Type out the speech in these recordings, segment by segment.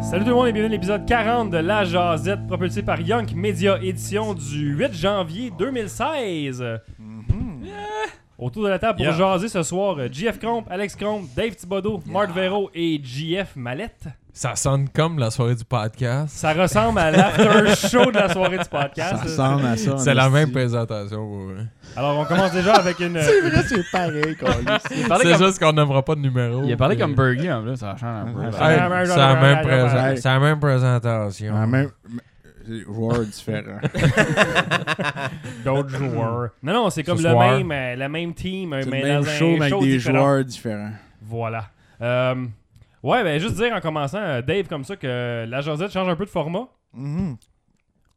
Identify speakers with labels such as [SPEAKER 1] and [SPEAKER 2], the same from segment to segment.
[SPEAKER 1] Salut tout le monde et bienvenue à l'épisode 40 de La Jazette, propulsé par Young Media Édition du 8 janvier 2016.
[SPEAKER 2] Mm-hmm.
[SPEAKER 1] Yeah. Eh! Autour de la table pour
[SPEAKER 3] Yeah.
[SPEAKER 1] jaser ce soir, euh, JF Cromp, Alex Cromp, Dave Thibodeau, Marc Vero et JF Mallette.
[SPEAKER 3] Ça sonne comme la soirée du podcast.
[SPEAKER 1] Ça ressemble à l'after show de la soirée du
[SPEAKER 4] Ça
[SPEAKER 1] podcast.
[SPEAKER 4] ressemble à
[SPEAKER 2] Ah,
[SPEAKER 4] ça.
[SPEAKER 3] C'est la
[SPEAKER 4] hostie.
[SPEAKER 3] même présentation. pour vrai.
[SPEAKER 1] Alors on commence déjà avec une...
[SPEAKER 4] C'est vrai, c'est pareil, quoi.
[SPEAKER 2] Il parlait
[SPEAKER 3] C'est
[SPEAKER 2] comme,
[SPEAKER 3] juste qu'on n'aimera pas de numéro.
[SPEAKER 2] il a parlé
[SPEAKER 1] euh,
[SPEAKER 2] comme
[SPEAKER 3] puis-
[SPEAKER 2] Burger en plus, ça change un peu.
[SPEAKER 3] Hey,
[SPEAKER 4] Ah,
[SPEAKER 3] C'est la même, présen-
[SPEAKER 4] Hey.
[SPEAKER 3] c'est la même présentation.
[SPEAKER 4] La même. C'est Joueur différent.
[SPEAKER 1] D'autres joueurs. Non, non, c'est comme
[SPEAKER 3] Ce
[SPEAKER 1] le
[SPEAKER 3] soir.
[SPEAKER 1] même, euh, la même team, euh,
[SPEAKER 4] C'est le
[SPEAKER 1] mais
[SPEAKER 4] même
[SPEAKER 1] dans un
[SPEAKER 4] show, mais avec des
[SPEAKER 1] différent.
[SPEAKER 4] joueurs différents.
[SPEAKER 1] Voilà. Euh, ouais, ben juste dire en commençant, euh, Dave, comme ça, que la Josette change un peu de format.
[SPEAKER 4] Mhm.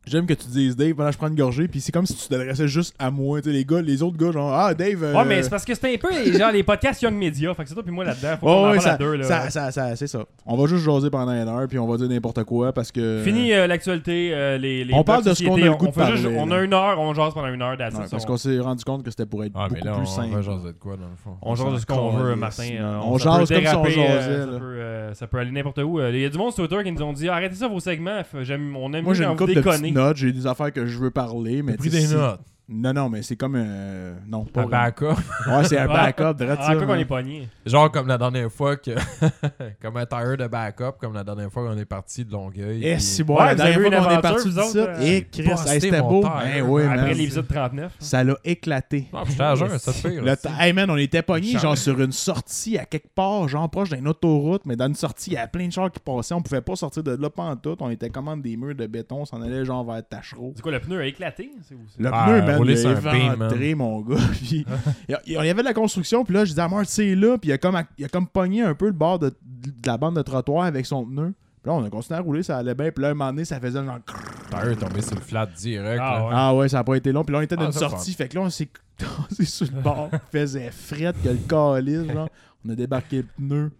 [SPEAKER 4] J'aime que tu dises Dave pendant que je prends une gorgée, puis c'est comme si tu t'adressais juste à moi. Tu sais, les gars, les autres gars, genre, ah, Dave. euh,
[SPEAKER 1] Ouais, mais c'est parce que c'était un peu les, genre, les podcasts Young Media. Fait que c'est toi puis moi là-dedans. Faut qu'on
[SPEAKER 4] Ouais,
[SPEAKER 1] en
[SPEAKER 4] ouais,
[SPEAKER 1] parle à
[SPEAKER 4] ça,
[SPEAKER 1] deux, là.
[SPEAKER 4] ça, ça, ça- c'est ça. On va juste jaser pendant une heure, puis on va dire n'importe quoi parce que.
[SPEAKER 1] Fini euh, l'actualité, euh, les, les
[SPEAKER 4] On parle de ce
[SPEAKER 1] sociétés,
[SPEAKER 4] qu'on a le
[SPEAKER 1] on-
[SPEAKER 4] goût de
[SPEAKER 1] on fait juste-
[SPEAKER 4] parler,
[SPEAKER 1] On
[SPEAKER 4] là.
[SPEAKER 1] a une heure, on jase pendant une heure
[SPEAKER 4] Ouais,
[SPEAKER 1] d'attitude.
[SPEAKER 4] parce
[SPEAKER 1] on,
[SPEAKER 4] qu'on s'est rendu compte que c'était pour être
[SPEAKER 3] Ah, mais
[SPEAKER 4] beaucoup
[SPEAKER 3] là,
[SPEAKER 4] plus
[SPEAKER 3] on
[SPEAKER 4] simple.
[SPEAKER 3] va jaser de quoi dans le fond?
[SPEAKER 1] on jase de ce qu'on
[SPEAKER 4] Calisse,
[SPEAKER 1] veut, Martin.
[SPEAKER 4] man.
[SPEAKER 1] euh, ça
[SPEAKER 4] On
[SPEAKER 1] peut
[SPEAKER 4] jase comme si on
[SPEAKER 1] déraper, euh,
[SPEAKER 4] jasait,
[SPEAKER 1] ça,
[SPEAKER 4] là.
[SPEAKER 1] peut, euh, ça peut aller n'importe où. Euh, Il y a du monde sur Twitter qui nous ont dit arrêtez ça vos segments. f- j'aime- on aime
[SPEAKER 4] Moi, j'ai
[SPEAKER 1] mieux
[SPEAKER 4] une
[SPEAKER 1] quand vous
[SPEAKER 4] couple de
[SPEAKER 1] déconnez.
[SPEAKER 4] petites notes, j'ai des affaires que je veux parler, mais.
[SPEAKER 3] J'ai pris
[SPEAKER 4] tu sais,
[SPEAKER 3] des
[SPEAKER 4] si-
[SPEAKER 3] notes.
[SPEAKER 4] Non, non, mais c'est comme. euh, Non, pas.
[SPEAKER 3] Un backup.
[SPEAKER 4] Ouais, c'est un
[SPEAKER 1] Ah.
[SPEAKER 4] backup, de
[SPEAKER 1] Ah, quoi qu'on est pogné.
[SPEAKER 3] Genre comme la dernière fois que. comme un tailleur de backup, comme la dernière fois qu'on est parti de Longueuil.
[SPEAKER 4] Eh,
[SPEAKER 3] puis-
[SPEAKER 4] si,
[SPEAKER 1] Ouais,
[SPEAKER 4] bon, la
[SPEAKER 1] vous avez eu
[SPEAKER 4] dernière
[SPEAKER 1] une
[SPEAKER 4] fois qu'on est
[SPEAKER 1] aventure,
[SPEAKER 4] parti
[SPEAKER 1] vous
[SPEAKER 4] d'ici,
[SPEAKER 1] autres, euh,
[SPEAKER 4] eh, Chris,
[SPEAKER 3] Posté
[SPEAKER 4] hey, c'était
[SPEAKER 3] mon
[SPEAKER 4] beau.
[SPEAKER 3] terre.
[SPEAKER 4] Ben oui,
[SPEAKER 1] Après
[SPEAKER 4] man.
[SPEAKER 1] l'épisode Ah, 39.
[SPEAKER 4] Ça l'a éclaté.
[SPEAKER 3] Non, puis j'étais Ah, à jeun, ça te fait.
[SPEAKER 4] Le t- hey man, on était pognés
[SPEAKER 3] Charles.
[SPEAKER 4] genre sur une sortie à quelque part, genre proche d'une autoroute, mais dans une sortie, il y avait plein de chars qui passaient, on pouvait pas sortir de là pantoute, on était commande des murs de béton, on s'en allait genre vers Tachereau.
[SPEAKER 1] C'est quoi, le pneu a éclaté C'est où, ça?
[SPEAKER 4] Le
[SPEAKER 3] Ah,
[SPEAKER 4] pneu, man,
[SPEAKER 3] rouler
[SPEAKER 4] il
[SPEAKER 3] sur
[SPEAKER 4] a
[SPEAKER 3] un beam, man.
[SPEAKER 4] éventré, mon gars. Puis, il y a- il y avait de la construction, puis là, je disais à Marc, c'est là, puis il a, comme, il a comme pogné un peu le bord de, de la bande de trottoir avec son pneu. Puis là, on a continué à rouler, ça allait bien, puis là, un moment donné, ça faisait genre
[SPEAKER 3] Le tailleur est tombé sur le flat direct.
[SPEAKER 1] Ah,
[SPEAKER 3] là.
[SPEAKER 1] ouais.
[SPEAKER 4] Ah ouais, ça a pas été long. Puis là, on était dans
[SPEAKER 3] Ah,
[SPEAKER 4] une
[SPEAKER 3] ça, c'est
[SPEAKER 4] sortie. Fait que là, on s'est tossé sur le bord. Il faisait fret que le calice, genre. On a débarqué le pneu.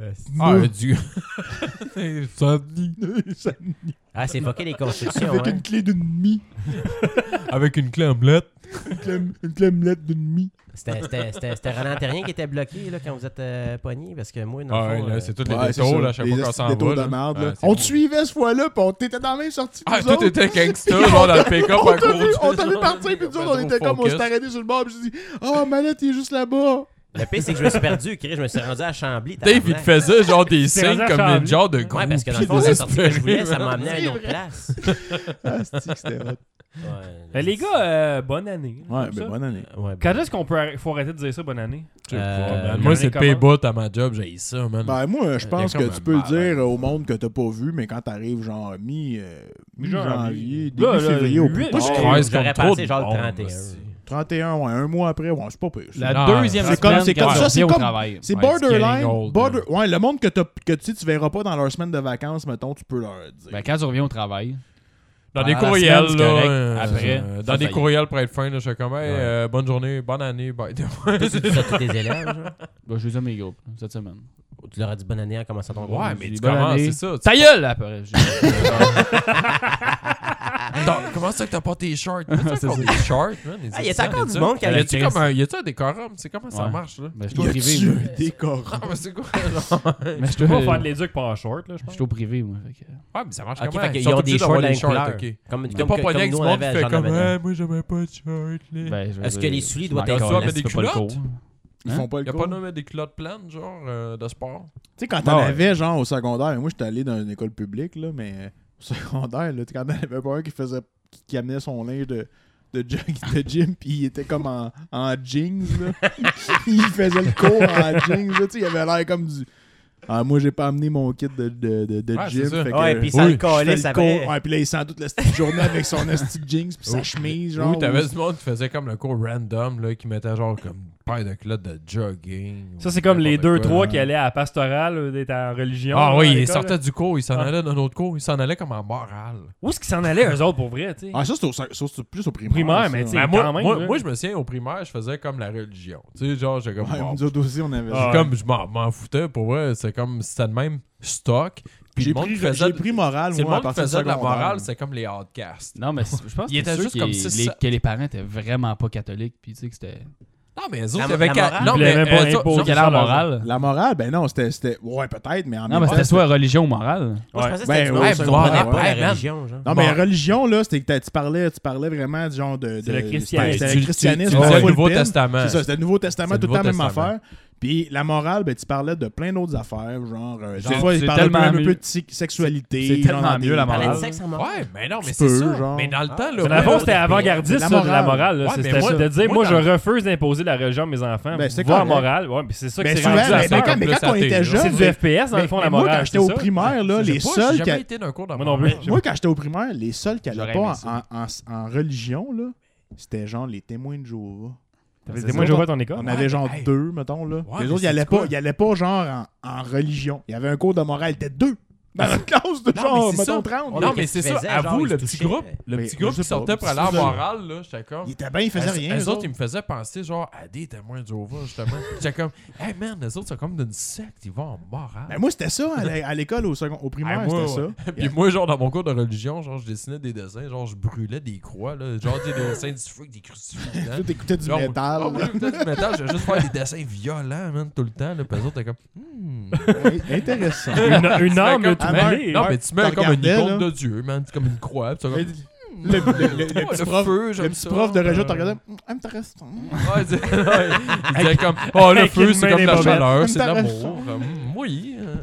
[SPEAKER 3] Ah,
[SPEAKER 4] Pneu.
[SPEAKER 3] un dieu. Ça dit.
[SPEAKER 4] Ça-
[SPEAKER 5] Ah, c'est fucké les constructions,
[SPEAKER 4] Avec
[SPEAKER 5] hein.
[SPEAKER 4] une clé d'une demi.
[SPEAKER 3] Avec une clé omelette.
[SPEAKER 4] Une clé, une clé omelette d'une demi.
[SPEAKER 5] C'était- C'était c'était- c'était Roland Terrien qui était bloqué là, quand vous êtes euh, pogné, parce que moi, dans
[SPEAKER 3] Ah,
[SPEAKER 5] le
[SPEAKER 3] ouais,
[SPEAKER 5] fond,
[SPEAKER 3] là,
[SPEAKER 5] euh,
[SPEAKER 3] c'est tous les
[SPEAKER 4] Ouais, c'est
[SPEAKER 3] détours,
[SPEAKER 4] ça.
[SPEAKER 3] là, à chaque
[SPEAKER 4] Les
[SPEAKER 3] fois qu'on
[SPEAKER 4] esti
[SPEAKER 3] s'en
[SPEAKER 4] de détours
[SPEAKER 3] va.
[SPEAKER 4] de
[SPEAKER 3] là.
[SPEAKER 4] merde, là.
[SPEAKER 3] Ouais, c'est
[SPEAKER 4] on
[SPEAKER 3] bon.
[SPEAKER 4] te suivait ce fois-là, pis on t'était dans la même sortie. que
[SPEAKER 3] Ah,
[SPEAKER 4] nous
[SPEAKER 3] tout
[SPEAKER 4] autres.
[SPEAKER 3] était gangster, genre dans le pick-up
[SPEAKER 4] On
[SPEAKER 3] à
[SPEAKER 4] t'a vu,
[SPEAKER 3] gros.
[SPEAKER 4] on t'a vu partir, puis nous
[SPEAKER 3] On
[SPEAKER 4] autres, on
[SPEAKER 3] était
[SPEAKER 4] était
[SPEAKER 3] trop
[SPEAKER 4] comme, on s'est
[SPEAKER 3] focus.
[SPEAKER 4] arrêté sur le bord, puis j'ai dit, oh, Manette, il est juste là-bas.
[SPEAKER 5] Le pire, c'est que je me suis perdu. Chris, je me suis rendu à Chambly.
[SPEAKER 3] Dave, il te
[SPEAKER 5] tabarnak.
[SPEAKER 3] faisait genre des
[SPEAKER 1] C'est rendu
[SPEAKER 3] signes
[SPEAKER 1] à
[SPEAKER 3] comme
[SPEAKER 1] Chambly.
[SPEAKER 3] des genres de gros
[SPEAKER 5] Ouais, parce que dans
[SPEAKER 3] pieds
[SPEAKER 5] le fond, la sortie que je
[SPEAKER 3] désespérés,
[SPEAKER 5] voulais, ça
[SPEAKER 3] man.
[SPEAKER 5] m'a amené à une autre place.
[SPEAKER 4] Ah, c'est-tu que c'était hot.
[SPEAKER 5] Ouais.
[SPEAKER 1] Euh, les gars, euh, bonne année.
[SPEAKER 4] Ouais,
[SPEAKER 1] Comme ça.
[SPEAKER 4] mais bonne année.
[SPEAKER 5] Ouais, bon.
[SPEAKER 1] Quand est-ce qu'on peut arr- faut arrêter de dire ça, bonne année?
[SPEAKER 3] Je sais pas,
[SPEAKER 5] Euh,
[SPEAKER 3] man.
[SPEAKER 1] on est
[SPEAKER 3] Moi, c'est le
[SPEAKER 1] comment?
[SPEAKER 3] paybout à ma job, j'ai ça, man.
[SPEAKER 4] Ben, moi, je
[SPEAKER 3] Euh,
[SPEAKER 4] pense
[SPEAKER 3] quelqu'un
[SPEAKER 4] que
[SPEAKER 3] me
[SPEAKER 4] tu peux le
[SPEAKER 3] parle.
[SPEAKER 4] dire au monde que t'as pas vu, mais quand t'arrives, genre, mi, euh,
[SPEAKER 1] Mi-janvier.
[SPEAKER 4] mi-janvier, début
[SPEAKER 1] Là, là,
[SPEAKER 4] février, au plus
[SPEAKER 1] huit-
[SPEAKER 4] tard,
[SPEAKER 3] Moi, je
[SPEAKER 5] Ouais,
[SPEAKER 3] croise
[SPEAKER 5] j'aurais
[SPEAKER 3] comme trop
[SPEAKER 5] pensé
[SPEAKER 3] de
[SPEAKER 5] genre le
[SPEAKER 3] bombes,
[SPEAKER 5] 31.
[SPEAKER 3] aussi.
[SPEAKER 4] 31, ouais, un mois après, ouais, c'est pas pire. ça.
[SPEAKER 2] La
[SPEAKER 3] Non,
[SPEAKER 2] deuxième
[SPEAKER 3] c'est
[SPEAKER 4] comme-
[SPEAKER 2] semaine,
[SPEAKER 4] c'est comme
[SPEAKER 2] quand
[SPEAKER 4] ça,
[SPEAKER 2] on revient
[SPEAKER 4] c'est
[SPEAKER 2] au
[SPEAKER 4] comme-
[SPEAKER 2] travail.
[SPEAKER 4] C'est
[SPEAKER 3] Ouais, it's
[SPEAKER 4] borderline.
[SPEAKER 3] getting old,
[SPEAKER 4] border- ouais, le monde que, t'as- que tu sais, tu verras pas dans leur semaine de vacances, mettons, tu peux leur dire.
[SPEAKER 2] Ben, quand tu reviens au travail,
[SPEAKER 3] Dans des
[SPEAKER 2] Pendant la
[SPEAKER 3] courriels,
[SPEAKER 2] semaine, c'est
[SPEAKER 3] là.
[SPEAKER 2] correct.
[SPEAKER 3] euh,
[SPEAKER 2] Après,
[SPEAKER 3] euh,
[SPEAKER 2] ça,
[SPEAKER 3] Dans
[SPEAKER 2] ça
[SPEAKER 3] des
[SPEAKER 2] y est.
[SPEAKER 3] courriels pour être fin, là, je suis comme, hey, euh, bonne journée, bonne année, bye.
[SPEAKER 5] Toi, c'est ça, tous tes élèves, genre?
[SPEAKER 2] ben, je les ai mes groupes cette semaine.
[SPEAKER 5] Ou Tu leur as dit bonne année en commençant ton groupe?
[SPEAKER 3] Ouais,
[SPEAKER 2] mais
[SPEAKER 3] mais
[SPEAKER 2] tu
[SPEAKER 3] tu
[SPEAKER 2] bonne commences,
[SPEAKER 3] commences,
[SPEAKER 2] année.
[SPEAKER 3] c'est
[SPEAKER 2] c'est
[SPEAKER 3] ça.
[SPEAKER 2] Ta gueule après! j'ai-
[SPEAKER 3] Comment ça que t'as pas tes shorts? T'as encore des shorts, man? les
[SPEAKER 5] Ah, y a-tu
[SPEAKER 3] étudiants,
[SPEAKER 5] encore
[SPEAKER 3] les
[SPEAKER 5] du
[SPEAKER 3] études?
[SPEAKER 5] monde qui a
[SPEAKER 3] Y a-tu
[SPEAKER 2] écrit
[SPEAKER 3] comme
[SPEAKER 2] ça?
[SPEAKER 3] un- y a-tu un décorum? C'est comment ça
[SPEAKER 2] Ouais.
[SPEAKER 3] marche, là?
[SPEAKER 2] Ben, je suis
[SPEAKER 4] Y
[SPEAKER 2] au privé.
[SPEAKER 4] a-tu
[SPEAKER 2] moi.
[SPEAKER 4] un décor?
[SPEAKER 3] Ah, mais c'est quoi? genre?
[SPEAKER 2] Mais je suis
[SPEAKER 1] Tu peux pas faire de
[SPEAKER 2] au-
[SPEAKER 1] l'éduc par short, là, je
[SPEAKER 2] je
[SPEAKER 1] pense.
[SPEAKER 2] suis au privé, moi. fait que-
[SPEAKER 3] Ouais, mais ça marche
[SPEAKER 5] Ok,
[SPEAKER 3] comment?
[SPEAKER 5] fait qu'ils
[SPEAKER 3] sont
[SPEAKER 5] ont
[SPEAKER 3] obligés
[SPEAKER 5] des shorts
[SPEAKER 3] d'avoir
[SPEAKER 5] dans la
[SPEAKER 3] des
[SPEAKER 5] même couleur.
[SPEAKER 3] ok.
[SPEAKER 5] Comme,
[SPEAKER 3] T'as
[SPEAKER 5] comme,
[SPEAKER 3] pas
[SPEAKER 5] comme,
[SPEAKER 3] pogné avec
[SPEAKER 5] nous,
[SPEAKER 3] du
[SPEAKER 5] on
[SPEAKER 3] monde qui
[SPEAKER 5] avait à
[SPEAKER 3] fait
[SPEAKER 5] Jean
[SPEAKER 3] comme
[SPEAKER 5] Lamanna.
[SPEAKER 3] Ah, moi j'avais pas de short là.
[SPEAKER 2] Ben, je veux
[SPEAKER 5] Est-ce que
[SPEAKER 2] dire-
[SPEAKER 5] les souliers doivent
[SPEAKER 2] Ben,
[SPEAKER 5] être
[SPEAKER 2] quand
[SPEAKER 3] en
[SPEAKER 2] tu vas
[SPEAKER 3] laisse,
[SPEAKER 2] mettre
[SPEAKER 3] tu
[SPEAKER 2] des
[SPEAKER 3] peux pas le
[SPEAKER 2] culottes?
[SPEAKER 3] cours.
[SPEAKER 4] Ils
[SPEAKER 2] Hein?
[SPEAKER 4] font pas le
[SPEAKER 3] Y'a
[SPEAKER 4] cours.
[SPEAKER 3] pas nommé des culottes planes, genre euh, de sport.
[SPEAKER 4] Tu sais, quand
[SPEAKER 2] Ah
[SPEAKER 4] t'en
[SPEAKER 2] ouais.
[SPEAKER 4] avais, genre, au secondaire, moi, j'étais allé dans une école publique, là, mais euh, au secondaire, là, tu sais, quand t'en avais pas un qui faisait, qui, qui amenait son linge de, de, jog- de gym, puis il était comme en, en jeans, là. il faisait le cours en jeans, là, tu sais, il avait l'air comme du... Ah, moi, j'ai pas amené mon kit de, de, de, de
[SPEAKER 3] Ouais,
[SPEAKER 4] gym,
[SPEAKER 3] c'est ça.
[SPEAKER 4] fait que...
[SPEAKER 5] Ouais, puis ça
[SPEAKER 3] Oui,
[SPEAKER 5] le
[SPEAKER 4] je fais
[SPEAKER 5] calisse
[SPEAKER 4] le
[SPEAKER 5] après.
[SPEAKER 4] cours. Ouais, puis là, il sent toute la petite journée avec son esti de jeans puis sa chemise, genre.
[SPEAKER 3] Oui, t'avais
[SPEAKER 4] ou-
[SPEAKER 3] du monde qui faisait comme le cours random, là, qui mettait genre comme une paire de culottes de jogging.
[SPEAKER 1] Ça,
[SPEAKER 3] ou
[SPEAKER 1] c'est comme les
[SPEAKER 3] n'importe quoi.
[SPEAKER 1] 2-3 qui allaient à la pastorale, euh, d'être en religion.
[SPEAKER 3] Ah
[SPEAKER 1] là, à
[SPEAKER 3] oui, ils
[SPEAKER 1] l'école, là.
[SPEAKER 3] sortaient du cours, ils s'en
[SPEAKER 1] Ah.
[SPEAKER 3] allaient d'un autre cours, ils s'en allaient comme en morale.
[SPEAKER 1] Où est-ce qu'ils s'en allaient, eux autres, pour vrai, tu sais?
[SPEAKER 4] Ah, ça, c'est au- ça, c'est plus au primaire.
[SPEAKER 1] Primaire,
[SPEAKER 4] ça.
[SPEAKER 1] mais tu sais,
[SPEAKER 3] Ben,
[SPEAKER 1] quand
[SPEAKER 3] moi,
[SPEAKER 1] même,
[SPEAKER 3] moi,
[SPEAKER 1] là.
[SPEAKER 3] moi, je me souviens, au primaire, je faisais comme la religion. Tu sais, genre, j'étais comme.
[SPEAKER 4] Ouais,
[SPEAKER 3] bon,
[SPEAKER 4] nous autres aussi, on avait
[SPEAKER 1] Ah,
[SPEAKER 4] ça.
[SPEAKER 3] c'est comme je m'en m'en foutais pour vrai, c'est comme c'était le même stock. Puis
[SPEAKER 4] J'ai
[SPEAKER 3] le monde
[SPEAKER 4] pris,
[SPEAKER 3] qui faisait
[SPEAKER 4] j'ai pris morale,
[SPEAKER 3] C'est le
[SPEAKER 4] moi, à
[SPEAKER 3] monde qui
[SPEAKER 4] partir du
[SPEAKER 3] faisait de la
[SPEAKER 4] secondaire.
[SPEAKER 3] morale, c'est comme les outcasts.
[SPEAKER 2] Non, mais c'est- je pense
[SPEAKER 3] Il
[SPEAKER 2] que
[SPEAKER 3] était
[SPEAKER 2] c'est
[SPEAKER 3] juste
[SPEAKER 2] ceux
[SPEAKER 3] comme
[SPEAKER 2] qui-
[SPEAKER 3] six,
[SPEAKER 2] les-
[SPEAKER 3] sept.
[SPEAKER 2] que les parents étaient vraiment pas catholiques. Puis tu sais que c'était. Euh,
[SPEAKER 3] Non, mais eux
[SPEAKER 5] La-
[SPEAKER 3] autres, il y avait
[SPEAKER 5] la
[SPEAKER 3] quatre.
[SPEAKER 5] morale?
[SPEAKER 3] Non,
[SPEAKER 1] Ils
[SPEAKER 3] mais euh,
[SPEAKER 1] voulaient même pas
[SPEAKER 3] eux autres-
[SPEAKER 1] imposer.
[SPEAKER 3] non,
[SPEAKER 1] Quelle
[SPEAKER 2] Quelle
[SPEAKER 1] heure
[SPEAKER 2] heure
[SPEAKER 1] morale?
[SPEAKER 2] morale?
[SPEAKER 4] La morale, ben non, c'était. c'était- Ouais, peut-être, mais en
[SPEAKER 2] Non, mais
[SPEAKER 4] même temps,
[SPEAKER 2] c'était soit religion ou morale.
[SPEAKER 5] Moi, je
[SPEAKER 1] Ouais.
[SPEAKER 5] pensais que c'était
[SPEAKER 4] Ben,
[SPEAKER 5] du
[SPEAKER 4] ouais,
[SPEAKER 5] monde
[SPEAKER 4] ouais,
[SPEAKER 5] qui
[SPEAKER 4] ouais,
[SPEAKER 5] comprenait
[SPEAKER 3] ouais,
[SPEAKER 5] pas
[SPEAKER 3] ouais,
[SPEAKER 5] la
[SPEAKER 3] man.
[SPEAKER 5] religion, genre.
[SPEAKER 4] Non, mais
[SPEAKER 3] Bon.
[SPEAKER 4] religion, là, c'était que t'as- tu parlais, tu parlais vraiment genre de.
[SPEAKER 1] C'est
[SPEAKER 4] de-
[SPEAKER 1] le christianisme.
[SPEAKER 4] C'était c'était
[SPEAKER 3] Tu-
[SPEAKER 4] le
[SPEAKER 3] tu-
[SPEAKER 4] christianisme.
[SPEAKER 3] Tu disais
[SPEAKER 4] full
[SPEAKER 3] le Nouveau
[SPEAKER 4] pin.
[SPEAKER 3] Testament.
[SPEAKER 4] C'est ça, c'était le Nouveau Testament,
[SPEAKER 3] C'est
[SPEAKER 4] tout
[SPEAKER 3] le
[SPEAKER 4] le temps la même
[SPEAKER 3] Nouveau Testament.
[SPEAKER 4] affaire. Puis la morale, ben, tu parlais de plein d'autres affaires, genre. euh,
[SPEAKER 2] C'est-
[SPEAKER 4] des fois,
[SPEAKER 2] c'est
[SPEAKER 4] il parlait
[SPEAKER 2] tellement
[SPEAKER 4] même un peu
[SPEAKER 2] mieux.
[SPEAKER 4] de psy- sexualité.
[SPEAKER 2] C'est- c'est
[SPEAKER 4] genre,
[SPEAKER 2] tellement
[SPEAKER 4] dans des-
[SPEAKER 2] mieux, la
[SPEAKER 5] Parler de
[SPEAKER 2] morale.
[SPEAKER 5] sexe en mort.
[SPEAKER 3] Ouais, mais non, mais
[SPEAKER 4] Tu
[SPEAKER 3] c'est
[SPEAKER 4] peux,
[SPEAKER 3] ça.
[SPEAKER 4] genre.
[SPEAKER 3] Mais dans le temps, là.
[SPEAKER 1] Dans le
[SPEAKER 3] moi,
[SPEAKER 1] fond, c'était avant-gardiste, ça,
[SPEAKER 4] La
[SPEAKER 1] de la
[SPEAKER 4] morale.
[SPEAKER 1] morale. là.
[SPEAKER 3] Ouais,
[SPEAKER 1] C'est-
[SPEAKER 3] mais
[SPEAKER 1] C'était
[SPEAKER 3] moi,
[SPEAKER 1] ça, de dire,
[SPEAKER 3] moi,
[SPEAKER 1] moi,
[SPEAKER 3] dans
[SPEAKER 1] je
[SPEAKER 3] le-
[SPEAKER 1] refuse d'imposer la religion à mes enfants.
[SPEAKER 4] Ben, c'est
[SPEAKER 1] Voir
[SPEAKER 4] correct.
[SPEAKER 1] morale. Ouais, puis c'est ça que
[SPEAKER 4] Ben,
[SPEAKER 1] c'est
[SPEAKER 4] souvent,
[SPEAKER 1] rendu à
[SPEAKER 4] mais,
[SPEAKER 3] ça,
[SPEAKER 1] ça.
[SPEAKER 4] mais quand,
[SPEAKER 3] en
[SPEAKER 4] mais
[SPEAKER 3] plus,
[SPEAKER 4] quand on
[SPEAKER 3] athée,
[SPEAKER 4] était
[SPEAKER 3] là.
[SPEAKER 4] jeune, ben,
[SPEAKER 1] C'est du FPS, dans le fond, la
[SPEAKER 4] moi, quand
[SPEAKER 1] morale.
[SPEAKER 4] j'étais
[SPEAKER 1] c'est
[SPEAKER 4] au
[SPEAKER 1] ça.
[SPEAKER 4] primaire, là,
[SPEAKER 3] je sais
[SPEAKER 4] les
[SPEAKER 3] pas,
[SPEAKER 4] seuls
[SPEAKER 3] J'ai
[SPEAKER 4] qui
[SPEAKER 3] jamais été d'un cours de
[SPEAKER 1] Moi
[SPEAKER 3] morale.
[SPEAKER 1] non plus.
[SPEAKER 4] Moi, quand j'étais au primaire, les seuls qui
[SPEAKER 2] J'aurais
[SPEAKER 4] allaient
[SPEAKER 2] aimé
[SPEAKER 4] pas
[SPEAKER 2] ça.
[SPEAKER 4] en, en- en- en religion, là, c'était genre les témoins de Jéhovah.
[SPEAKER 1] T'avais des moins de joueurs à ton école.
[SPEAKER 4] On
[SPEAKER 3] Ouais,
[SPEAKER 4] avait genre
[SPEAKER 3] mais, hey.
[SPEAKER 4] deux, mettons, là.
[SPEAKER 3] Ouais,
[SPEAKER 4] les
[SPEAKER 3] mais
[SPEAKER 4] autres, ils
[SPEAKER 3] c'est
[SPEAKER 4] allaient,
[SPEAKER 3] quoi?
[SPEAKER 4] pas, ils allaient pas genre en, en religion. Il y avait un cours de morale, c'était deux dans la classe de
[SPEAKER 3] Non,
[SPEAKER 4] genre,
[SPEAKER 3] mais c'est
[SPEAKER 4] mettons,
[SPEAKER 3] ça.
[SPEAKER 4] 30.
[SPEAKER 5] Ouais,
[SPEAKER 3] Non,
[SPEAKER 5] mais
[SPEAKER 3] mais
[SPEAKER 5] qu'est-ce
[SPEAKER 3] c'est
[SPEAKER 5] qu'ils
[SPEAKER 3] ça.
[SPEAKER 5] faisaient,
[SPEAKER 3] À
[SPEAKER 5] genre,
[SPEAKER 3] vous,
[SPEAKER 5] ils
[SPEAKER 3] le
[SPEAKER 5] se
[SPEAKER 3] petit
[SPEAKER 5] touchaient?
[SPEAKER 3] groupe, le
[SPEAKER 4] Mais
[SPEAKER 3] petit
[SPEAKER 4] je
[SPEAKER 3] groupe
[SPEAKER 4] sais
[SPEAKER 3] qui
[SPEAKER 4] pas,
[SPEAKER 3] sortait pour
[SPEAKER 4] petit
[SPEAKER 3] aller à
[SPEAKER 4] faisait-
[SPEAKER 3] morale, là, j'étais comme.
[SPEAKER 4] Ils étaient bien, ils faisaient
[SPEAKER 3] Eux-
[SPEAKER 4] rien.
[SPEAKER 3] Eux,
[SPEAKER 4] eux
[SPEAKER 3] autres, ils me faisaient penser, genre, à des témoins de Jéhovah, justement. J'étais comme, hey man, les autres sont comme d'une secte, ils vont en morale.
[SPEAKER 4] Ben, moi, c'était ça à l'é- à l'école, au, second- au primaire,
[SPEAKER 3] Ah, moi,
[SPEAKER 4] c'était
[SPEAKER 3] ouais.
[SPEAKER 4] ça.
[SPEAKER 3] Puis moi, genre, dans mon cours de religion, genre, je dessinais des dessins, genre, je brûlais des croix, là. Genre, des dessins du freak, des hein. crucifix. dedans.
[SPEAKER 4] Tout écoutait du
[SPEAKER 3] Genre,
[SPEAKER 4] métal.
[SPEAKER 3] Ah, moi, j'écoutais du métal, je vais juste faire des dessins violents, man, tout le temps, là. Puis eux autres, t'es comme, hmm.
[SPEAKER 4] Ouais, Intéressant.
[SPEAKER 1] Une- Une âme
[SPEAKER 3] comme-
[SPEAKER 1] tout
[SPEAKER 4] Ah,
[SPEAKER 1] mêlée.
[SPEAKER 3] Non,
[SPEAKER 4] ouais,
[SPEAKER 3] mais tu mets
[SPEAKER 4] t'en
[SPEAKER 3] comme une
[SPEAKER 4] regardais,
[SPEAKER 3] icône
[SPEAKER 4] là.
[SPEAKER 3] de Dieu, man. C'est comme une croix. Puis tu
[SPEAKER 4] Le,
[SPEAKER 3] comme,
[SPEAKER 4] le- le-
[SPEAKER 3] Oh,
[SPEAKER 4] le petit
[SPEAKER 3] le
[SPEAKER 4] prof,
[SPEAKER 3] feu, j'aime
[SPEAKER 4] le petit
[SPEAKER 3] ça.
[SPEAKER 4] prof de région te
[SPEAKER 3] Euh,
[SPEAKER 4] regardait. Hum, Intéressant.
[SPEAKER 3] Ouais, il disait- ouais, il disait comme Oh le
[SPEAKER 1] Avec
[SPEAKER 3] feu,
[SPEAKER 1] une
[SPEAKER 3] c'est
[SPEAKER 1] main
[SPEAKER 3] comme
[SPEAKER 1] des
[SPEAKER 3] la
[SPEAKER 1] bobettes.
[SPEAKER 3] chaleur, c'est
[SPEAKER 4] Intéressant.
[SPEAKER 3] l'amour. Hum, Oui. euh.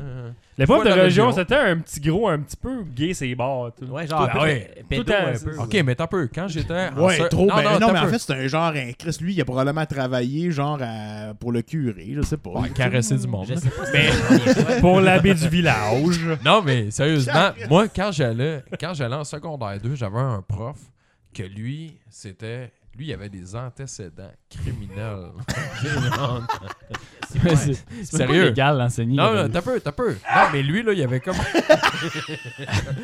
[SPEAKER 1] L'épreuve de
[SPEAKER 3] Voilà,
[SPEAKER 1] religion,
[SPEAKER 3] religion.
[SPEAKER 1] c'était un petit gros, un petit peu gay, c'est barres. tout.
[SPEAKER 5] Ouais, genre, un peu
[SPEAKER 3] ouais.
[SPEAKER 5] pé- pédo
[SPEAKER 1] Tout à-
[SPEAKER 5] un peu.
[SPEAKER 3] Ok, mais t'as peu. Quand j'étais. en
[SPEAKER 4] Ouais,
[SPEAKER 3] sec-
[SPEAKER 4] trop. ben, Non,
[SPEAKER 3] t'as
[SPEAKER 4] mais en
[SPEAKER 3] peu.
[SPEAKER 4] fait, c'est un genre, un Chris, lui, il a probablement travaillé, genre, à- pour le curé, je sais pas.
[SPEAKER 3] Ouais, caresser du monde.
[SPEAKER 5] Je sais pas si
[SPEAKER 1] Mais-
[SPEAKER 5] c'était le premier choix.
[SPEAKER 1] Pour l'abbé du village.
[SPEAKER 3] Non, mais sérieusement, moi, quand j'allais quand j'allais en secondaire 2, j'avais un prof que lui, c'était. Lui, il avait des antécédents criminels.
[SPEAKER 2] Mais c'est- C'est même pas
[SPEAKER 3] Sérieux?
[SPEAKER 2] légal d'enseigner.
[SPEAKER 3] Non,
[SPEAKER 2] là.
[SPEAKER 3] non, t'as peu, t'as peu. Non, mais lui, là, il avait comme.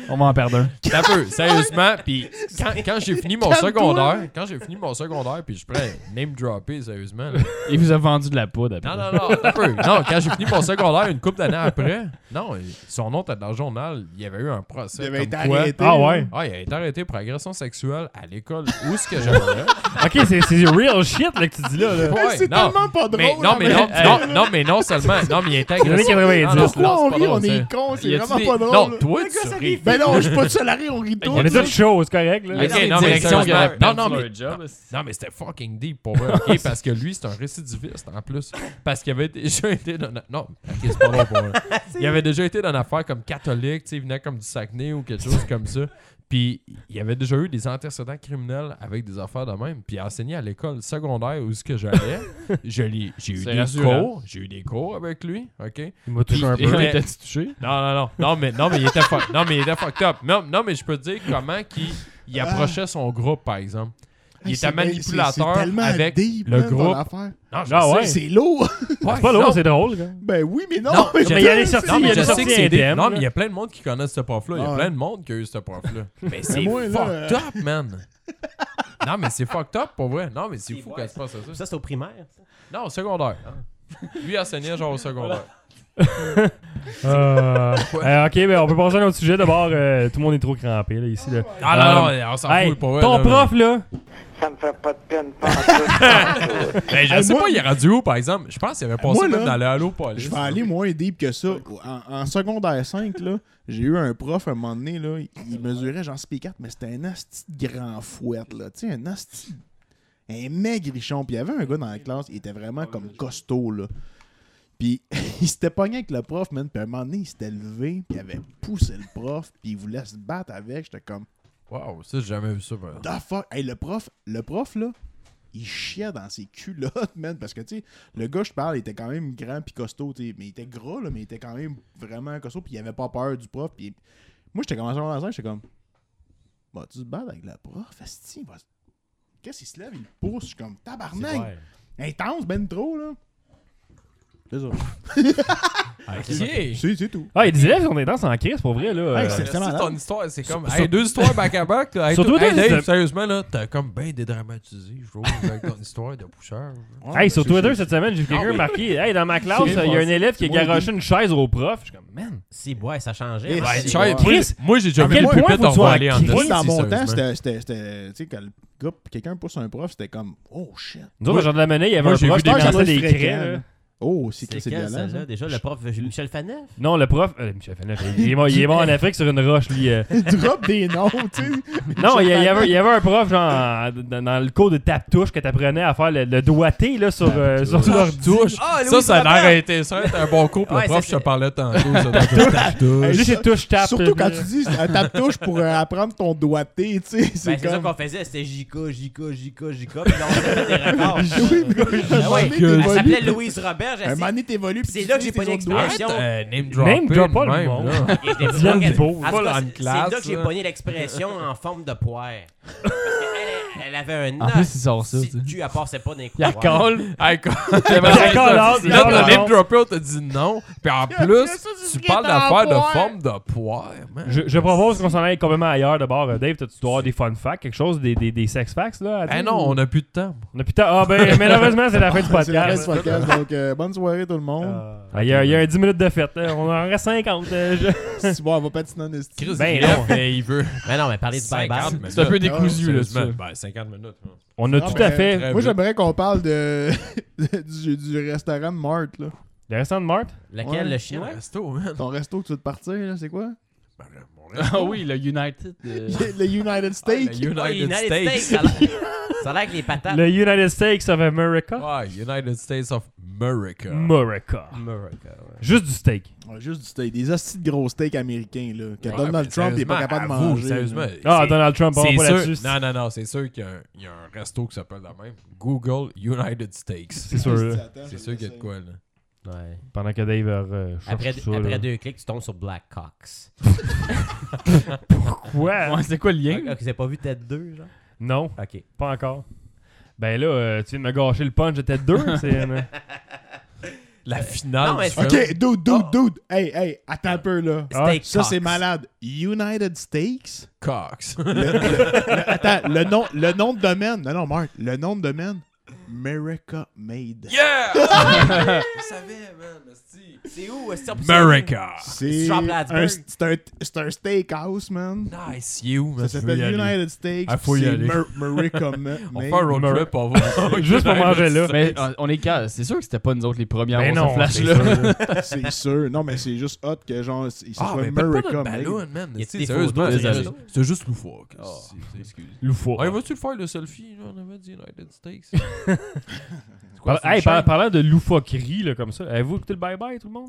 [SPEAKER 2] On va en perdre un.
[SPEAKER 3] T'as peu, sérieusement. Puis quand, quand j'ai fini mon secondaire, quand j'ai fini mon secondaire, puis je pourrais name dropper, sérieusement. là.
[SPEAKER 2] Il vous a vendu de la poudre après.
[SPEAKER 3] Non, non, non, t'as peu. Non, quand j'ai fini mon secondaire, une couple d'années après, non, son nom était dans le journal, il y avait eu un procès.
[SPEAKER 4] Il avait
[SPEAKER 3] comme
[SPEAKER 4] été
[SPEAKER 3] quoi-
[SPEAKER 4] arrêté.
[SPEAKER 1] Ah ouais.
[SPEAKER 3] Ah, il a été arrêté pour agression sexuelle à l'école où ce que j'allais.
[SPEAKER 1] Ok, c'est c'est du real shit là, que tu dis là. là.
[SPEAKER 3] Ouais,
[SPEAKER 4] c'est
[SPEAKER 3] non.
[SPEAKER 4] tellement pas drôle. hein,
[SPEAKER 3] Mais non, mais non,
[SPEAKER 1] mais-
[SPEAKER 3] non, non, mais non seulement. Non, mais il a été
[SPEAKER 1] les années 90,
[SPEAKER 3] agressé. Non, non,
[SPEAKER 4] Pourquoi
[SPEAKER 3] non, c'est
[SPEAKER 4] on
[SPEAKER 3] pas
[SPEAKER 4] rit,
[SPEAKER 3] drôle,
[SPEAKER 4] on
[SPEAKER 3] c'est-
[SPEAKER 4] est con,
[SPEAKER 3] Y
[SPEAKER 4] c'est
[SPEAKER 3] a-tu
[SPEAKER 4] vraiment
[SPEAKER 3] des-
[SPEAKER 4] pas drôle.
[SPEAKER 3] Non,
[SPEAKER 4] là.
[SPEAKER 3] toi, Ben,
[SPEAKER 5] gars,
[SPEAKER 3] tu
[SPEAKER 5] ça
[SPEAKER 3] ris.
[SPEAKER 4] Ben non, je suis pas salarié, on rit tous.
[SPEAKER 1] On est tous chauds, c'est correct. Là.
[SPEAKER 3] Ok,
[SPEAKER 5] Mais
[SPEAKER 3] non,
[SPEAKER 5] c'est
[SPEAKER 3] mais
[SPEAKER 5] une
[SPEAKER 3] sérieusement,
[SPEAKER 5] direction qui aurait
[SPEAKER 3] non,
[SPEAKER 2] perdu
[SPEAKER 3] non,
[SPEAKER 2] leur
[SPEAKER 3] mais,
[SPEAKER 2] job,
[SPEAKER 3] non, non, mais c'était fucking deep pour eux, ok? parce que lui, c'est un récidiviste en plus. Parce qu'il avait déjà été dans. la- Non, ok, c'est pas bon pour eux. Il avait déjà été dans une affaire comme catholique, tu sais, il venait comme du Saguenay ou quelque chose comme ça. Puis il avait déjà eu des antécédents criminels avec des affaires de même. Puis il a enseigné à l'école secondaire où ce que j'allais. Je l'ai- j'ai eu
[SPEAKER 2] C'est
[SPEAKER 3] des
[SPEAKER 2] rassurant.
[SPEAKER 3] cours, j'ai eu des cours avec lui, ok?
[SPEAKER 1] Il m'a touché un
[SPEAKER 3] Il-
[SPEAKER 1] peu.
[SPEAKER 3] mais-
[SPEAKER 2] T'as-tu touché?
[SPEAKER 3] Non, non, non. Non, mais, non, mais il était fuck- non, mais il était fucked up. Non, non, mais je peux te dire comment qu'il- il, approchait son groupe, par exemple. Il
[SPEAKER 4] Ah. Hey,
[SPEAKER 3] était
[SPEAKER 4] Ben, c'est-
[SPEAKER 3] manipulateur
[SPEAKER 4] c'est- c'est tellement
[SPEAKER 3] avec
[SPEAKER 4] deep,
[SPEAKER 3] le
[SPEAKER 4] man, ton
[SPEAKER 3] groupe.
[SPEAKER 4] affaire.
[SPEAKER 3] Non, je
[SPEAKER 1] Ah
[SPEAKER 3] sais.
[SPEAKER 1] ouais.
[SPEAKER 4] C'est lourd.
[SPEAKER 3] Ouais,
[SPEAKER 1] C'est pas
[SPEAKER 3] non.
[SPEAKER 1] lourd, c'est drôle. gars.
[SPEAKER 4] Ben oui, mais non.
[SPEAKER 3] Non,
[SPEAKER 4] mais
[SPEAKER 3] je-
[SPEAKER 4] je-
[SPEAKER 1] Mais il y a des sorties,
[SPEAKER 3] Non,
[SPEAKER 1] il y
[SPEAKER 3] mais
[SPEAKER 1] a
[SPEAKER 3] je
[SPEAKER 1] des
[SPEAKER 3] sais
[SPEAKER 1] sorties
[SPEAKER 3] que c'est des...
[SPEAKER 1] indemnes.
[SPEAKER 3] Non, mais
[SPEAKER 1] là.
[SPEAKER 3] il y a plein de monde qui connaissent ce prof-là. Il y a
[SPEAKER 4] Ah ouais.
[SPEAKER 3] plein de monde qui a eu ce prof-là. Mais c'est
[SPEAKER 4] Mais moi, là,
[SPEAKER 3] fucked
[SPEAKER 4] euh,
[SPEAKER 3] up, man. Non, mais c'est fucked up, pour vrai. Non, mais c'est fou qu'elle se passe à ça.
[SPEAKER 5] Ça, c'est au primaire. ça.
[SPEAKER 3] Non, au secondaire. hein. Lui, il enseignait genre au secondaire.
[SPEAKER 1] Euh, euh, ok, mais on peut passer à un autre sujet. D'abord, euh, tout le monde est trop crampé là, ici. Là. Euh,
[SPEAKER 3] Ah non, non, on s'en
[SPEAKER 1] Hey,
[SPEAKER 3] fout pour vrai.
[SPEAKER 1] ton
[SPEAKER 3] là,
[SPEAKER 1] prof là,
[SPEAKER 6] Ça me fait pas de peine pas en tout.
[SPEAKER 3] mais- Ben, je
[SPEAKER 4] Hey,
[SPEAKER 3] sais
[SPEAKER 4] moi-
[SPEAKER 3] pas, il est rendu où, par exemple. Je pense qu'il avait passé
[SPEAKER 4] Moi,
[SPEAKER 3] même
[SPEAKER 4] là,
[SPEAKER 3] dans le Halo Police.
[SPEAKER 4] Je vais aller moins deep que ça. En, en secondaire 5, là, j'ai eu un prof un moment donné, là, il mesurait genre P4, mais c'était un asti de grand fouette, là. Tu sais, un asti. Un maigrichon. Puis il y avait un gars dans la classe, il était vraiment comme costaud, là. Puis il s'était pogné avec le prof, man. Puis à un moment donné, il s'était levé, puis il avait poussé le prof, puis il voulait se battre avec. J'étais comme,
[SPEAKER 3] Wow, ça, j'ai jamais vu ça. par exemple.
[SPEAKER 4] the fuck? Hey, le prof, le prof, là, il chiait dans ses culottes, man. Parce que, tu sais, le gars, je parle, il était quand même grand puis costaud, tu sais. Mais il était gras, là, mais il était quand même vraiment costaud, puis il avait pas peur du prof. Puis moi, j'étais commencé à voir la scène, j'étais comme, bah, tu te bats avec le prof, esti, il va- Qu'est-ce qu'il se lève, il pousse, je suis comme, tabarnak! Intense, ben trop, là. C'est ça.
[SPEAKER 3] Ok.
[SPEAKER 4] C'est c'est tout.
[SPEAKER 1] Ah, il disait, on est dans en crise pour vrai, là.
[SPEAKER 4] Hey,
[SPEAKER 1] Euh,
[SPEAKER 4] c'est-
[SPEAKER 3] C'est
[SPEAKER 4] malade.
[SPEAKER 3] ton histoire, c'est comme
[SPEAKER 1] Sur-
[SPEAKER 3] hey, deux histoires back-à-back. là. Hey,
[SPEAKER 1] Surtout
[SPEAKER 3] toi- hey,
[SPEAKER 1] dans-
[SPEAKER 3] Dave,
[SPEAKER 1] dans-
[SPEAKER 3] sérieusement, là, t'as comme bien dédramatisé, je trouve, avec ton histoire de pousseur.
[SPEAKER 1] Hey, sur
[SPEAKER 4] c'est-
[SPEAKER 1] Twitter
[SPEAKER 4] c'est-
[SPEAKER 1] cette semaine, j'ai vu
[SPEAKER 3] Ah
[SPEAKER 1] quelqu'un marquer Hey, dans ma classe, il
[SPEAKER 4] C'est
[SPEAKER 1] y a un
[SPEAKER 4] passé.
[SPEAKER 1] élève qui a
[SPEAKER 4] C'est moi,
[SPEAKER 1] garoché une chaise au prof. Je suis comme, man.
[SPEAKER 5] Si, ouais, ça changeait.
[SPEAKER 4] Et
[SPEAKER 5] Ouais,
[SPEAKER 4] si-
[SPEAKER 5] c'est-
[SPEAKER 3] Chai,
[SPEAKER 4] ouais.
[SPEAKER 1] Chris,
[SPEAKER 3] moi, j'ai déjà
[SPEAKER 1] à
[SPEAKER 3] vu
[SPEAKER 1] quel
[SPEAKER 3] une
[SPEAKER 1] point
[SPEAKER 3] pupette
[SPEAKER 1] faut que tu
[SPEAKER 3] en
[SPEAKER 1] sois
[SPEAKER 3] aller en
[SPEAKER 1] acquis?
[SPEAKER 4] Moi,
[SPEAKER 3] esti,
[SPEAKER 4] dans mon temps,
[SPEAKER 3] sérieusement.
[SPEAKER 4] c'était- c'était. c'était- Tu sais, quand le gars, quelqu'un pousse un prof, c'était comme Oh shit.
[SPEAKER 1] Nous autres, à Jean de la Monnaie, il y avait
[SPEAKER 3] Moi,
[SPEAKER 1] un
[SPEAKER 3] j'ai
[SPEAKER 1] prof
[SPEAKER 3] vu
[SPEAKER 1] qui
[SPEAKER 3] des
[SPEAKER 1] lançait
[SPEAKER 4] messages
[SPEAKER 1] des craies.
[SPEAKER 4] fréquents,
[SPEAKER 1] là.
[SPEAKER 4] là. Oh, c'est
[SPEAKER 5] C'est
[SPEAKER 4] c'est
[SPEAKER 5] quel,
[SPEAKER 4] violent.
[SPEAKER 5] celle-là?
[SPEAKER 4] ça.
[SPEAKER 5] Déjà, le prof Michel Faneuf?
[SPEAKER 1] Non, le prof. euh, Michel Faneuf, il, est mort, il est mort en Afrique sur une roche, lui. euh.
[SPEAKER 4] Il drop des noms, tu sais.
[SPEAKER 1] Non, il y, il y avait, il y avait un prof, genre, dans, dans le cours de tape-touche que t'apprenais à faire le, le doigté, là, sur, euh, sur leur.
[SPEAKER 3] touche.
[SPEAKER 5] Ah,
[SPEAKER 3] Ça,
[SPEAKER 5] Louis
[SPEAKER 3] ça a
[SPEAKER 5] Robert!
[SPEAKER 3] l'air intéressant. T'es un bon couple.
[SPEAKER 5] Ouais,
[SPEAKER 3] le prof, je
[SPEAKER 5] ça,
[SPEAKER 3] te
[SPEAKER 5] c'est-
[SPEAKER 3] parlais tantôt. Ça doit être touche.
[SPEAKER 1] Juste euh, les touches-tapes.
[SPEAKER 4] Surtout quand tu dis un tape-touche pour euh, apprendre ton doigté, tu sais.
[SPEAKER 5] Ben,
[SPEAKER 4] C'est
[SPEAKER 5] c'est ça
[SPEAKER 4] comme.
[SPEAKER 5] qu'on faisait, c'était JK, JK, JK, JK, puis là, on faisait des records. Ben
[SPEAKER 4] Louis,
[SPEAKER 5] ouais, Elle
[SPEAKER 4] t'évolues.
[SPEAKER 5] s'appelait Louise Robert, j'ai
[SPEAKER 4] Un moment donné, t'évolues. puis
[SPEAKER 5] C'est
[SPEAKER 4] tu
[SPEAKER 5] là que
[SPEAKER 4] utilises
[SPEAKER 5] j'ai pas
[SPEAKER 4] tes autres doigts.
[SPEAKER 5] d'expérience.
[SPEAKER 3] Arrête, euh, name
[SPEAKER 1] Name
[SPEAKER 3] dropping,
[SPEAKER 1] drop pas le
[SPEAKER 3] même,
[SPEAKER 1] monde.
[SPEAKER 3] là.
[SPEAKER 1] Diane Dubourg.
[SPEAKER 3] Pas
[SPEAKER 5] En tout cas,
[SPEAKER 3] dans une
[SPEAKER 5] c'est
[SPEAKER 3] classe,
[SPEAKER 5] là que j'ai
[SPEAKER 3] là.
[SPEAKER 5] pogné l'expression en forme de poire. Parce que elle, elle avait un
[SPEAKER 2] En plus,
[SPEAKER 5] os
[SPEAKER 2] il sort ça.
[SPEAKER 5] si
[SPEAKER 2] tu
[SPEAKER 5] le
[SPEAKER 2] sais.
[SPEAKER 5] cul à part c'est pas d'un coup.
[SPEAKER 2] Il recolle.
[SPEAKER 3] Hey, quand-
[SPEAKER 1] la colère, c'est
[SPEAKER 3] Là,
[SPEAKER 1] dans
[SPEAKER 3] t'as
[SPEAKER 1] le
[SPEAKER 3] name
[SPEAKER 1] nom.
[SPEAKER 3] dropper, on t'a dit non. Puis en plus, tu parles d'affaires de forme de poire, man.
[SPEAKER 1] Je, je propose qu'on s'en aille complètement ailleurs de bord. Euh, Dave, t'as- tu dois avoir des fun facts, quelque chose, des, des, des sex facts, là. à
[SPEAKER 3] Eh
[SPEAKER 1] dire,
[SPEAKER 3] non,
[SPEAKER 1] ou-
[SPEAKER 3] on a plus de temps.
[SPEAKER 1] On a putain. Ah, ben, malheureusement, c'est la fin du podcast.
[SPEAKER 4] C'est la fin du podcast, donc euh, bonne soirée tout le monde.
[SPEAKER 1] Ah, Il y, a- il y a un 10 minutes de fête. hein. On en reste 50. euh, je-
[SPEAKER 4] Si bon, on va patiner en esti.
[SPEAKER 3] Chris,
[SPEAKER 1] Ben
[SPEAKER 3] il lève,
[SPEAKER 1] non.
[SPEAKER 3] mais il veut
[SPEAKER 5] Mais non, mais parler du bye-bye.
[SPEAKER 3] 50 minutes.
[SPEAKER 2] C'est un peu décousu, là,
[SPEAKER 3] Sérieusement,
[SPEAKER 2] ça.
[SPEAKER 3] Ben, 50 minutes. hein.
[SPEAKER 1] On a
[SPEAKER 4] Ah,
[SPEAKER 1] tout
[SPEAKER 4] ben,
[SPEAKER 1] à fait.
[SPEAKER 3] très-
[SPEAKER 4] Moi, j'aimerais qu'on parle de, du, du restaurant de Marthe, là.
[SPEAKER 1] Le restant de Marthe?
[SPEAKER 5] Lequel,
[SPEAKER 4] Ouais.
[SPEAKER 5] le
[SPEAKER 3] Quel
[SPEAKER 5] chien?
[SPEAKER 3] resto, hein?
[SPEAKER 4] Ton resto que tu veux te partir, là, c'est quoi?
[SPEAKER 3] Ben, mon resto.
[SPEAKER 2] Ah oui, le United. euh,
[SPEAKER 4] Le United
[SPEAKER 3] Ah, le
[SPEAKER 4] Steak.
[SPEAKER 5] Ah,
[SPEAKER 3] United
[SPEAKER 5] United
[SPEAKER 3] States.
[SPEAKER 5] States, ça a l'air- Ça a l'air que les patates.
[SPEAKER 1] Le United States of America.
[SPEAKER 3] Ouais, United States of America.
[SPEAKER 1] America.
[SPEAKER 5] America, ouais.
[SPEAKER 1] Juste du steak.
[SPEAKER 4] Ouais, juste du steak. Des hosties de gros steaks américains, là. Que
[SPEAKER 3] Ouais,
[SPEAKER 4] Donald
[SPEAKER 3] mais
[SPEAKER 4] Trump n'est
[SPEAKER 3] sérieusement,
[SPEAKER 4] pas capable de
[SPEAKER 3] avoue,
[SPEAKER 4] manger.
[SPEAKER 3] Sérieusement.
[SPEAKER 4] là.
[SPEAKER 1] Ah,
[SPEAKER 3] c'est-
[SPEAKER 1] Donald Trump, on va
[SPEAKER 3] c'est
[SPEAKER 1] pas
[SPEAKER 3] sûr-
[SPEAKER 1] là-dessus.
[SPEAKER 3] Non, non, non, c'est sûr qu'il y a un- il y, a un resto qui s'appelle la même. Google United Steaks.
[SPEAKER 1] C'est sûr.
[SPEAKER 4] Qu'est-ce que
[SPEAKER 1] là.
[SPEAKER 4] tu attends,
[SPEAKER 3] C'est
[SPEAKER 4] je
[SPEAKER 3] sûr qu'il y a de
[SPEAKER 4] l'essaye.
[SPEAKER 3] quoi, là.
[SPEAKER 5] Ouais.
[SPEAKER 1] Pendant que Dave euh, cherche
[SPEAKER 5] Après,
[SPEAKER 1] ça,
[SPEAKER 5] après
[SPEAKER 1] là.
[SPEAKER 5] deux clics, tu tombes sur Black Cox.
[SPEAKER 1] Quoi?
[SPEAKER 2] ouais, c'est quoi le
[SPEAKER 5] Ok,
[SPEAKER 2] lien?
[SPEAKER 5] ok, t'as pas vu Ted 2, genre?
[SPEAKER 1] Non,
[SPEAKER 5] Ok.
[SPEAKER 1] pas encore. Ben là, euh, tu viens de me gâcher le punch de tête 2. c'est une-
[SPEAKER 3] La finale.
[SPEAKER 5] non, mais
[SPEAKER 3] du
[SPEAKER 5] c'est-
[SPEAKER 3] film.
[SPEAKER 4] Ok, dude,
[SPEAKER 3] Ah!
[SPEAKER 4] dude, dude. Hey, hey, attends un peu, là.
[SPEAKER 1] Ah,
[SPEAKER 5] Steak
[SPEAKER 4] Ça,
[SPEAKER 5] Cox.
[SPEAKER 4] c'est malade. United Steaks?
[SPEAKER 3] Cox.
[SPEAKER 4] Le- attends, le nom, le nom de domaine. Non, non, Marc. Le nom de domaine. America Made.
[SPEAKER 3] Yeah! Je savais, man, hostie.
[SPEAKER 5] C'est où? est-ce que c'est-
[SPEAKER 3] America.
[SPEAKER 4] C'est
[SPEAKER 5] C'est Jean
[SPEAKER 4] un,
[SPEAKER 5] Plattsburgh.
[SPEAKER 4] c'est un, c'est un steakhouse, man.
[SPEAKER 3] Nice, you, man.
[SPEAKER 4] Ça
[SPEAKER 3] tu veux
[SPEAKER 4] s'appelle
[SPEAKER 3] y aller.
[SPEAKER 4] United Steaks.
[SPEAKER 3] Ah, faut y
[SPEAKER 4] c'est
[SPEAKER 3] aller.
[SPEAKER 4] Mer- America Ma-
[SPEAKER 3] On
[SPEAKER 4] Made.
[SPEAKER 3] fait un road trip, on va.
[SPEAKER 1] Juste pour manger là.
[SPEAKER 2] Mais euh, on est calme. C'est sûr que c'était pas nous autres les premiers à
[SPEAKER 1] Ben
[SPEAKER 2] avoir
[SPEAKER 1] non,
[SPEAKER 2] ce flash-là.
[SPEAKER 1] c'est
[SPEAKER 4] C'est sûr. Non, mais c'est juste hot que genre, il
[SPEAKER 3] Ah,
[SPEAKER 4] soit
[SPEAKER 3] mais pas
[SPEAKER 4] America
[SPEAKER 3] notre
[SPEAKER 4] Made.
[SPEAKER 3] ballon, man.
[SPEAKER 5] Il y a
[SPEAKER 3] Tu sais,
[SPEAKER 5] des
[SPEAKER 3] Sérieusement,
[SPEAKER 5] photos,
[SPEAKER 3] c'est
[SPEAKER 5] des
[SPEAKER 3] juste-
[SPEAKER 5] photos.
[SPEAKER 3] c'est juste loufoque.
[SPEAKER 2] Ah.
[SPEAKER 3] C'est- c'est- excuse.
[SPEAKER 1] Loufoque.
[SPEAKER 3] Hey, vas-tu le faire le selfie? là, On avait dit United States. C'est quoi,
[SPEAKER 1] Par-
[SPEAKER 3] c'est une
[SPEAKER 1] Hey,
[SPEAKER 3] chaîne?
[SPEAKER 1] par- parlant de loufoquerie, là, comme ça, avez-vous écouté le bye-bye, tout le monde?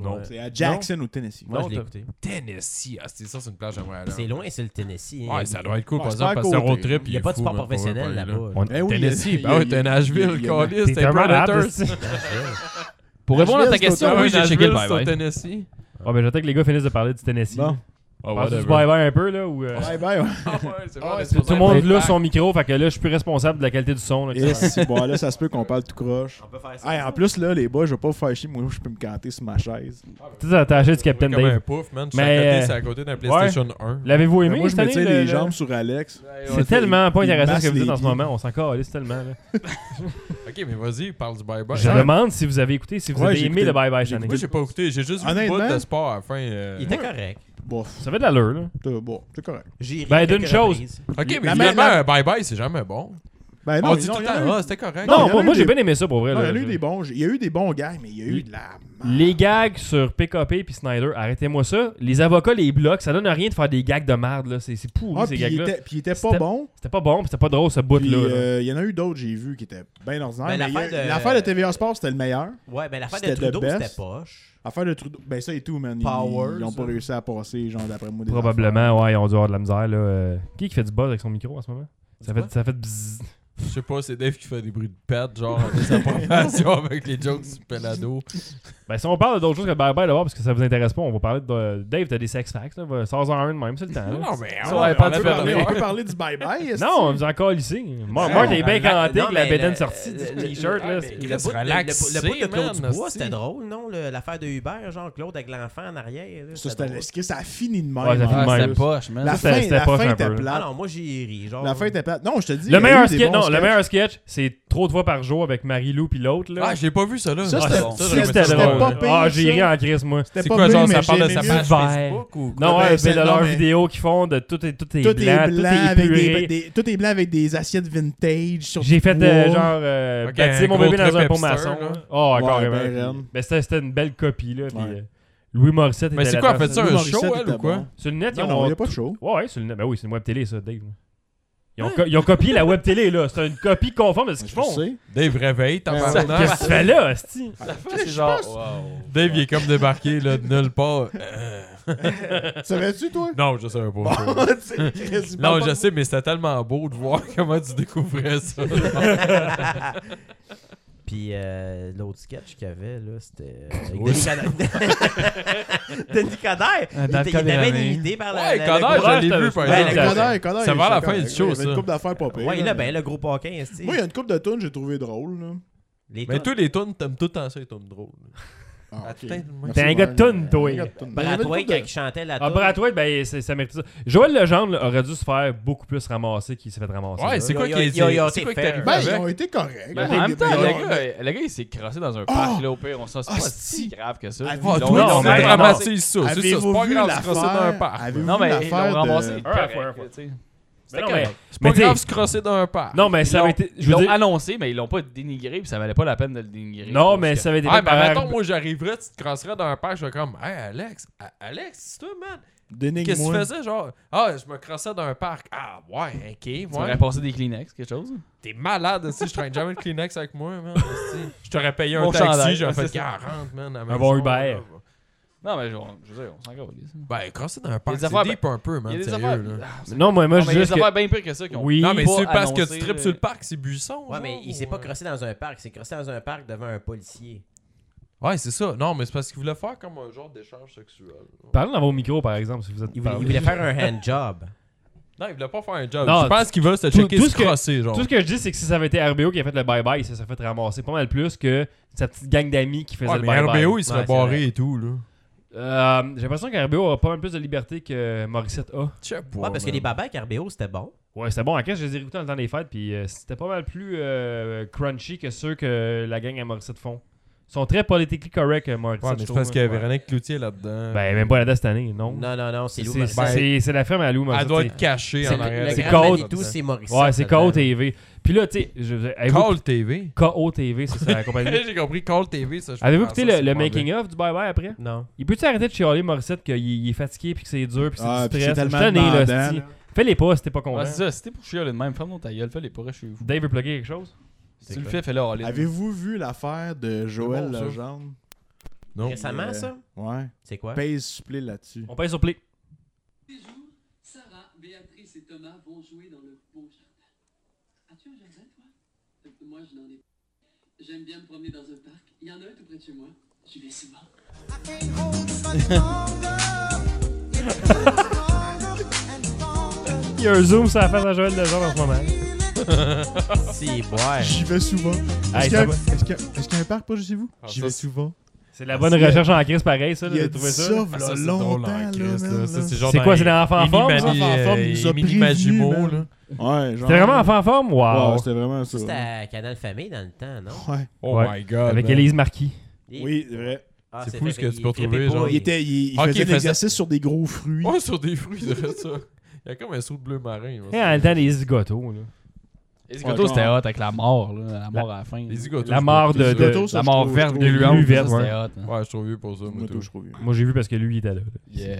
[SPEAKER 5] Non.
[SPEAKER 4] C'est à Jackson au Tennessee.
[SPEAKER 5] Non, je l'ai
[SPEAKER 1] Non,
[SPEAKER 5] écouté.
[SPEAKER 3] Tennessee. Ah, c'est ça, c'est une plage à Montréal.
[SPEAKER 5] C'est loin, c'est le Tennessee. hein.
[SPEAKER 3] Ouais, ça doit être cool,
[SPEAKER 4] Ouais,
[SPEAKER 3] par
[SPEAKER 4] c'est pas
[SPEAKER 3] exemple,
[SPEAKER 4] à
[SPEAKER 3] parce que c'est un road
[SPEAKER 4] côté.
[SPEAKER 3] trip.
[SPEAKER 5] Il n'y a
[SPEAKER 3] est
[SPEAKER 5] pas de
[SPEAKER 3] fou,
[SPEAKER 5] sport
[SPEAKER 3] man, pour- pour
[SPEAKER 5] professionnel
[SPEAKER 3] aller
[SPEAKER 5] là-bas.
[SPEAKER 1] On-
[SPEAKER 4] Ben oui, il y a-
[SPEAKER 3] Tennessee,
[SPEAKER 4] il y a-
[SPEAKER 3] bah ouais, t'es à
[SPEAKER 4] il
[SPEAKER 3] Nashville,
[SPEAKER 4] y a-
[SPEAKER 1] T'es
[SPEAKER 3] Callis, t'es
[SPEAKER 1] vraiment malade,
[SPEAKER 3] Predators.
[SPEAKER 1] c'est-
[SPEAKER 2] Pour répondre à ta
[SPEAKER 4] Nashville, c'est
[SPEAKER 2] question,
[SPEAKER 4] au-
[SPEAKER 2] oui, j'ai checké le
[SPEAKER 3] sur
[SPEAKER 2] bye-bye.
[SPEAKER 3] Tennessee.
[SPEAKER 1] Ah, ben j'attends que les gars finissent de parler du Tennessee.
[SPEAKER 4] Bon.
[SPEAKER 3] Oh,
[SPEAKER 1] Parle du bye-bye un peu, là, ou... euh,
[SPEAKER 4] Bye bye. ouais.
[SPEAKER 3] Ah,
[SPEAKER 1] Tout le monde là son micro, fait que là, je suis plus responsable de la qualité du son. là,
[SPEAKER 4] Et
[SPEAKER 1] etc.
[SPEAKER 4] si, bon, là, ça se peut qu'on parle tout croche.
[SPEAKER 5] On peut faire
[SPEAKER 4] Hey, en plus, là, les boys, je vais pas vous faire chier. Moi, je peux me canter sur ma chaise.
[SPEAKER 1] Tu sais, attaché du Captain
[SPEAKER 3] Comme un
[SPEAKER 1] Dave.
[SPEAKER 3] pouf, man. Je suis
[SPEAKER 1] Mais,
[SPEAKER 3] à côté,
[SPEAKER 1] euh,
[SPEAKER 3] c'est à côté d'un PlayStation 1.
[SPEAKER 1] L'avez-vous aimé
[SPEAKER 4] moi, je
[SPEAKER 1] cette
[SPEAKER 4] me
[SPEAKER 1] année,
[SPEAKER 4] tiens
[SPEAKER 1] le-
[SPEAKER 4] les
[SPEAKER 1] le-
[SPEAKER 4] jambes sur Alex.
[SPEAKER 1] C'est tellement pas
[SPEAKER 4] il
[SPEAKER 1] intéressant ce
[SPEAKER 4] masse
[SPEAKER 1] que vous dites
[SPEAKER 4] les
[SPEAKER 1] en ce
[SPEAKER 4] pieds.
[SPEAKER 1] moment. On s'en calisse tellement. là.
[SPEAKER 3] Ok, mais vas-y, parle du bye-bye.
[SPEAKER 1] Je
[SPEAKER 3] Moi,
[SPEAKER 1] demande si vous avez écouté, si vous
[SPEAKER 4] Ouais,
[SPEAKER 1] avez
[SPEAKER 4] j'ai
[SPEAKER 1] aimé
[SPEAKER 4] écouté.
[SPEAKER 1] le Bye Bye
[SPEAKER 4] J'ai
[SPEAKER 1] Channing.
[SPEAKER 3] j'ai pas écouté. J'ai juste vu le
[SPEAKER 4] Honnêtement?
[SPEAKER 3] bout de sport à la fin. euh.
[SPEAKER 5] Il était correct.
[SPEAKER 4] Bon,
[SPEAKER 1] Ça fait de l'allure, là.
[SPEAKER 4] t'as- bon, c'est correct.
[SPEAKER 5] J'ai ri
[SPEAKER 1] Ben,
[SPEAKER 5] quelques
[SPEAKER 1] d'une chose.
[SPEAKER 5] reprises.
[SPEAKER 3] Ok, mais
[SPEAKER 4] la-
[SPEAKER 3] finalement,
[SPEAKER 4] la-
[SPEAKER 3] un bye-bye, c'est jamais bon.
[SPEAKER 4] Ben
[SPEAKER 3] On dit
[SPEAKER 4] non,
[SPEAKER 3] tout
[SPEAKER 4] il
[SPEAKER 3] le
[SPEAKER 4] y en a eu-
[SPEAKER 3] temps, ah, c'était correct.
[SPEAKER 4] il y
[SPEAKER 1] Non,
[SPEAKER 4] en a
[SPEAKER 1] moi,
[SPEAKER 4] eu
[SPEAKER 1] moi, j'ai
[SPEAKER 4] des-
[SPEAKER 1] bien aimé ça pour vrai.
[SPEAKER 4] non, il y
[SPEAKER 1] là.
[SPEAKER 4] en a eu des bons. Il y a eu des bons gars, mais il y a eu de la.
[SPEAKER 1] Les gags sur PKP puis Snyder, arrêtez-moi ça. Les avocats, les blocs, ça donne à rien de faire des gags de merde, là. C'est c'est pourri,
[SPEAKER 4] Ah,
[SPEAKER 1] ces
[SPEAKER 4] puis il
[SPEAKER 1] gags-là.
[SPEAKER 4] était- puis il était pas
[SPEAKER 1] C'était-
[SPEAKER 4] bon.
[SPEAKER 1] C'était pas bon, puis c'était pas drôle, ce bout-là.
[SPEAKER 4] Puis,
[SPEAKER 1] là.
[SPEAKER 4] euh, il y en a eu d'autres, j'ai vu, qui étaient bien ordinaires.
[SPEAKER 5] Ben,
[SPEAKER 4] mais il y a-
[SPEAKER 5] l'affaire de-
[SPEAKER 4] L'affaire de... TVA Sport, c'était le meilleur.
[SPEAKER 5] Ouais, ben l'affaire de
[SPEAKER 4] C'était
[SPEAKER 5] Trudeau,
[SPEAKER 4] the best.
[SPEAKER 5] c'était poche.
[SPEAKER 4] Affaire de Trudeau. Ben, ça et tout, man. Ils-
[SPEAKER 5] Power,
[SPEAKER 4] Ils n'ont pas
[SPEAKER 5] ça.
[SPEAKER 4] réussi à passer, genre, d'après moi. des affaires.
[SPEAKER 1] Probablement, ouais, ils ont dû avoir de la misère, là. Euh, Qui est qui fait du buzz avec son micro en ce moment Ça
[SPEAKER 3] quoi?
[SPEAKER 1] fait, ça fait bzzz.
[SPEAKER 3] sais pas, c'est Dave qui fait des bruits de pète, genre, en désapprobation avec les jokes du pelado.
[SPEAKER 1] Ben, si on parle d'autres choses que Bye Bye Dehors, parce que ça vous intéresse pas, on va parler de. Dave, t'as des sex facts, là. va- Sors-en un de même, c'est le temps. là.
[SPEAKER 3] mais
[SPEAKER 2] Ça, ouais, pas
[SPEAKER 4] On peut
[SPEAKER 2] différent.
[SPEAKER 4] parler- on peut parler du bye-bye. est-ce
[SPEAKER 1] Non, on
[SPEAKER 4] que-
[SPEAKER 1] vous encore ici. Mar-
[SPEAKER 3] Ouais,
[SPEAKER 1] Marc Ah, est
[SPEAKER 3] on-
[SPEAKER 1] bien
[SPEAKER 5] la-
[SPEAKER 1] canté
[SPEAKER 5] Ah, non,
[SPEAKER 1] avec la
[SPEAKER 5] mais
[SPEAKER 1] bédaine
[SPEAKER 5] le-
[SPEAKER 1] sortie du
[SPEAKER 5] le-
[SPEAKER 1] t-shirt. là.
[SPEAKER 5] Le,
[SPEAKER 1] c'est-
[SPEAKER 5] bout-
[SPEAKER 3] laisse
[SPEAKER 5] le, bout-
[SPEAKER 3] relaxer,
[SPEAKER 5] le bout de
[SPEAKER 3] man,
[SPEAKER 5] Claude Dubois,
[SPEAKER 3] hostie.
[SPEAKER 5] c'était drôle, non? le- L'affaire de Hubert, genre Claude avec l'enfant en arrière. là,
[SPEAKER 4] Ça, c'était
[SPEAKER 5] drôle.
[SPEAKER 4] l'esquisse, ça a fini de même.
[SPEAKER 1] Ouais, ça a fini de
[SPEAKER 4] en
[SPEAKER 1] même.
[SPEAKER 4] plus.
[SPEAKER 2] C'était poche, man.
[SPEAKER 4] Ah, La
[SPEAKER 1] Ça,
[SPEAKER 4] fin,
[SPEAKER 1] c'était
[SPEAKER 4] la
[SPEAKER 1] poche
[SPEAKER 4] fin
[SPEAKER 1] un
[SPEAKER 4] était
[SPEAKER 1] peu, là.
[SPEAKER 5] Ah
[SPEAKER 4] plate.
[SPEAKER 5] non, moi j'ai ri. Genre,
[SPEAKER 4] La fin était plate. Non, je te dis. il y a
[SPEAKER 1] Le meilleur
[SPEAKER 4] eu des
[SPEAKER 1] sketch,
[SPEAKER 4] bons
[SPEAKER 1] non, le
[SPEAKER 4] sketchs.
[SPEAKER 1] meilleur sketch, c'est trop de fois par jour avec Marie-Lou puis l'autre là.
[SPEAKER 3] Ah, j'ai pas vu ça là.
[SPEAKER 4] Ça,
[SPEAKER 1] Ah,
[SPEAKER 4] c'était-
[SPEAKER 1] ça,
[SPEAKER 4] ça,
[SPEAKER 1] ça, je me
[SPEAKER 4] c'était
[SPEAKER 1] suis
[SPEAKER 4] pas
[SPEAKER 1] drôle, là.
[SPEAKER 4] pire,
[SPEAKER 1] Ah, j'ai
[SPEAKER 4] ça.
[SPEAKER 1] ri en crise, moi.
[SPEAKER 4] C'était
[SPEAKER 3] C'est
[SPEAKER 4] pas
[SPEAKER 3] quoi,
[SPEAKER 4] bien,
[SPEAKER 3] genre,
[SPEAKER 4] mais
[SPEAKER 3] ça parle
[SPEAKER 4] j'ai
[SPEAKER 3] de sa
[SPEAKER 4] aimé
[SPEAKER 3] page
[SPEAKER 4] mieux.
[SPEAKER 3] Facebook ou quoi?
[SPEAKER 1] Non,
[SPEAKER 4] ben,
[SPEAKER 1] ouais,
[SPEAKER 4] c'est-
[SPEAKER 1] c'est de
[SPEAKER 4] non,
[SPEAKER 1] leurs
[SPEAKER 4] mais-
[SPEAKER 1] vidéos qu'ils font de tout est, tout est
[SPEAKER 4] Tout
[SPEAKER 1] blanc,
[SPEAKER 4] est
[SPEAKER 1] tout
[SPEAKER 4] blanc
[SPEAKER 1] est
[SPEAKER 4] avec des,
[SPEAKER 1] épuré.
[SPEAKER 4] des- tout est blanc avec des assiettes vintage sur
[SPEAKER 1] J'ai
[SPEAKER 4] du
[SPEAKER 1] fait euh,
[SPEAKER 4] bois.
[SPEAKER 1] genre euh,
[SPEAKER 3] Ok,
[SPEAKER 1] baptiser
[SPEAKER 3] un
[SPEAKER 1] mon
[SPEAKER 3] gros
[SPEAKER 1] bébé dans
[SPEAKER 3] trip
[SPEAKER 1] un pont
[SPEAKER 3] hipster,
[SPEAKER 1] maçon.
[SPEAKER 3] là.
[SPEAKER 1] là. Oh,
[SPEAKER 4] Ouais,
[SPEAKER 1] carrément.
[SPEAKER 4] ben, raide.
[SPEAKER 1] Ben, c'était c'était une belle copie là. puis,
[SPEAKER 4] Ouais.
[SPEAKER 1] euh, Louis Morissette
[SPEAKER 3] Mais
[SPEAKER 1] était
[SPEAKER 3] c'est quoi, en
[SPEAKER 1] là-dedans.
[SPEAKER 3] fait, ça un
[SPEAKER 4] Maurice
[SPEAKER 3] show,
[SPEAKER 4] Sette
[SPEAKER 3] elle,
[SPEAKER 4] était
[SPEAKER 3] ou quoi?
[SPEAKER 4] bon.
[SPEAKER 1] Sur le net, ils
[SPEAKER 4] Non,
[SPEAKER 1] ont
[SPEAKER 4] non, il n'y a pas de show.
[SPEAKER 1] Ouais, ouais, sur le net. Ben oui, c'est une web télé, ça, Dave. Ils ont, co- ils ont copié la web télé, là. C'est une copie conforme de ce qu'ils
[SPEAKER 4] Je
[SPEAKER 1] font.
[SPEAKER 4] sais.
[SPEAKER 3] Dave réveille, t'en
[SPEAKER 4] Ouais,
[SPEAKER 3] parles.
[SPEAKER 1] Qu'est-ce que tu fais là, hostie?
[SPEAKER 2] C'est genre. wow.
[SPEAKER 3] Dave, il est comme débarqué là, de nulle part. Euh,
[SPEAKER 4] Savais-tu, toi?
[SPEAKER 3] Non, je savais pas. ça.
[SPEAKER 4] Bon, tu sais, Chris, il
[SPEAKER 3] Non,
[SPEAKER 4] parle
[SPEAKER 3] je
[SPEAKER 4] pas-
[SPEAKER 3] sais, mais c'était tellement beau de voir comment tu découvrais ça.
[SPEAKER 5] Puis euh, l'autre sketch qu'il y avait, là, c'était. euh, avec
[SPEAKER 3] Oui.
[SPEAKER 5] Denis Coderre. Denis Coderre!
[SPEAKER 2] Dans le
[SPEAKER 5] Il, était- il
[SPEAKER 2] cadre de la
[SPEAKER 5] avait
[SPEAKER 2] main.
[SPEAKER 5] intimidé par la.
[SPEAKER 3] Ouais,
[SPEAKER 5] la-
[SPEAKER 3] Coderre,
[SPEAKER 5] la-
[SPEAKER 1] courage,
[SPEAKER 3] je l'ai
[SPEAKER 1] t'as-
[SPEAKER 3] vu, par
[SPEAKER 5] Ouais,
[SPEAKER 3] exemple.
[SPEAKER 5] la-
[SPEAKER 4] Coderre, Coderre,
[SPEAKER 3] Ça va à la
[SPEAKER 4] c'est
[SPEAKER 3] fin du
[SPEAKER 4] correct.
[SPEAKER 3] show,
[SPEAKER 4] Il y avait
[SPEAKER 3] ça.
[SPEAKER 4] une coupe d'affaires pas pire,
[SPEAKER 5] Ouais, il
[SPEAKER 4] là,
[SPEAKER 5] a bien
[SPEAKER 4] mais-
[SPEAKER 5] le gros paquin, est
[SPEAKER 4] Moi, il y a une coupe de tunes que j'ai trouvé drôle. là.
[SPEAKER 5] Les
[SPEAKER 3] Mais
[SPEAKER 5] tonnes.
[SPEAKER 3] tous les tunes, t'aimes tout le temps ça, les tunes drôles.
[SPEAKER 4] Ah, ok.
[SPEAKER 3] Attends, moi.
[SPEAKER 1] T'es un
[SPEAKER 4] Ouais,
[SPEAKER 1] gars de toune, toi.
[SPEAKER 4] un gars de toune. Mais il y avait une
[SPEAKER 5] Brathwaite,
[SPEAKER 4] coupe de-
[SPEAKER 5] quand il chantait la
[SPEAKER 1] Ah,
[SPEAKER 5] toune.
[SPEAKER 1] Brathwaite, ben, c'est- ça mérite ça. Joël Legendre là, aurait dû se faire beaucoup plus ramasser qu'il s'est fait ramasser.
[SPEAKER 3] Ouais,
[SPEAKER 1] là.
[SPEAKER 3] c'est quoi qui
[SPEAKER 5] Ils
[SPEAKER 3] est
[SPEAKER 5] ont- ils ont
[SPEAKER 3] c'est
[SPEAKER 5] été
[SPEAKER 3] quoi qui
[SPEAKER 5] fair.
[SPEAKER 3] t'arrive
[SPEAKER 4] Ben, ils
[SPEAKER 3] avec?
[SPEAKER 4] ont été corrects.
[SPEAKER 1] Ben,
[SPEAKER 4] Ils ont
[SPEAKER 2] en même
[SPEAKER 4] été-
[SPEAKER 2] temps,
[SPEAKER 4] ils ont-
[SPEAKER 2] le gars, le gars, il s'est crassé dans un parc, là, au pire. On s'en c'est pas
[SPEAKER 4] Ah, si.
[SPEAKER 2] si grave que ça.
[SPEAKER 4] Ah,
[SPEAKER 2] Ils
[SPEAKER 3] Oh,
[SPEAKER 2] l'ont-
[SPEAKER 3] toi,
[SPEAKER 1] Non,
[SPEAKER 3] non,
[SPEAKER 1] mais-
[SPEAKER 3] mais
[SPEAKER 1] non.
[SPEAKER 3] dramatise ça. C'est ça, c'est
[SPEAKER 4] Avez-vous
[SPEAKER 3] pas
[SPEAKER 4] vu
[SPEAKER 3] grave se
[SPEAKER 4] l'affaire?
[SPEAKER 3] crosser dans un parc.
[SPEAKER 4] Avez-vous
[SPEAKER 2] Non,
[SPEAKER 4] vu
[SPEAKER 2] mais ils
[SPEAKER 4] l'affaire
[SPEAKER 2] l'ont
[SPEAKER 4] de-
[SPEAKER 2] remboursé.
[SPEAKER 1] Un à fois, un à fois.
[SPEAKER 2] C'était
[SPEAKER 1] Ben non,
[SPEAKER 2] correct,
[SPEAKER 1] mais-
[SPEAKER 2] tu sais.
[SPEAKER 3] Pas
[SPEAKER 1] Mais t'sais-
[SPEAKER 3] grave se crosser dans un parc.
[SPEAKER 1] Non, mais
[SPEAKER 2] Ils
[SPEAKER 1] ça
[SPEAKER 2] l'ont-
[SPEAKER 1] avait été.
[SPEAKER 2] Ils
[SPEAKER 1] Je veux
[SPEAKER 2] l'ont
[SPEAKER 1] dire.
[SPEAKER 2] annoncé, mais ils l'ont pas dénigré, puis ça valait pas la peine de le dénigrer.
[SPEAKER 1] Non,
[SPEAKER 2] Parce
[SPEAKER 1] mais
[SPEAKER 2] que-
[SPEAKER 1] ça avait été.
[SPEAKER 3] Ah,
[SPEAKER 1] fait
[SPEAKER 3] ben
[SPEAKER 1] par-
[SPEAKER 3] mettons, moi j'arriverais, tu te crosserais dans un parc, je serais comme, hey Alex, A- Alex, c'est toi, man. Qu'est-ce que tu
[SPEAKER 4] Dénigre-moi.
[SPEAKER 3] faisais, genre, ah, je me crossais dans un parc. Ah, ouais, ok,
[SPEAKER 2] Tu m'aurais
[SPEAKER 3] ouais.
[SPEAKER 2] passé des Kleenex, quelque chose?
[SPEAKER 3] T'es malade, aussi, je traîne jamais de Kleenex avec moi, man. esti. Je t'aurais payé un
[SPEAKER 2] Mon
[SPEAKER 3] taxi,
[SPEAKER 2] chandail,
[SPEAKER 3] j'aurais
[SPEAKER 2] ouais,
[SPEAKER 3] fait
[SPEAKER 2] c'est ça.
[SPEAKER 3] 40, man. à la
[SPEAKER 1] Un bon
[SPEAKER 3] maison,
[SPEAKER 1] Uber.
[SPEAKER 3] là.
[SPEAKER 2] Non, mais on- je veux dire, on s'en calisse.
[SPEAKER 3] Ben, crosser dans un parc,
[SPEAKER 2] des
[SPEAKER 3] c'est
[SPEAKER 2] affaires-
[SPEAKER 3] deep un peu, man,
[SPEAKER 2] Il y a des
[SPEAKER 3] sérieux,
[SPEAKER 2] affaires.
[SPEAKER 3] là.
[SPEAKER 2] Ah, c'est-
[SPEAKER 1] Non, moi, moi
[SPEAKER 2] Non,
[SPEAKER 1] je
[SPEAKER 2] mais il y
[SPEAKER 1] dis
[SPEAKER 2] a
[SPEAKER 1] juste.
[SPEAKER 2] des
[SPEAKER 1] que-
[SPEAKER 2] affaires bien pires que ça qui ont.
[SPEAKER 1] Oui.
[SPEAKER 3] Non, mais
[SPEAKER 2] pas
[SPEAKER 3] c'est parce que tu
[SPEAKER 2] annoncé,
[SPEAKER 7] euh,
[SPEAKER 2] euh,
[SPEAKER 3] tripes
[SPEAKER 2] là.
[SPEAKER 3] sur le parc, c'est buisson.
[SPEAKER 5] Ouais, mais
[SPEAKER 3] genre,
[SPEAKER 5] il s'est pas
[SPEAKER 3] ouais.
[SPEAKER 5] crossé dans un parc, il s'est crossé dans un parc devant un policier.
[SPEAKER 3] Ouais, c'est ça. Non, mais c'est parce qu'il voulait faire comme un genre d'échange sexuel.
[SPEAKER 1] Parlez dans vos micros, par exemple, si vous êtes.
[SPEAKER 5] Il voulait, il
[SPEAKER 1] parlé.
[SPEAKER 5] voulait faire un hand job.
[SPEAKER 3] Non, il voulait pas faire un job.
[SPEAKER 1] Non,
[SPEAKER 3] je pense qu'il veut se
[SPEAKER 1] tout-
[SPEAKER 3] checker,
[SPEAKER 1] tout
[SPEAKER 3] se
[SPEAKER 1] ce que-
[SPEAKER 3] crosser, genre.
[SPEAKER 1] Tout ce que je dis, c'est que si ça avait été RBO qui a fait le bye-bye, ça s'est fait ramasser pas mal plus que sa petite gang d'amis qui faisait
[SPEAKER 3] Ouais,
[SPEAKER 1] le
[SPEAKER 3] mais
[SPEAKER 1] bye-bye.
[SPEAKER 3] RBO, il serait
[SPEAKER 5] Ouais, c'est
[SPEAKER 3] barré
[SPEAKER 5] vrai.
[SPEAKER 3] et tout, là.
[SPEAKER 1] Euh, J'ai l'impression que RBO a pas mal plus de liberté que Morissette a.
[SPEAKER 3] Je sais pas,
[SPEAKER 5] Ouais, parce que
[SPEAKER 3] man.
[SPEAKER 5] les babas avec RBO, c'était bon.
[SPEAKER 1] Ouais, c'était bon. En caisse, je les ai écoutés dans le temps des fêtes, puis euh, c'était pas mal plus euh, crunchy que ceux que la gang à Morissette font. Ils sont très politically correct, euh, Morissette.
[SPEAKER 3] Ouais, mais
[SPEAKER 1] je
[SPEAKER 3] je
[SPEAKER 1] trouve,
[SPEAKER 3] pense qu'il y a
[SPEAKER 1] ouais.
[SPEAKER 3] Véronique Cloutier là-dedans.
[SPEAKER 1] Ben, même pas la date cette année, non.
[SPEAKER 5] Non, non, non, c'est
[SPEAKER 1] C'est-
[SPEAKER 5] Lou
[SPEAKER 1] c'est-
[SPEAKER 5] Morissette.
[SPEAKER 1] c'est c'est la ferme à Lou, Morissette.
[SPEAKER 3] Elle doit
[SPEAKER 1] c'est-
[SPEAKER 3] être cachée
[SPEAKER 5] C'est
[SPEAKER 3] en
[SPEAKER 5] le-
[SPEAKER 3] arrière.
[SPEAKER 5] le
[SPEAKER 1] c'est
[SPEAKER 5] grand
[SPEAKER 1] Côte.
[SPEAKER 5] Manitou, c'est Morissette.
[SPEAKER 1] Ouais, c'est
[SPEAKER 5] là-dedans.
[SPEAKER 1] KOTV. Puis là, tu sais, je veux dire, avez-vous-
[SPEAKER 3] Call TV.
[SPEAKER 1] KOTV, c'est ça la compagnie.
[SPEAKER 3] J'ai compris, Call TV, Ah, ça. je
[SPEAKER 1] Avez-vous
[SPEAKER 3] pense
[SPEAKER 1] écouté
[SPEAKER 3] que
[SPEAKER 1] le,
[SPEAKER 3] c'est
[SPEAKER 1] le
[SPEAKER 3] pas
[SPEAKER 1] making
[SPEAKER 3] bien.
[SPEAKER 1] of du bye bye après?
[SPEAKER 5] Non.
[SPEAKER 1] Il peut-tu arrêter de chialer Morissette qu'il il est fatigué puis que c'est dur puis que c'est
[SPEAKER 4] Ah,
[SPEAKER 1] du
[SPEAKER 4] puis
[SPEAKER 1] stress?
[SPEAKER 4] c'est tellement
[SPEAKER 1] Je suis tanné, là,
[SPEAKER 4] demandant,
[SPEAKER 1] c'ti.
[SPEAKER 4] là.
[SPEAKER 1] Fais-les pas si t'es pas content.
[SPEAKER 2] Ouais, c'est ça. C'était pour chialer de même. Ferme ta gueule, fais les pourrais chez vous.
[SPEAKER 1] Dave veut plugger quelque chose?
[SPEAKER 2] Si tu le fais, fais-le all-in.
[SPEAKER 4] Avez-vous vu l'affaire de Joël
[SPEAKER 3] bon, ça.
[SPEAKER 4] Legendre?
[SPEAKER 3] Non.
[SPEAKER 5] Récemment,
[SPEAKER 4] Euh,
[SPEAKER 5] ça
[SPEAKER 4] Ouais.
[SPEAKER 5] C'est quoi
[SPEAKER 4] Pèse supplé là-dessus.
[SPEAKER 1] On paye sur play.
[SPEAKER 8] Tous les jours, Sarah, Béatrice et Thomas vont jouer dans le beau jardin. As-tu un jardin, toi Euh, Moi, je n'en ai pas. J'aime bien me promener dans un parc. Il y en a un tout près de chez moi. J'y vais souvent.
[SPEAKER 1] Il y a un zoom sur la face à Joël Legendre en ce moment.
[SPEAKER 5] Si, ouais.
[SPEAKER 4] J'y vais souvent. Est-ce
[SPEAKER 1] Hey,
[SPEAKER 4] qu'il y,
[SPEAKER 1] ça
[SPEAKER 4] a-
[SPEAKER 1] va-
[SPEAKER 4] est-ce qu'il y a- est-ce qu'il y a un parc pas chez vous?
[SPEAKER 3] Ah,
[SPEAKER 4] J'y
[SPEAKER 3] ça,
[SPEAKER 4] vais
[SPEAKER 3] c'est-
[SPEAKER 4] souvent.
[SPEAKER 1] C'est de la bonne
[SPEAKER 4] Parce que-
[SPEAKER 1] recherche en crise pareil, ça,
[SPEAKER 4] Il a
[SPEAKER 1] de
[SPEAKER 4] dit
[SPEAKER 1] trouver
[SPEAKER 4] ça,
[SPEAKER 1] ça.
[SPEAKER 3] Ah,
[SPEAKER 4] v'là
[SPEAKER 3] ça, c'est
[SPEAKER 4] longtemps,
[SPEAKER 3] drôle en
[SPEAKER 4] là,
[SPEAKER 3] Christ,
[SPEAKER 4] man,
[SPEAKER 3] là.
[SPEAKER 4] là.
[SPEAKER 3] Ça, genre
[SPEAKER 1] C'est
[SPEAKER 3] dans
[SPEAKER 1] quoi,
[SPEAKER 3] les-
[SPEAKER 1] c'est dans Enfant en
[SPEAKER 3] les
[SPEAKER 1] forme,
[SPEAKER 3] mini-
[SPEAKER 1] ça?
[SPEAKER 3] mini-
[SPEAKER 4] Enfant en forme,
[SPEAKER 3] euh,
[SPEAKER 4] il nous a
[SPEAKER 3] les mini
[SPEAKER 4] prévenus,
[SPEAKER 3] Magimo,
[SPEAKER 4] man.
[SPEAKER 3] là.
[SPEAKER 4] Ouais, genre.
[SPEAKER 1] C'était vraiment enfant en forme?
[SPEAKER 4] Ouais,
[SPEAKER 1] Wow!
[SPEAKER 4] c'était vraiment ça.
[SPEAKER 5] C'était à Canal Famille dans le temps, non
[SPEAKER 4] Ouais.
[SPEAKER 3] Oh
[SPEAKER 1] Ouais.
[SPEAKER 3] my god.
[SPEAKER 1] Avec
[SPEAKER 3] man.
[SPEAKER 1] Élise Marquis.
[SPEAKER 5] Et-
[SPEAKER 4] Oui, c'est vrai.
[SPEAKER 5] Ah,
[SPEAKER 3] C'est
[SPEAKER 5] c'est
[SPEAKER 3] fou
[SPEAKER 5] vrai,
[SPEAKER 3] ce que
[SPEAKER 5] il
[SPEAKER 3] tu peux retrouver,
[SPEAKER 5] flippait pas,
[SPEAKER 3] genre.
[SPEAKER 4] Il, était, il, il
[SPEAKER 3] Ok, il
[SPEAKER 4] faisait des
[SPEAKER 3] faisait-
[SPEAKER 4] exercices sur des gros fruits.
[SPEAKER 3] Oh, sur des fruits, il dirait ça. Il y a comme un saut de bleu marin. moi,
[SPEAKER 1] Et
[SPEAKER 3] ça.
[SPEAKER 1] en même temps, les zigotos, là.
[SPEAKER 2] Les
[SPEAKER 4] Ouais,
[SPEAKER 2] gâteaux, c'était
[SPEAKER 4] genre-
[SPEAKER 2] hot avec la mort, là. La mort à la fin. là.
[SPEAKER 3] Les zigotos,
[SPEAKER 1] La
[SPEAKER 3] je
[SPEAKER 1] mort
[SPEAKER 3] trouve
[SPEAKER 2] euh,
[SPEAKER 1] de-
[SPEAKER 3] vieux.
[SPEAKER 1] de-
[SPEAKER 4] Zigotos, ça,
[SPEAKER 2] La
[SPEAKER 4] je
[SPEAKER 2] mort
[SPEAKER 4] trouve-
[SPEAKER 2] verte,
[SPEAKER 4] je
[SPEAKER 2] de
[SPEAKER 4] trouve-
[SPEAKER 1] luante,
[SPEAKER 2] l'huant,
[SPEAKER 1] verte,
[SPEAKER 2] c'était
[SPEAKER 1] ouais.
[SPEAKER 2] hot. hein.
[SPEAKER 3] Ouais, je trouve vieux pour ça. moi,
[SPEAKER 4] Moi,
[SPEAKER 3] tout.
[SPEAKER 4] tout, je trouve.
[SPEAKER 1] Moi, j'ai vu parce que lui, il était là.
[SPEAKER 2] Yeah.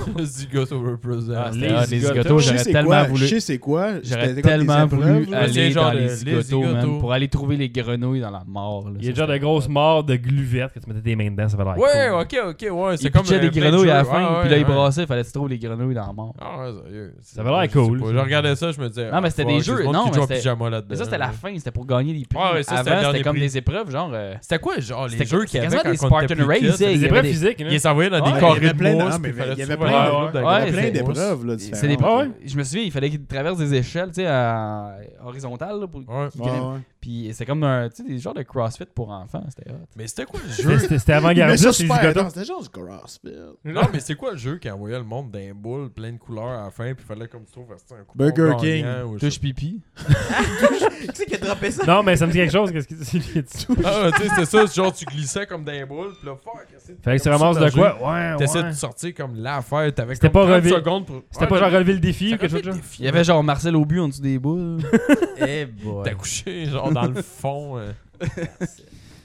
[SPEAKER 3] Le zigoto represent.
[SPEAKER 2] Ah,
[SPEAKER 1] Les
[SPEAKER 2] c'était hot. Les
[SPEAKER 1] zigotos,
[SPEAKER 2] zigotos,
[SPEAKER 4] Je sais
[SPEAKER 2] j'aurais
[SPEAKER 4] c'est
[SPEAKER 2] tellement
[SPEAKER 4] quoi, Je
[SPEAKER 2] voulu.
[SPEAKER 4] sais c'est quoi.
[SPEAKER 2] J'aurais
[SPEAKER 4] C'était comme des
[SPEAKER 2] tellement
[SPEAKER 4] épreuves,
[SPEAKER 2] voulu
[SPEAKER 4] là.
[SPEAKER 3] C'est
[SPEAKER 2] aller
[SPEAKER 3] genre
[SPEAKER 2] dans
[SPEAKER 3] le-
[SPEAKER 2] les
[SPEAKER 3] les
[SPEAKER 2] zigotos, man,
[SPEAKER 3] zigotos.
[SPEAKER 2] pour aller trouver les grenouilles dans la mort. là.
[SPEAKER 1] Il y a
[SPEAKER 2] Ça,
[SPEAKER 1] déjà de
[SPEAKER 2] c'était
[SPEAKER 1] grosses
[SPEAKER 2] hot.
[SPEAKER 1] morts de glu verte que tu mettais tes mains dedans, ça va l'air
[SPEAKER 3] Ouais,
[SPEAKER 1] cool.
[SPEAKER 3] ok, ok, ouais. C'est
[SPEAKER 2] Il
[SPEAKER 3] comme
[SPEAKER 2] pitchait
[SPEAKER 3] un
[SPEAKER 2] des
[SPEAKER 3] plein de
[SPEAKER 2] grenouilles à la
[SPEAKER 3] jeux. Ouais,
[SPEAKER 2] fin,
[SPEAKER 3] ouais,
[SPEAKER 2] puis là, il
[SPEAKER 3] ouais.
[SPEAKER 2] brassait, il fallait que tu trouves les grenouilles dans la mort.
[SPEAKER 3] Ah, ouais, sérieux.
[SPEAKER 1] Ça avait l'air
[SPEAKER 3] Je sais
[SPEAKER 1] cool.
[SPEAKER 3] pas, Je regardais ça, je me disais.
[SPEAKER 2] Non, mais c'était des jeux- non,
[SPEAKER 3] qui
[SPEAKER 2] mais
[SPEAKER 3] jouent en
[SPEAKER 2] c'était-
[SPEAKER 3] pyjama là-dedans.
[SPEAKER 2] Mais ça, c'était la fin, c'était pour gagner des prix.
[SPEAKER 3] Ouais, ouais, ça, c'était le
[SPEAKER 2] Avant,
[SPEAKER 3] dernier
[SPEAKER 2] c'était comme
[SPEAKER 3] prix.
[SPEAKER 2] des épreuves, genre. euh,
[SPEAKER 3] C'était quoi, genre, les
[SPEAKER 2] C'était-
[SPEAKER 3] jeux qu'il y avait
[SPEAKER 2] c'était
[SPEAKER 3] quand on
[SPEAKER 2] quasiment
[SPEAKER 3] était
[SPEAKER 2] des
[SPEAKER 3] plus
[SPEAKER 2] Spartan
[SPEAKER 3] kids?
[SPEAKER 2] Races, il
[SPEAKER 1] Des
[SPEAKER 2] y
[SPEAKER 1] épreuves
[SPEAKER 2] avait des-
[SPEAKER 1] physiques, là.
[SPEAKER 3] Ils s'envoyaient dans
[SPEAKER 4] Ouais,
[SPEAKER 3] des corps
[SPEAKER 4] il y avait plein de- non, mais
[SPEAKER 3] puis fallait
[SPEAKER 4] il y avait
[SPEAKER 3] souvent-
[SPEAKER 1] plein de-
[SPEAKER 3] Ouais, ouais,
[SPEAKER 4] Il y
[SPEAKER 3] d'accord.
[SPEAKER 4] avait plein
[SPEAKER 2] c'est-
[SPEAKER 4] d'épreuves, là,
[SPEAKER 2] C'est des
[SPEAKER 4] différentes.
[SPEAKER 1] Ah ouais?
[SPEAKER 2] Je me souviens, il fallait qu'ils traversent des échelles, tu sais, à- horizontales, là, pour
[SPEAKER 3] Ouais.
[SPEAKER 2] plein d'épreuves.
[SPEAKER 4] Ah Ouais, ouais.
[SPEAKER 2] Puis c'était comme un, tu sais, des genres de CrossFit pour enfants, c'était hot.
[SPEAKER 3] Mais c'était quoi le
[SPEAKER 1] C'était-
[SPEAKER 3] jeu?
[SPEAKER 1] C'était c'était
[SPEAKER 4] Mais
[SPEAKER 1] avant-gardiste,
[SPEAKER 4] ça,
[SPEAKER 1] les
[SPEAKER 4] super,
[SPEAKER 1] zigotos.
[SPEAKER 4] non, c'était genre du CrossFit.
[SPEAKER 3] Non, mais c'est quoi le jeu qui envoyait le monde d'un boule plein de couleurs à la fin, puis fallait comme tu trouves, c'était un coup
[SPEAKER 4] Burger King.
[SPEAKER 2] Touche pipi.
[SPEAKER 5] Qui c'est qui a droppé ça?
[SPEAKER 1] Non, mais ça me dit quelque chose. Qu'est-ce que c'est qu'il a dit?
[SPEAKER 3] Ah, tu sais, c'est ça, c'est genre tu glissais comme d'un boule, puis là, fuck, qu'est-ce
[SPEAKER 1] Fait que tu
[SPEAKER 3] comme
[SPEAKER 1] ramasses de
[SPEAKER 3] soulagé.
[SPEAKER 1] quoi? Ouais,
[SPEAKER 3] T'essaies
[SPEAKER 1] ouais.
[SPEAKER 3] de sortir comme l'affaire, t'avais
[SPEAKER 1] C'était
[SPEAKER 3] comme
[SPEAKER 1] pas
[SPEAKER 3] 30
[SPEAKER 1] relevé.
[SPEAKER 3] secondes pour. Ah,
[SPEAKER 1] C'était pas genre relever le défi ou quelque chose de genre?
[SPEAKER 2] Il y avait genre Marcel Aubu en dessous des boules.
[SPEAKER 3] T'as
[SPEAKER 5] Eh boy.
[SPEAKER 3] couché, genre, dans le fond. euh.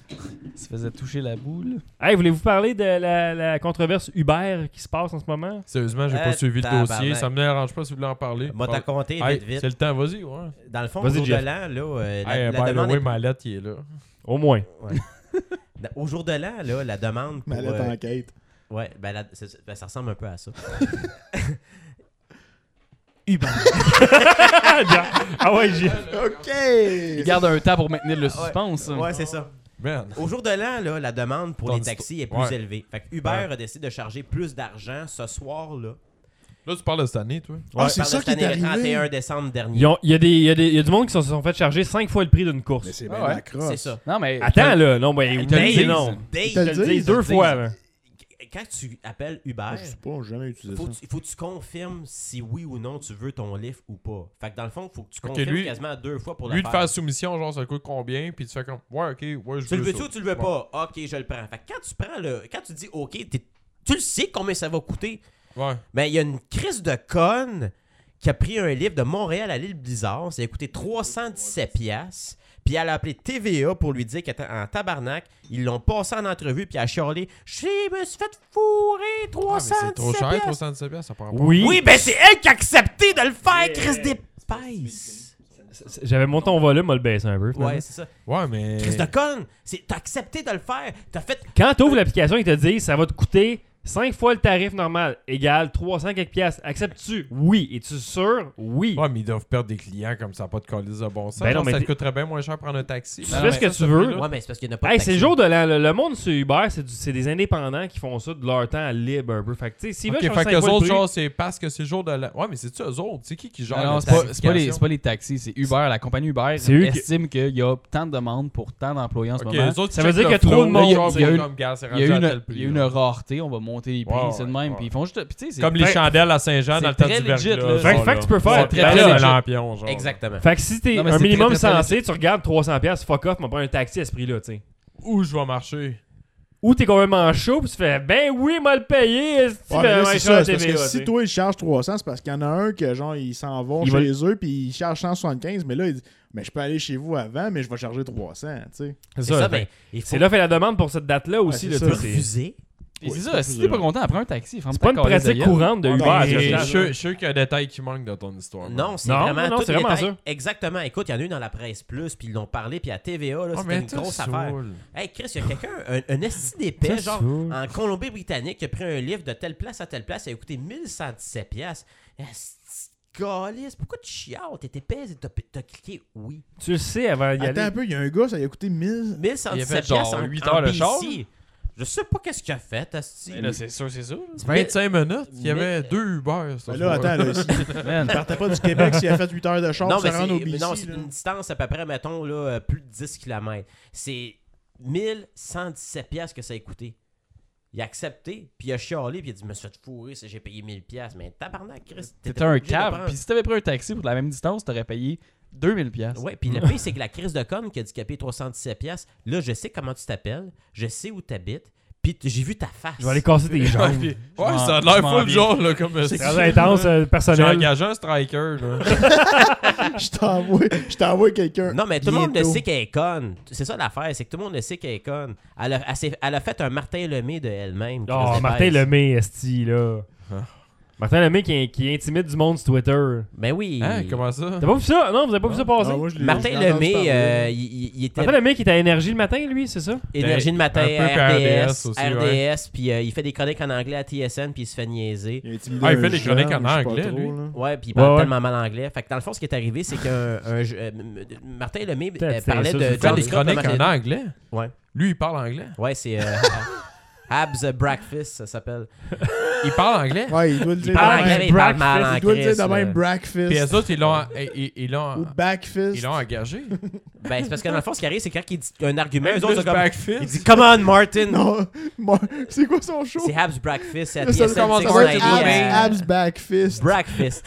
[SPEAKER 2] Il se faisait toucher la boule.
[SPEAKER 1] Hey, voulez-vous parler de la, la controverse Uber qui se passe en ce moment?
[SPEAKER 3] Sérieusement, j'ai
[SPEAKER 5] Euh,
[SPEAKER 3] pas suivi le
[SPEAKER 5] tabarnak.
[SPEAKER 3] dossier, ça me dérange pas si vous voulez en parler.
[SPEAKER 5] Moi, t'as
[SPEAKER 3] Parle-
[SPEAKER 5] compté
[SPEAKER 3] Hey,
[SPEAKER 5] vite, vite.
[SPEAKER 3] C'est le temps, vas-y, ouais.
[SPEAKER 5] Dans le fond, au
[SPEAKER 1] Vas-y,
[SPEAKER 5] jour de
[SPEAKER 1] Jeff.
[SPEAKER 5] l'an, là, euh, la,
[SPEAKER 3] Hey,
[SPEAKER 5] la
[SPEAKER 3] by the
[SPEAKER 5] demande
[SPEAKER 3] way,
[SPEAKER 5] est-
[SPEAKER 3] ma lettre, il est là.
[SPEAKER 1] Au moins.
[SPEAKER 5] da- Au jour de l'an, là, la demande pour...
[SPEAKER 4] Mais elle est
[SPEAKER 5] euh,
[SPEAKER 4] en quête.
[SPEAKER 5] ouais, ben, la- c'est- ben, ça ressemble un peu à ça.
[SPEAKER 1] ah ouais, j'ai.
[SPEAKER 2] Il
[SPEAKER 4] OK!
[SPEAKER 2] garde un temps pour maintenir le suspense.
[SPEAKER 5] Ouais, c'est ça.
[SPEAKER 3] Man.
[SPEAKER 5] Au jour de l'an, là, la demande pour
[SPEAKER 3] Ton
[SPEAKER 5] les taxis est plus
[SPEAKER 3] ouais.
[SPEAKER 5] élevée. Fait que Uber
[SPEAKER 3] Ouais.
[SPEAKER 5] a décidé de charger plus d'argent ce soir-là.
[SPEAKER 3] Là, tu parles de cette année, toi.
[SPEAKER 4] Ah,
[SPEAKER 5] Ouais,
[SPEAKER 4] c'est
[SPEAKER 5] par
[SPEAKER 4] ça
[SPEAKER 5] le
[SPEAKER 4] qui est
[SPEAKER 5] tanné-
[SPEAKER 4] arrivé.
[SPEAKER 5] 31 décembre dernier.
[SPEAKER 1] Ils ont- Il y, a des- il y a des- il y a du monde qui se sont fait charger 5 fois le prix d'une
[SPEAKER 4] Mais
[SPEAKER 1] course.
[SPEAKER 4] c'est
[SPEAKER 2] Ah
[SPEAKER 4] bien
[SPEAKER 2] ouais.
[SPEAKER 4] la crosse.
[SPEAKER 5] C'est ça.
[SPEAKER 2] Non, mais.
[SPEAKER 1] Attends, là. Non, ben,
[SPEAKER 5] te le
[SPEAKER 1] oui,
[SPEAKER 5] disent.
[SPEAKER 1] non.
[SPEAKER 4] Ils
[SPEAKER 5] Dave,
[SPEAKER 4] te
[SPEAKER 1] Ils te le disent deux
[SPEAKER 5] Ils te le
[SPEAKER 1] fois.
[SPEAKER 5] disent.
[SPEAKER 1] là.
[SPEAKER 5] Quand tu appelles Uber,
[SPEAKER 4] Moi, Je sais pas, j'ai jamais utilisé ça.
[SPEAKER 5] faut tu- il faut que tu confirmes si oui ou non tu veux ton lift ou pas. Fait que dans le fond, il faut que tu
[SPEAKER 3] Ok,
[SPEAKER 5] confirmes
[SPEAKER 3] lui-
[SPEAKER 5] quasiment deux fois pour
[SPEAKER 3] Lui,
[SPEAKER 5] le
[SPEAKER 3] de
[SPEAKER 5] faire.
[SPEAKER 3] faire soumission, genre, ça coûte combien, puis tu fais comme, ouais, ok, ouais, je
[SPEAKER 5] Tu le
[SPEAKER 3] veux.
[SPEAKER 5] veux-tu
[SPEAKER 3] ça.
[SPEAKER 5] ou tu le veux
[SPEAKER 3] Ouais.
[SPEAKER 5] pas? Ok, je le prends. Fait que quand tu prends le. Quand tu dis OK, t'es- tu le sais combien ça va coûter.
[SPEAKER 3] Ouais.
[SPEAKER 5] Mais il y a une crise de conne qui a pris un livre de Montréal à l'île Blizzard. Ça a coûté 317 piastres. Puis elle a appelé TVA pour lui dire qu'elle était en tabarnak. Ils l'ont passé en entrevue, puis elle a chialé. Je me suis fait fourrer
[SPEAKER 3] Ah, mais
[SPEAKER 5] 317
[SPEAKER 3] c'est trop cher,
[SPEAKER 5] piastres.
[SPEAKER 3] 317 piastres, ça prend pas.
[SPEAKER 1] Oui.
[SPEAKER 5] Oui, ben c'est elle qui a accepté de le faire, Chris Dépêche.
[SPEAKER 1] C'est- J'avais monté ton volume, on le baisse un peu. finalement.
[SPEAKER 5] Ouais, c'est ça.
[SPEAKER 3] Ouais, mais.
[SPEAKER 5] Chris de conne, c'est- t'as accepté de le faire. T'as fait
[SPEAKER 1] Quand tu ouvres l'application, ils te disent ça va te coûter 5 fois le tarif normal, égal 300 quelques piastres. Acceptes-tu Oui. Es-tu sûr Oui.
[SPEAKER 3] Ouais, mais ils doivent perdre des clients comme ça, pas de calice de bon sens.
[SPEAKER 1] Ben non,
[SPEAKER 3] Genre,
[SPEAKER 1] mais
[SPEAKER 3] ça te
[SPEAKER 1] t'es-
[SPEAKER 3] coûterait bien moins cher prendre un taxi.
[SPEAKER 1] Tu
[SPEAKER 3] là.
[SPEAKER 1] fais ce que tu veux.
[SPEAKER 5] Ouais, mais c'est parce qu'il n'y en a pas de
[SPEAKER 1] Hey, c'est le
[SPEAKER 5] taxi.
[SPEAKER 1] jour de la- le, le monde sur Uber, c'est du- c'est des indépendants qui font ça de leur temps libre un peu. Fait que, tu sais, s'ils
[SPEAKER 3] Ok,
[SPEAKER 1] veulent
[SPEAKER 3] fait
[SPEAKER 1] changer
[SPEAKER 3] que
[SPEAKER 1] cinq
[SPEAKER 3] eux
[SPEAKER 1] fois le
[SPEAKER 3] autres,
[SPEAKER 1] prix-
[SPEAKER 3] genre, c'est parce que c'est le jour de la. Ouais, mais c'est-tu eux autres? C'est qui qui gère
[SPEAKER 2] Non, non,
[SPEAKER 3] la
[SPEAKER 2] c'est pas, c'est pas les,
[SPEAKER 3] tarification?
[SPEAKER 2] c'est pas les taxis, c'est Uber. La compagnie Uber
[SPEAKER 1] C'est eux qui-
[SPEAKER 2] estime qu'il y a tant de demandes pour tant d'employés en ce
[SPEAKER 3] Ok,
[SPEAKER 2] moment.
[SPEAKER 3] eux autres,
[SPEAKER 1] Ça
[SPEAKER 3] ils
[SPEAKER 1] veut dire
[SPEAKER 3] checkent
[SPEAKER 1] qu'il y a
[SPEAKER 3] le
[SPEAKER 1] trop de
[SPEAKER 3] flow,
[SPEAKER 1] monde.
[SPEAKER 3] genre,
[SPEAKER 2] Il y a
[SPEAKER 3] c'est
[SPEAKER 2] une-
[SPEAKER 3] comme, gars, c'est
[SPEAKER 2] Il y
[SPEAKER 3] rendu
[SPEAKER 2] a
[SPEAKER 3] à
[SPEAKER 2] une,
[SPEAKER 3] tel prix,
[SPEAKER 2] il y a une
[SPEAKER 3] là.
[SPEAKER 2] rareté, on va monter les prix,
[SPEAKER 3] Ouais,
[SPEAKER 2] c'est de
[SPEAKER 3] ouais,
[SPEAKER 2] même.
[SPEAKER 3] ouais.
[SPEAKER 2] Puis ils font juste. Puis tu sais, c'est.
[SPEAKER 3] Comme les
[SPEAKER 1] Fait-
[SPEAKER 3] chandelles à Saint-Jean
[SPEAKER 2] c'est
[SPEAKER 3] dans le temps
[SPEAKER 2] très
[SPEAKER 3] du verglas.
[SPEAKER 2] legit, là.
[SPEAKER 1] Fait- fait que tu peux faire-
[SPEAKER 3] Ouais,
[SPEAKER 1] très,
[SPEAKER 3] très
[SPEAKER 1] très
[SPEAKER 3] à
[SPEAKER 1] legit.
[SPEAKER 3] lampion, genre.
[SPEAKER 5] Exactement.
[SPEAKER 1] Fait que si t'es
[SPEAKER 2] Non, mais
[SPEAKER 1] un
[SPEAKER 2] c'est
[SPEAKER 1] minimum
[SPEAKER 2] très, très, très
[SPEAKER 1] sensé, tu regardes 300$, piastres, fuck off, m'en prends un taxi à ce prix-là, tu sais.
[SPEAKER 3] Où je vais marcher?
[SPEAKER 1] Ou t'es complètement chaud, puis tu fais, ben oui, m'a le payé, esti,
[SPEAKER 4] Ouais,
[SPEAKER 1] ben,
[SPEAKER 4] mais là,
[SPEAKER 1] ouais,
[SPEAKER 4] c'est
[SPEAKER 1] je suis à
[SPEAKER 4] ça,
[SPEAKER 1] la
[SPEAKER 4] c'est parce
[SPEAKER 1] TVA,
[SPEAKER 4] que
[SPEAKER 1] tu
[SPEAKER 4] si
[SPEAKER 1] sais.
[SPEAKER 4] toi, ils chargent 300, c'est parce qu'il y en a un que, genre, ils s'en vont
[SPEAKER 1] Ils
[SPEAKER 4] chez
[SPEAKER 1] veulent-
[SPEAKER 4] eux, puis ils chargent 175, mais là, ils disent, mais je peux aller chez vous avant, mais je vais charger 300, tu sais.
[SPEAKER 1] C'est
[SPEAKER 5] C'est ça,
[SPEAKER 1] ça,
[SPEAKER 5] ben, il faut
[SPEAKER 1] C'est là, fait la demande pour cette date-là aussi.
[SPEAKER 4] c'est
[SPEAKER 1] là,
[SPEAKER 4] ça.
[SPEAKER 1] tu sais, C'est
[SPEAKER 5] refuser.
[SPEAKER 2] Et c'est
[SPEAKER 4] Ouais,
[SPEAKER 2] ça,
[SPEAKER 4] c'est
[SPEAKER 2] si
[SPEAKER 4] ça.
[SPEAKER 2] t'es pas content, prends un taxi.
[SPEAKER 1] c'est pas une pratique courante de
[SPEAKER 4] Ouais,
[SPEAKER 1] Uber.
[SPEAKER 4] mais-
[SPEAKER 1] à ce
[SPEAKER 3] Je
[SPEAKER 4] Et-
[SPEAKER 1] stade-là.
[SPEAKER 3] je- je suis qu'il y a un détail Ben, qui manque dans ton histoire. là.
[SPEAKER 5] Non, c'est
[SPEAKER 1] Non,
[SPEAKER 5] vraiment
[SPEAKER 1] non,
[SPEAKER 5] tout
[SPEAKER 1] c'est
[SPEAKER 5] le
[SPEAKER 1] vraiment
[SPEAKER 5] détail.
[SPEAKER 1] ça.
[SPEAKER 5] Exactement. Écoute, il y en a eu dans la presse plus, puis ils l'ont parlé, puis à TVA, là,
[SPEAKER 3] Ah,
[SPEAKER 5] c'était
[SPEAKER 3] mais
[SPEAKER 5] une
[SPEAKER 3] t'as
[SPEAKER 5] grosse
[SPEAKER 3] saoul.
[SPEAKER 5] affaire. Hey, Chris, il y a quelqu'un, un, un esti d'épais,
[SPEAKER 1] T'as
[SPEAKER 5] genre,
[SPEAKER 1] saoul.
[SPEAKER 5] en Colombie-Britannique, qui a pris un livre de telle place à telle place, il a coûté 1117 pièces. Calice, pourquoi tu chiales? T'es épais, et t'as t'as cliqué oui.
[SPEAKER 1] Tu le sais avant d'y
[SPEAKER 4] Attends un
[SPEAKER 1] aller.
[SPEAKER 4] peu, il y a un gars, ça lui a coûté 1000.
[SPEAKER 5] 1117
[SPEAKER 2] Il a fait
[SPEAKER 5] piastres
[SPEAKER 2] genre
[SPEAKER 5] en,
[SPEAKER 2] huit
[SPEAKER 5] en
[SPEAKER 2] heures de
[SPEAKER 5] BC.
[SPEAKER 2] char?
[SPEAKER 5] Je sais pas qu'est-ce qu'il a fait, esti.
[SPEAKER 2] c'est sûr, c'est sûr.
[SPEAKER 5] C'est
[SPEAKER 3] 25 minutes, il y
[SPEAKER 5] mais-
[SPEAKER 3] avait deux Uber. ce soir.
[SPEAKER 4] Mais là, attends, là, s'il
[SPEAKER 2] Man,
[SPEAKER 4] partait pas du Québec, s'il a fait 8 heures de char,
[SPEAKER 5] Non,
[SPEAKER 4] pour
[SPEAKER 5] mais
[SPEAKER 4] se
[SPEAKER 5] c'est
[SPEAKER 4] rendre au BC.
[SPEAKER 5] mais non, c'est
[SPEAKER 4] là.
[SPEAKER 5] une distance à peu près, mettons, là, euh, plus de 10 km. C'est 1117 pièces que ça a coûté. Il a accepté, puis il a chialé, puis il a dit « me suis fait fourrer, c'est- j'ai payé 1000 pièces Mais tabarnak, Chris,
[SPEAKER 2] t'étais un
[SPEAKER 5] obligé de
[SPEAKER 2] cave.
[SPEAKER 5] prendre-
[SPEAKER 2] Puis si t'avais pris un taxi pour la même distance, t'aurais payé 2000$. piastres.
[SPEAKER 5] Ouais, puis le pire, c'est que la crise de conne qui a dit qu'elle a payé 317 pièces là, je sais comment tu t'appelles, je sais où t'habites, puis t- j'ai vu ta face.
[SPEAKER 1] Je vais aller casser tes
[SPEAKER 3] Ouais,
[SPEAKER 1] jambes.
[SPEAKER 3] puis-
[SPEAKER 2] Je
[SPEAKER 3] ouais,
[SPEAKER 2] m'en-
[SPEAKER 3] ça a l'air
[SPEAKER 2] je m'en
[SPEAKER 3] full
[SPEAKER 2] viens.
[SPEAKER 3] genre, là, comme.
[SPEAKER 1] C'est très intense, euh,
[SPEAKER 3] J'ai
[SPEAKER 1] personnel.
[SPEAKER 3] engagé un striker, là.
[SPEAKER 4] Je t'envoie, je t'envoie quelqu'un.
[SPEAKER 5] Non, mais tout le monde le
[SPEAKER 4] bientôt.
[SPEAKER 5] sait qu'elle est conne. C'est ça l'affaire, c'est que tout le monde le sait qu'elle est conne. Elle a, elle s'est- elle a fait un Martin Lemay de elle-même. Chris
[SPEAKER 1] Oh,
[SPEAKER 5] Dépêche.
[SPEAKER 4] Hein?
[SPEAKER 1] Martin Lemay, esti, là. Martin Lemay qui, qui intimide du monde sur Twitter.
[SPEAKER 5] Ben oui.
[SPEAKER 3] Hein, comment ça?
[SPEAKER 1] T'as pas vu ça? Non, vous avez pas vu ça passer?
[SPEAKER 4] Ah, moi, je l'ai- je l'ai
[SPEAKER 5] Martin
[SPEAKER 4] entendu
[SPEAKER 5] Lemay,
[SPEAKER 4] parler.
[SPEAKER 5] euh, il, il- il était
[SPEAKER 1] Martin Lemay qui était à Énergie le matin, lui, c'est ça?
[SPEAKER 5] énergie le matin,
[SPEAKER 3] un peu par
[SPEAKER 5] RDS,
[SPEAKER 3] RDS aussi,
[SPEAKER 5] RDS,
[SPEAKER 3] ouais.
[SPEAKER 5] puis euh, il fait des chroniques en anglais à TSN, puis il se fait niaiser.
[SPEAKER 4] Il, a intimidé
[SPEAKER 3] Ah, il
[SPEAKER 4] un
[SPEAKER 3] fait des
[SPEAKER 4] jeune,
[SPEAKER 3] chroniques en
[SPEAKER 4] je sais pas
[SPEAKER 3] anglais,
[SPEAKER 4] trop,
[SPEAKER 3] lui.
[SPEAKER 4] là.
[SPEAKER 5] Ouais, puis il parle
[SPEAKER 1] Ouais, ouais.
[SPEAKER 5] tellement mal anglais. Fait que dans le fond, ce qui est arrivé, c'est qu'un un je- euh, m- m- Martin Lemay euh,
[SPEAKER 1] Peut-être,
[SPEAKER 5] parlait
[SPEAKER 1] c'est
[SPEAKER 5] de
[SPEAKER 1] ça,
[SPEAKER 5] John
[SPEAKER 1] c'est
[SPEAKER 3] Faire des
[SPEAKER 5] Scott,
[SPEAKER 3] chroniques
[SPEAKER 5] comment
[SPEAKER 3] en
[SPEAKER 5] il-
[SPEAKER 3] anglais.
[SPEAKER 5] Ouais.
[SPEAKER 3] Lui, il parle anglais.
[SPEAKER 5] Ouais, c'est euh, Abs Breakfast, ça s'appelle.
[SPEAKER 3] Il parle anglais.
[SPEAKER 4] Ouais, il doit le dire.
[SPEAKER 5] parle
[SPEAKER 4] de
[SPEAKER 5] anglais,
[SPEAKER 4] même.
[SPEAKER 5] mais il parle mal en
[SPEAKER 4] Il doit le dire
[SPEAKER 5] Christ,
[SPEAKER 4] de même
[SPEAKER 5] là.
[SPEAKER 4] breakfast
[SPEAKER 3] Puis les autres, ils l'ont, ils, ils
[SPEAKER 4] ou
[SPEAKER 3] l'ont,
[SPEAKER 4] backfist.
[SPEAKER 3] ils l'ont engagé.
[SPEAKER 5] Ben, c'est parce que dans le fond, ce qui arrive, c'est que quand il dit un argument, eux
[SPEAKER 3] English
[SPEAKER 5] autres, sont comme.
[SPEAKER 3] breakfast.
[SPEAKER 5] Il dit Come on, Martin!
[SPEAKER 4] Non, moi, c'est quoi son show?
[SPEAKER 5] C'est Habs Breakfast, c'est à
[SPEAKER 4] Là, ça
[SPEAKER 5] TSN,
[SPEAKER 3] commence
[SPEAKER 5] c'est
[SPEAKER 3] à avoir du
[SPEAKER 5] son idée
[SPEAKER 3] bruit.
[SPEAKER 5] à-
[SPEAKER 4] abs, abs, backfist.
[SPEAKER 5] Breakfast.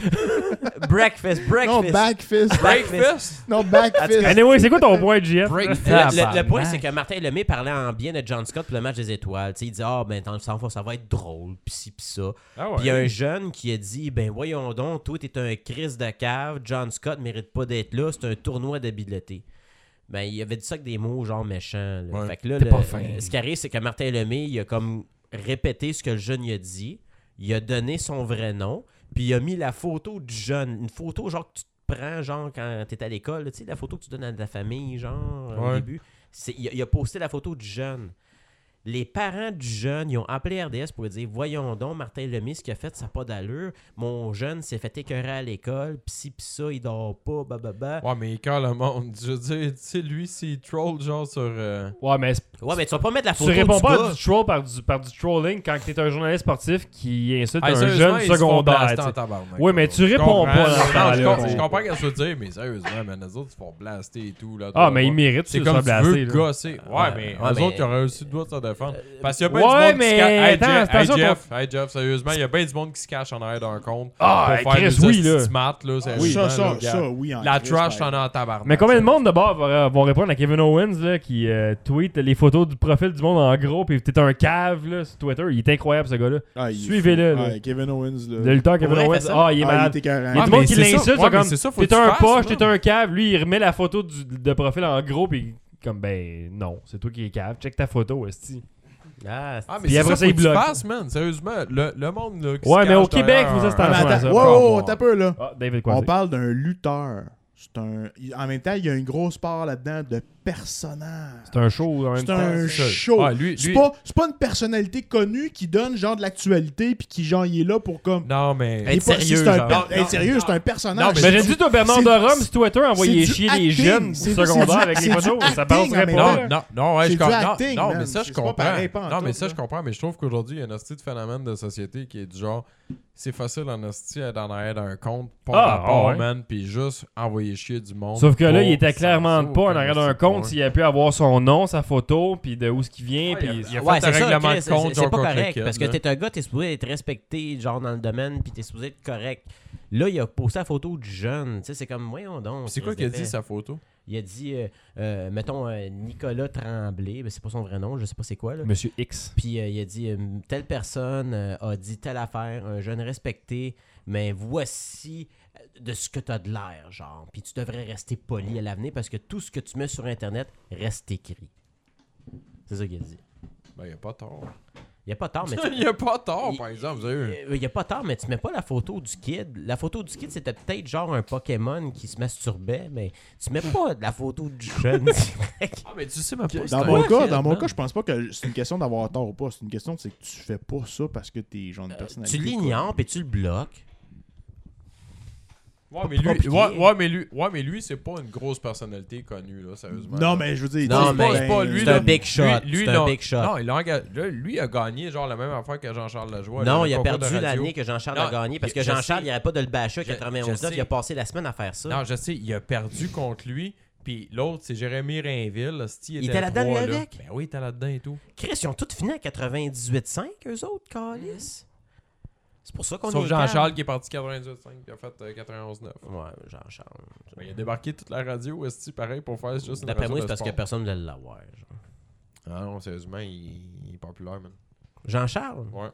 [SPEAKER 5] breakfast,
[SPEAKER 4] Non,
[SPEAKER 5] breakfast.
[SPEAKER 4] backfist.
[SPEAKER 3] Breakfast.
[SPEAKER 4] Non, backfist.
[SPEAKER 1] Anyway, c'est quoi ton point, JF?
[SPEAKER 3] Breakfast.
[SPEAKER 5] Le, le- le point, c'est que Martin Lemay parlait en bien de John Scott pour le match des étoiles. Tu sais, il dit Ah, ben, dans le sang, ça va être drôle, pis ci, pis ça.
[SPEAKER 3] Ah ouais.
[SPEAKER 5] Puis il y a un jeune qui a dit Ben, voyons donc, toi, t'es un Chris de cave, John Scott mérite pas d'être là, c'est un tournoi d'habileté. Ben, il avait dit ça avec des mots genre méchants. là.
[SPEAKER 3] Ouais.
[SPEAKER 5] Fait que là,
[SPEAKER 3] T'es
[SPEAKER 5] le-
[SPEAKER 3] pas fin.
[SPEAKER 5] ce qui arrive, c'est que Martin Lemay, il a comme répété ce que le jeune il a dit, il a donné son vrai nom, puis il a mis la photo du jeune, une photo genre que tu te prends genre quand t'es à l'école, là, tu sais, la photo que tu donnes à ta famille, genre au
[SPEAKER 3] Ouais.
[SPEAKER 5] début. C'est- il, a, il a posté la photo du jeune. Les parents du jeune, ils ont appelé RDS pour lui dire Voyons donc, Martin Lemay, ce qu'il a fait, ça n'a pas d'allure. Mon jeune s'est fait écœurer à l'école, pis ci, pis ça, il dort pas, bababa.
[SPEAKER 3] Ouais, mais il cale le monde. Je veux dire, tu sais, lui, s'il troll genre sur. euh,
[SPEAKER 1] Ouais, mais c'est-
[SPEAKER 5] Ouais, mais tu vas pas mettre la
[SPEAKER 1] tu
[SPEAKER 5] photo
[SPEAKER 1] réponds
[SPEAKER 5] du
[SPEAKER 1] pas
[SPEAKER 5] gars.
[SPEAKER 1] à du troll par du, par du trolling quand t'es un journaliste sportif qui insulte
[SPEAKER 3] hey,
[SPEAKER 1] un
[SPEAKER 3] sérieusement,
[SPEAKER 1] jeune
[SPEAKER 3] Ah, ils se font
[SPEAKER 1] secondaire.
[SPEAKER 3] blaster en
[SPEAKER 1] tu sais.
[SPEAKER 3] tabarnak,
[SPEAKER 1] Oui, mais
[SPEAKER 3] là.
[SPEAKER 1] tu
[SPEAKER 3] Je
[SPEAKER 1] réponds
[SPEAKER 3] comprends,
[SPEAKER 1] pas dans ce
[SPEAKER 3] non,
[SPEAKER 1] temps-là,
[SPEAKER 3] je,
[SPEAKER 1] bon.
[SPEAKER 3] com- je comprends qu'elle se dit, mais sérieusement, man, les autres, ils se font blaster et tout. Là,
[SPEAKER 1] Ah, mais il mérite
[SPEAKER 3] C'est
[SPEAKER 1] de
[SPEAKER 3] comme
[SPEAKER 1] se
[SPEAKER 3] tu
[SPEAKER 1] faire
[SPEAKER 3] veux
[SPEAKER 1] blaster, là.
[SPEAKER 3] gosser. Ouais,
[SPEAKER 5] Ouais,
[SPEAKER 3] mais
[SPEAKER 5] ouais,
[SPEAKER 3] eux
[SPEAKER 5] mais-
[SPEAKER 3] autres, ils auraient aussi le droit de se défendre. Parce qu'il y a bien
[SPEAKER 1] Ouais,
[SPEAKER 3] du monde
[SPEAKER 1] mais
[SPEAKER 3] qui se cache. Hey,
[SPEAKER 1] attends,
[SPEAKER 3] Jeff,
[SPEAKER 1] attention,
[SPEAKER 3] hey, Jeff, hey, Jeff, sérieusement, il y a bien du monde qui se cache en arrière d'un compte.
[SPEAKER 1] Ah, hey,
[SPEAKER 3] pour faire
[SPEAKER 1] Chris,
[SPEAKER 3] des
[SPEAKER 1] oui, là.
[SPEAKER 3] hosties de maths, là,
[SPEAKER 4] Oui,
[SPEAKER 3] sérieusement,
[SPEAKER 4] ça,
[SPEAKER 3] là,
[SPEAKER 4] ça,
[SPEAKER 3] gars.
[SPEAKER 4] ça, oui. en
[SPEAKER 3] La
[SPEAKER 4] Christ,
[SPEAKER 3] trash,
[SPEAKER 4] par
[SPEAKER 3] t'en as en tabarnak.
[SPEAKER 1] Mais combien de monde d'abord vont vont répondre à Kevin Owens là, qui euh, tweet les photos du profil du monde en gros, puis t'es un cave là, sur Twitter. Il est incroyable ce gars-là.
[SPEAKER 4] Ah, il est
[SPEAKER 1] Suivez-le,
[SPEAKER 4] fou.
[SPEAKER 1] là.
[SPEAKER 4] Ouais, Kevin Owens, là.
[SPEAKER 1] Le lutteur Kevin
[SPEAKER 5] vrai,
[SPEAKER 1] Owens,
[SPEAKER 5] fais ça.
[SPEAKER 1] ah, il est
[SPEAKER 4] ah,
[SPEAKER 1] malade.
[SPEAKER 4] il était
[SPEAKER 1] Il y a
[SPEAKER 4] carré.
[SPEAKER 1] du
[SPEAKER 3] Ah,
[SPEAKER 1] monde
[SPEAKER 3] mais
[SPEAKER 1] qui
[SPEAKER 3] c'est ça.
[SPEAKER 1] l'insulte, sont
[SPEAKER 3] Ouais, mais
[SPEAKER 1] comme
[SPEAKER 3] c'est ça, faut
[SPEAKER 1] t'es
[SPEAKER 3] que tu
[SPEAKER 1] un
[SPEAKER 3] fasses,
[SPEAKER 1] poche,
[SPEAKER 3] là.
[SPEAKER 1] t'es un cave. Lui, il remet la photo du- de profil en gros, puis comme ben non, c'est toi qui es cave. Check ta photo, esti.
[SPEAKER 5] Ah,
[SPEAKER 3] Ah, mais
[SPEAKER 1] Puis
[SPEAKER 3] c'est
[SPEAKER 1] après
[SPEAKER 3] ça,
[SPEAKER 1] ça,
[SPEAKER 3] faut
[SPEAKER 1] il
[SPEAKER 3] que tu
[SPEAKER 1] bloque.
[SPEAKER 3] fasses, man. Sérieusement, le, le monde, là, qui
[SPEAKER 1] Ouais,
[SPEAKER 3] se
[SPEAKER 1] mais au
[SPEAKER 3] cache
[SPEAKER 1] Québec,
[SPEAKER 3] derrière
[SPEAKER 1] vous êtes
[SPEAKER 3] un-
[SPEAKER 1] en-
[SPEAKER 4] Ah, mais
[SPEAKER 1] ça, par
[SPEAKER 4] attends, wow, wow,
[SPEAKER 3] rapport.
[SPEAKER 4] t'as peu, là.
[SPEAKER 1] Ah, David
[SPEAKER 4] On
[SPEAKER 1] Croisé.
[SPEAKER 4] parle d'un lutteur. C'est un... il- En même temps, il y a une grosse part là-dedans de personnage.
[SPEAKER 1] C'est un show en même
[SPEAKER 4] C'est
[SPEAKER 1] temps.
[SPEAKER 4] un
[SPEAKER 3] c'est ça.
[SPEAKER 4] show.
[SPEAKER 3] Ah, lui-
[SPEAKER 4] C'est
[SPEAKER 3] lui-
[SPEAKER 4] pas, c'est pas une personnalité connue qui donne genre de l'actualité puis qui genre il est là pour comme.
[SPEAKER 3] Non, mais.
[SPEAKER 4] Il est pas-
[SPEAKER 5] sérieux,
[SPEAKER 4] c'est un
[SPEAKER 5] genre.
[SPEAKER 4] per-
[SPEAKER 3] Non,
[SPEAKER 4] hey,
[SPEAKER 3] non,
[SPEAKER 4] sérieux, c'est un personnage.
[SPEAKER 3] Non, mais
[SPEAKER 1] Mais j'ai dit, toi, Bernard
[SPEAKER 4] c'est-
[SPEAKER 1] Dorum, sur Twitter, envoyer
[SPEAKER 4] du
[SPEAKER 1] chier
[SPEAKER 4] acting,
[SPEAKER 1] les jeunes
[SPEAKER 4] c'est-
[SPEAKER 1] au
[SPEAKER 4] c'est
[SPEAKER 1] secondaire
[SPEAKER 4] du-
[SPEAKER 1] avec les
[SPEAKER 4] c'est du
[SPEAKER 1] photos. Ça
[SPEAKER 4] acting
[SPEAKER 1] passerait
[SPEAKER 4] en même
[SPEAKER 1] pas.
[SPEAKER 4] temps.
[SPEAKER 1] là.
[SPEAKER 3] Non, non, non, ouais,
[SPEAKER 4] C'est
[SPEAKER 3] je
[SPEAKER 4] du
[SPEAKER 3] comprends. Non,
[SPEAKER 4] acting,
[SPEAKER 3] non,
[SPEAKER 4] man.
[SPEAKER 3] mais ça, je
[SPEAKER 4] C'est pas
[SPEAKER 3] comprends.
[SPEAKER 4] pareil, pas en
[SPEAKER 3] non,
[SPEAKER 4] tout,
[SPEAKER 3] mais ça,
[SPEAKER 4] là.
[SPEAKER 3] je comprends. Mais je trouve qu'aujourd'hui, il y a un hostie de phénomène de société qui est du genre, c'est facile en hostie à d'en aller d'un compte, pas
[SPEAKER 1] Ah,
[SPEAKER 3] rapport,
[SPEAKER 1] ah ouais.
[SPEAKER 3] man, puis juste envoyer chier du monde.
[SPEAKER 1] Sauf que là,
[SPEAKER 4] Oh,
[SPEAKER 3] pour
[SPEAKER 1] il était
[SPEAKER 3] s'en
[SPEAKER 1] clairement
[SPEAKER 3] foutre,
[SPEAKER 1] pas en
[SPEAKER 3] comme
[SPEAKER 1] arrière d'un
[SPEAKER 3] hostie de
[SPEAKER 1] compte
[SPEAKER 3] point.
[SPEAKER 1] s'il a pu avoir son nom, sa photo, puis de où ce qu'il vient,
[SPEAKER 3] Ouais,
[SPEAKER 1] puis
[SPEAKER 3] il a
[SPEAKER 4] ah
[SPEAKER 5] Ouais,
[SPEAKER 3] fait un
[SPEAKER 5] c'est ça,
[SPEAKER 3] règlement
[SPEAKER 5] Chris,
[SPEAKER 3] de compte,
[SPEAKER 5] c'est- c'est
[SPEAKER 3] genre
[SPEAKER 5] pas
[SPEAKER 3] contre
[SPEAKER 5] correct.
[SPEAKER 3] Kid,
[SPEAKER 5] Parce que
[SPEAKER 3] là.
[SPEAKER 5] t'es un gars, t'es supposé être respecté, genre dans le domaine, puis t'es supposé être correct. Là, il a posté la photo du jeune. Tu sais, c'est comme, voyons donc.
[SPEAKER 3] C'est quoi
[SPEAKER 5] Chris
[SPEAKER 3] qu'il a
[SPEAKER 5] d'épais.
[SPEAKER 3] dit, sa photo
[SPEAKER 5] Il a dit, euh, euh, mettons, euh, Nicolas Tremblay, mais c'est pas son vrai nom, je sais pas c'est quoi. Là.
[SPEAKER 1] Monsieur X.
[SPEAKER 5] Puis euh, il a dit, euh, telle personne euh, a dit telle affaire, un jeune respecté, mais voici euh, de ce que t'as de l'air, genre. Puis tu devrais rester poli à l'avenir parce que tout ce que tu mets sur Internet reste écrit. C'est ça qu'il a dit.
[SPEAKER 3] Ben, il a pas tort.
[SPEAKER 5] Il n'y a pas tard, mais tu-
[SPEAKER 3] Il a pas tort,
[SPEAKER 5] Il-
[SPEAKER 3] par exemple. vous avez-
[SPEAKER 5] Il n'y a pas tard, mais tu mets pas la photo du kid. La photo du kid, c'était peut-être genre un Pokémon qui se masturbait, mais tu mets pas de la photo du jeune.
[SPEAKER 3] Ah, mais tu sais, ma pote,
[SPEAKER 4] Dans mon cas, dans
[SPEAKER 3] finalement.
[SPEAKER 4] mon cas, je pense pas que c'est une question d'avoir tort ou pas. C'est une question, c'est que tu fais pas ça parce que t'es genre une personnalité.
[SPEAKER 5] Euh, tu l'ignores puis tu le bloques.
[SPEAKER 3] Ouais, mais lui,
[SPEAKER 5] compliqué.
[SPEAKER 3] ouais, ouais, mais lui, ouais, mais lui, c'est pas une grosse personnalité connue, là, sérieusement.
[SPEAKER 4] Non, mais je veux dire,
[SPEAKER 5] Non,
[SPEAKER 4] tu sais,
[SPEAKER 5] mais
[SPEAKER 4] ben,
[SPEAKER 3] c'est pas lui,
[SPEAKER 5] c'est
[SPEAKER 3] là.
[SPEAKER 5] un big shot.
[SPEAKER 3] Lui- lui,
[SPEAKER 5] c'est un
[SPEAKER 3] non.
[SPEAKER 5] big shot.
[SPEAKER 3] Non, il a engagé- là, lui a gagné genre la même affaire que Jean-Charles Lajoie.
[SPEAKER 5] Non,
[SPEAKER 3] le
[SPEAKER 5] il a
[SPEAKER 3] concours de
[SPEAKER 5] perdu
[SPEAKER 3] radio.
[SPEAKER 5] l'année que Jean-Charles
[SPEAKER 3] Non,
[SPEAKER 5] a gagné parce que
[SPEAKER 3] je
[SPEAKER 5] Jean-Charles,
[SPEAKER 3] sais.
[SPEAKER 5] il n'y avait pas de le bâcher à
[SPEAKER 3] Je- je
[SPEAKER 5] 91
[SPEAKER 3] sais.
[SPEAKER 5] Il a passé la semaine à faire ça.
[SPEAKER 3] Non, je sais, il a perdu contre lui. Puis l'autre, c'est Jérémy Rainville. là, c'ti,
[SPEAKER 5] Il
[SPEAKER 3] était
[SPEAKER 5] était là-dedans,
[SPEAKER 3] trois,
[SPEAKER 5] lui,
[SPEAKER 3] là.
[SPEAKER 5] avec?
[SPEAKER 3] Ben oui, il était là-dedans et tout.
[SPEAKER 5] Chris, ils ont tous fini à 98,5, eux autres, Calis. C'est pour ça qu'on
[SPEAKER 3] Sauf
[SPEAKER 5] est
[SPEAKER 3] Jean-Charles qui est parti 98.5 puis a fait euh, 91.9.
[SPEAKER 5] calme. Ouais, Jean-Charles.
[SPEAKER 3] Ben, il a débarqué toute la radio, esti, pareil, pour faire juste une
[SPEAKER 5] D'après
[SPEAKER 3] radio
[SPEAKER 5] moi,
[SPEAKER 3] de
[SPEAKER 5] c'est parce que
[SPEAKER 3] sport.
[SPEAKER 5] personne ne voulait l'avoir. genre.
[SPEAKER 3] Ah non, sérieusement, il, il est populaire, man.
[SPEAKER 5] Jean-Charles?
[SPEAKER 3] Ouais.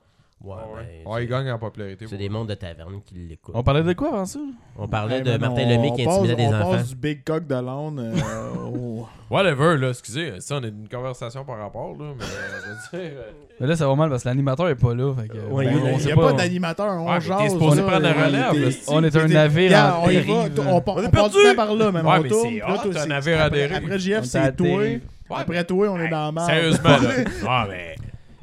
[SPEAKER 5] Ouais,
[SPEAKER 3] Ah ouais.
[SPEAKER 5] ben,
[SPEAKER 3] Ouais, il gagne en popularité.
[SPEAKER 5] C'est des mondes de taverne qui l'écoutent.
[SPEAKER 2] On parlait de quoi avant ça?
[SPEAKER 5] On parlait
[SPEAKER 4] Hey,
[SPEAKER 5] de
[SPEAKER 4] man,
[SPEAKER 5] Martin
[SPEAKER 4] on-
[SPEAKER 5] Lemay
[SPEAKER 4] on
[SPEAKER 5] qui
[SPEAKER 4] passe-
[SPEAKER 5] intimidait des
[SPEAKER 4] on
[SPEAKER 5] enfants.
[SPEAKER 4] passe du big cock de l'âne euh, au-
[SPEAKER 3] Whatever, là, excusez. Ça, on a une conversation par rapport, là, mais je veux dire. euh,
[SPEAKER 2] Mais là, ça va mal parce que l'animateur est pas là. Fait que,
[SPEAKER 5] Ouais,
[SPEAKER 2] ben,
[SPEAKER 5] il y a-
[SPEAKER 2] on
[SPEAKER 4] Il n'y
[SPEAKER 2] sait
[SPEAKER 4] a
[SPEAKER 2] pas.
[SPEAKER 4] pas d'animateur, on
[SPEAKER 3] Ouais, mais t'es
[SPEAKER 4] jase.
[SPEAKER 3] supposé
[SPEAKER 4] là,
[SPEAKER 3] prendre la
[SPEAKER 4] euh,
[SPEAKER 3] relève,
[SPEAKER 4] t'es-
[SPEAKER 3] là,
[SPEAKER 4] t'es-
[SPEAKER 2] on est
[SPEAKER 4] t'es-
[SPEAKER 2] un
[SPEAKER 4] t'es-
[SPEAKER 2] navire
[SPEAKER 4] Regarde,
[SPEAKER 2] en
[SPEAKER 4] on y va,
[SPEAKER 2] dérive.
[SPEAKER 4] t- on, part-
[SPEAKER 5] On est
[SPEAKER 4] on part du
[SPEAKER 5] perdu.
[SPEAKER 4] temps par là, man.
[SPEAKER 3] Ouais,
[SPEAKER 4] on
[SPEAKER 3] mais
[SPEAKER 4] tourne,
[SPEAKER 3] c'est
[SPEAKER 4] puis là,
[SPEAKER 3] hot,
[SPEAKER 4] toi,
[SPEAKER 3] un
[SPEAKER 4] c'est-
[SPEAKER 3] navire à
[SPEAKER 4] après,
[SPEAKER 3] dérive.
[SPEAKER 4] après
[SPEAKER 2] On
[SPEAKER 4] JF,
[SPEAKER 2] t'a
[SPEAKER 4] c'est toi.
[SPEAKER 2] atterri.
[SPEAKER 3] Ouais,
[SPEAKER 4] Après toi, on est dans la merde.
[SPEAKER 3] Sérieusement, là. Ah, mais.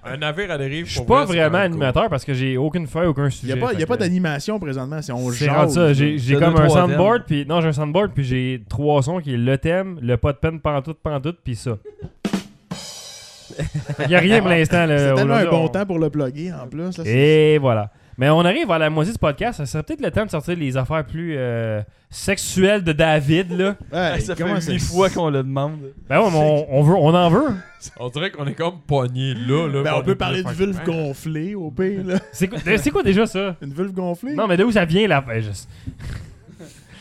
[SPEAKER 3] Un navire à dérive.
[SPEAKER 1] Je suis
[SPEAKER 3] pour
[SPEAKER 1] pas
[SPEAKER 3] vrai, c'est
[SPEAKER 1] vraiment
[SPEAKER 3] quand même cool.
[SPEAKER 1] animateur parce que j'ai aucune feuille, aucun
[SPEAKER 4] Il n'y
[SPEAKER 1] sujet.
[SPEAKER 4] a pas, il y
[SPEAKER 1] fait
[SPEAKER 4] a pas
[SPEAKER 1] que-
[SPEAKER 4] d'animation présentement, c'est on
[SPEAKER 1] C'est rendu
[SPEAKER 4] jase.
[SPEAKER 1] ça, j'ai j'ai
[SPEAKER 2] T'as
[SPEAKER 1] comme
[SPEAKER 2] deux,
[SPEAKER 1] un
[SPEAKER 2] trois
[SPEAKER 1] soundboard, puis non, j'ai un soundboard, puis j'ai trois sons qui est le thème, le pas de peine, pantoute, pantoute, puis ça. Y a rien pour l'instant. là,
[SPEAKER 4] C'est tellement un
[SPEAKER 1] euh, aujourd'hui,
[SPEAKER 4] bon
[SPEAKER 1] on-
[SPEAKER 4] temps pour le plugger en plus. là, c'est-
[SPEAKER 1] Et voilà. Mais on arrive à la moitié du podcast, ça serait peut-être le temps de sortir les affaires plus euh, sexuelles de David, là.
[SPEAKER 4] Ouais,
[SPEAKER 2] ça
[SPEAKER 4] comment
[SPEAKER 2] fait
[SPEAKER 4] c'est-
[SPEAKER 2] mille fois qu'on le demande.
[SPEAKER 1] Ben ouais, mais on, on veut, on en veut.
[SPEAKER 3] On dirait qu'on est comme poigné là, là.
[SPEAKER 4] Ben,
[SPEAKER 3] mais
[SPEAKER 4] on peut parler de
[SPEAKER 3] faire-
[SPEAKER 4] vulve gonflée au pire. là.
[SPEAKER 1] C'est quoi, c'est quoi déjà ça?
[SPEAKER 4] Une vulve gonflée?
[SPEAKER 1] Non, mais d'où ça vient, là? Ben, je-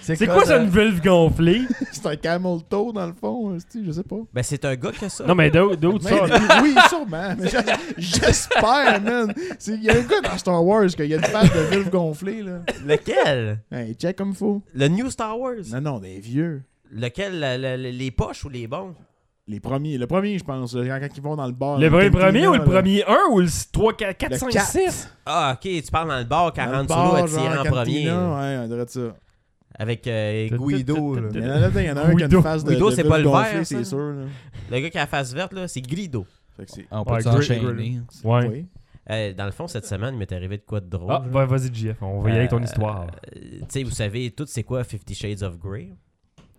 [SPEAKER 1] C'est quoi
[SPEAKER 4] euh,
[SPEAKER 1] ça, une vulve gonflée?
[SPEAKER 4] C'est un camel toe dans le fond, esti, je sais pas.
[SPEAKER 5] Ben, c'est un gars qui a ça.
[SPEAKER 1] Non, mais d'où d'où
[SPEAKER 4] Mais-
[SPEAKER 1] ça?
[SPEAKER 4] oui, sûrement. mais j'a- J'espère, man. C'est- Il y a un gars dans Star Wars qu'il y a une patte de vulve gonflée, là.
[SPEAKER 5] Lequel
[SPEAKER 4] Hey, check comme faut.
[SPEAKER 5] Le New Star Wars
[SPEAKER 4] Non, non, des vieux.
[SPEAKER 5] Lequel la- la- la- Les poches ou les bons
[SPEAKER 4] Les premiers. Le premier, je pense. là, Quand, quand ils vont dans le bar.
[SPEAKER 1] Le
[SPEAKER 4] là,
[SPEAKER 1] premier,
[SPEAKER 4] Cantina,
[SPEAKER 1] premier ou le
[SPEAKER 4] là.
[SPEAKER 1] premier 1 ou le 3, 4, 4
[SPEAKER 4] Le
[SPEAKER 1] 5,
[SPEAKER 4] quatre.
[SPEAKER 1] 6?
[SPEAKER 5] Ah, ok, tu parles dans le bar,
[SPEAKER 4] Dans le
[SPEAKER 5] 40
[SPEAKER 4] bar,
[SPEAKER 5] sous à
[SPEAKER 4] genre,
[SPEAKER 5] tirer en premier.
[SPEAKER 4] cantina, Ouais, on dirait ça.
[SPEAKER 5] Avec euh, Guido. là.
[SPEAKER 4] Mais là, il y en a un qui a
[SPEAKER 1] Guido.
[SPEAKER 4] une face de,
[SPEAKER 5] Guido,
[SPEAKER 4] de
[SPEAKER 5] c'est pas
[SPEAKER 4] vulve
[SPEAKER 5] le vert,
[SPEAKER 4] gonflée,
[SPEAKER 5] ça?
[SPEAKER 4] c'est sûr. Là.
[SPEAKER 5] Le gars qui a la face verte, là, c'est Grido.
[SPEAKER 4] Fait que c'est-
[SPEAKER 2] Ah, on
[SPEAKER 1] Ouais,
[SPEAKER 2] peut
[SPEAKER 1] Grey-
[SPEAKER 2] s'enchaîner.
[SPEAKER 4] c'est-
[SPEAKER 1] Ouais.
[SPEAKER 4] oui.
[SPEAKER 5] Euh, dans le fond, cette semaine, il m'est arrivé de quoi de drôle.
[SPEAKER 1] Ah, bah, vas-y, JF, on va y aller avec ton histoire.
[SPEAKER 5] Euh, tu sais, vous savez, tout c'est quoi Fifty Shades of Grey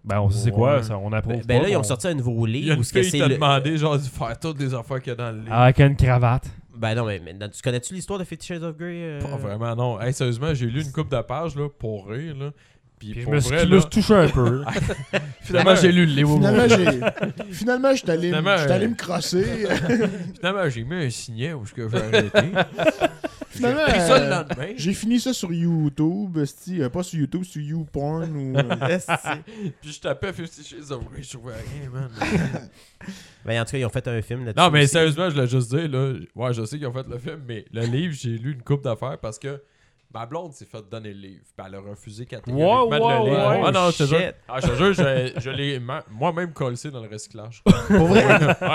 [SPEAKER 1] Ben, on sait c'est quoi, ça, on approuve.
[SPEAKER 5] Ben,
[SPEAKER 1] pas,
[SPEAKER 5] ben là, ils
[SPEAKER 1] on-
[SPEAKER 5] ont sorti un nouveau
[SPEAKER 3] Il y a
[SPEAKER 5] livre.
[SPEAKER 3] une
[SPEAKER 5] où ce que
[SPEAKER 3] fille qui
[SPEAKER 5] c'est
[SPEAKER 3] t'a
[SPEAKER 5] le-
[SPEAKER 3] demandé, genre, de faire toutes les affaires qu'il y a dans le livre.
[SPEAKER 4] Ah.
[SPEAKER 1] Avec une cravate.
[SPEAKER 5] Ben non, mais, mais tu connais-tu l'histoire de Fifty Shades of Grey euh?
[SPEAKER 3] Pas Ah, vraiment, non. Hey, sérieusement, j'ai lu une coupe de pages, là, pour rire, là. Puis,
[SPEAKER 1] Puis je
[SPEAKER 3] pour
[SPEAKER 1] me suis
[SPEAKER 3] vrai,
[SPEAKER 1] je me
[SPEAKER 3] là,
[SPEAKER 1] suis touché un peu.
[SPEAKER 3] finalement, j'ai lu.
[SPEAKER 2] le Léo.
[SPEAKER 4] Finalement, j'ai. Finalement, je suis allé me-
[SPEAKER 3] Finalement,
[SPEAKER 4] je suis allé
[SPEAKER 3] euh,
[SPEAKER 4] me crosser.
[SPEAKER 3] Finalement, j'ai mis un signet où ce que j'ai arrêté.
[SPEAKER 4] Finalement.
[SPEAKER 3] Puis ça, le
[SPEAKER 4] euh,
[SPEAKER 3] lendemain,
[SPEAKER 4] J'ai fini ça sur YouTube, esti, euh, pas sur YouTube, sur YouPorn ou. euh,
[SPEAKER 3] puis je tapais Fifty Shades of Grey, je trouvais rien, man.
[SPEAKER 5] Ben en tout cas, ils ont fait un film là-dessus.
[SPEAKER 3] Non, mais
[SPEAKER 5] aussi.
[SPEAKER 3] sérieusement, je l'ai juste dit, là. Ouais, je sais qu'ils ont fait le film, mais le livre, j'ai lu une coupe d'affaires parce que ma blonde s'est fait donner le livre. Puis elle a refusé catégoriquement
[SPEAKER 1] Wow, wow,
[SPEAKER 3] de le lire.
[SPEAKER 1] wow.
[SPEAKER 3] ah non, je te jure.
[SPEAKER 5] Shit.
[SPEAKER 3] Ah, je te jure, je, je l'ai ma- moi-même collé dans le recyclage.
[SPEAKER 4] Pour vrai?
[SPEAKER 3] ouais.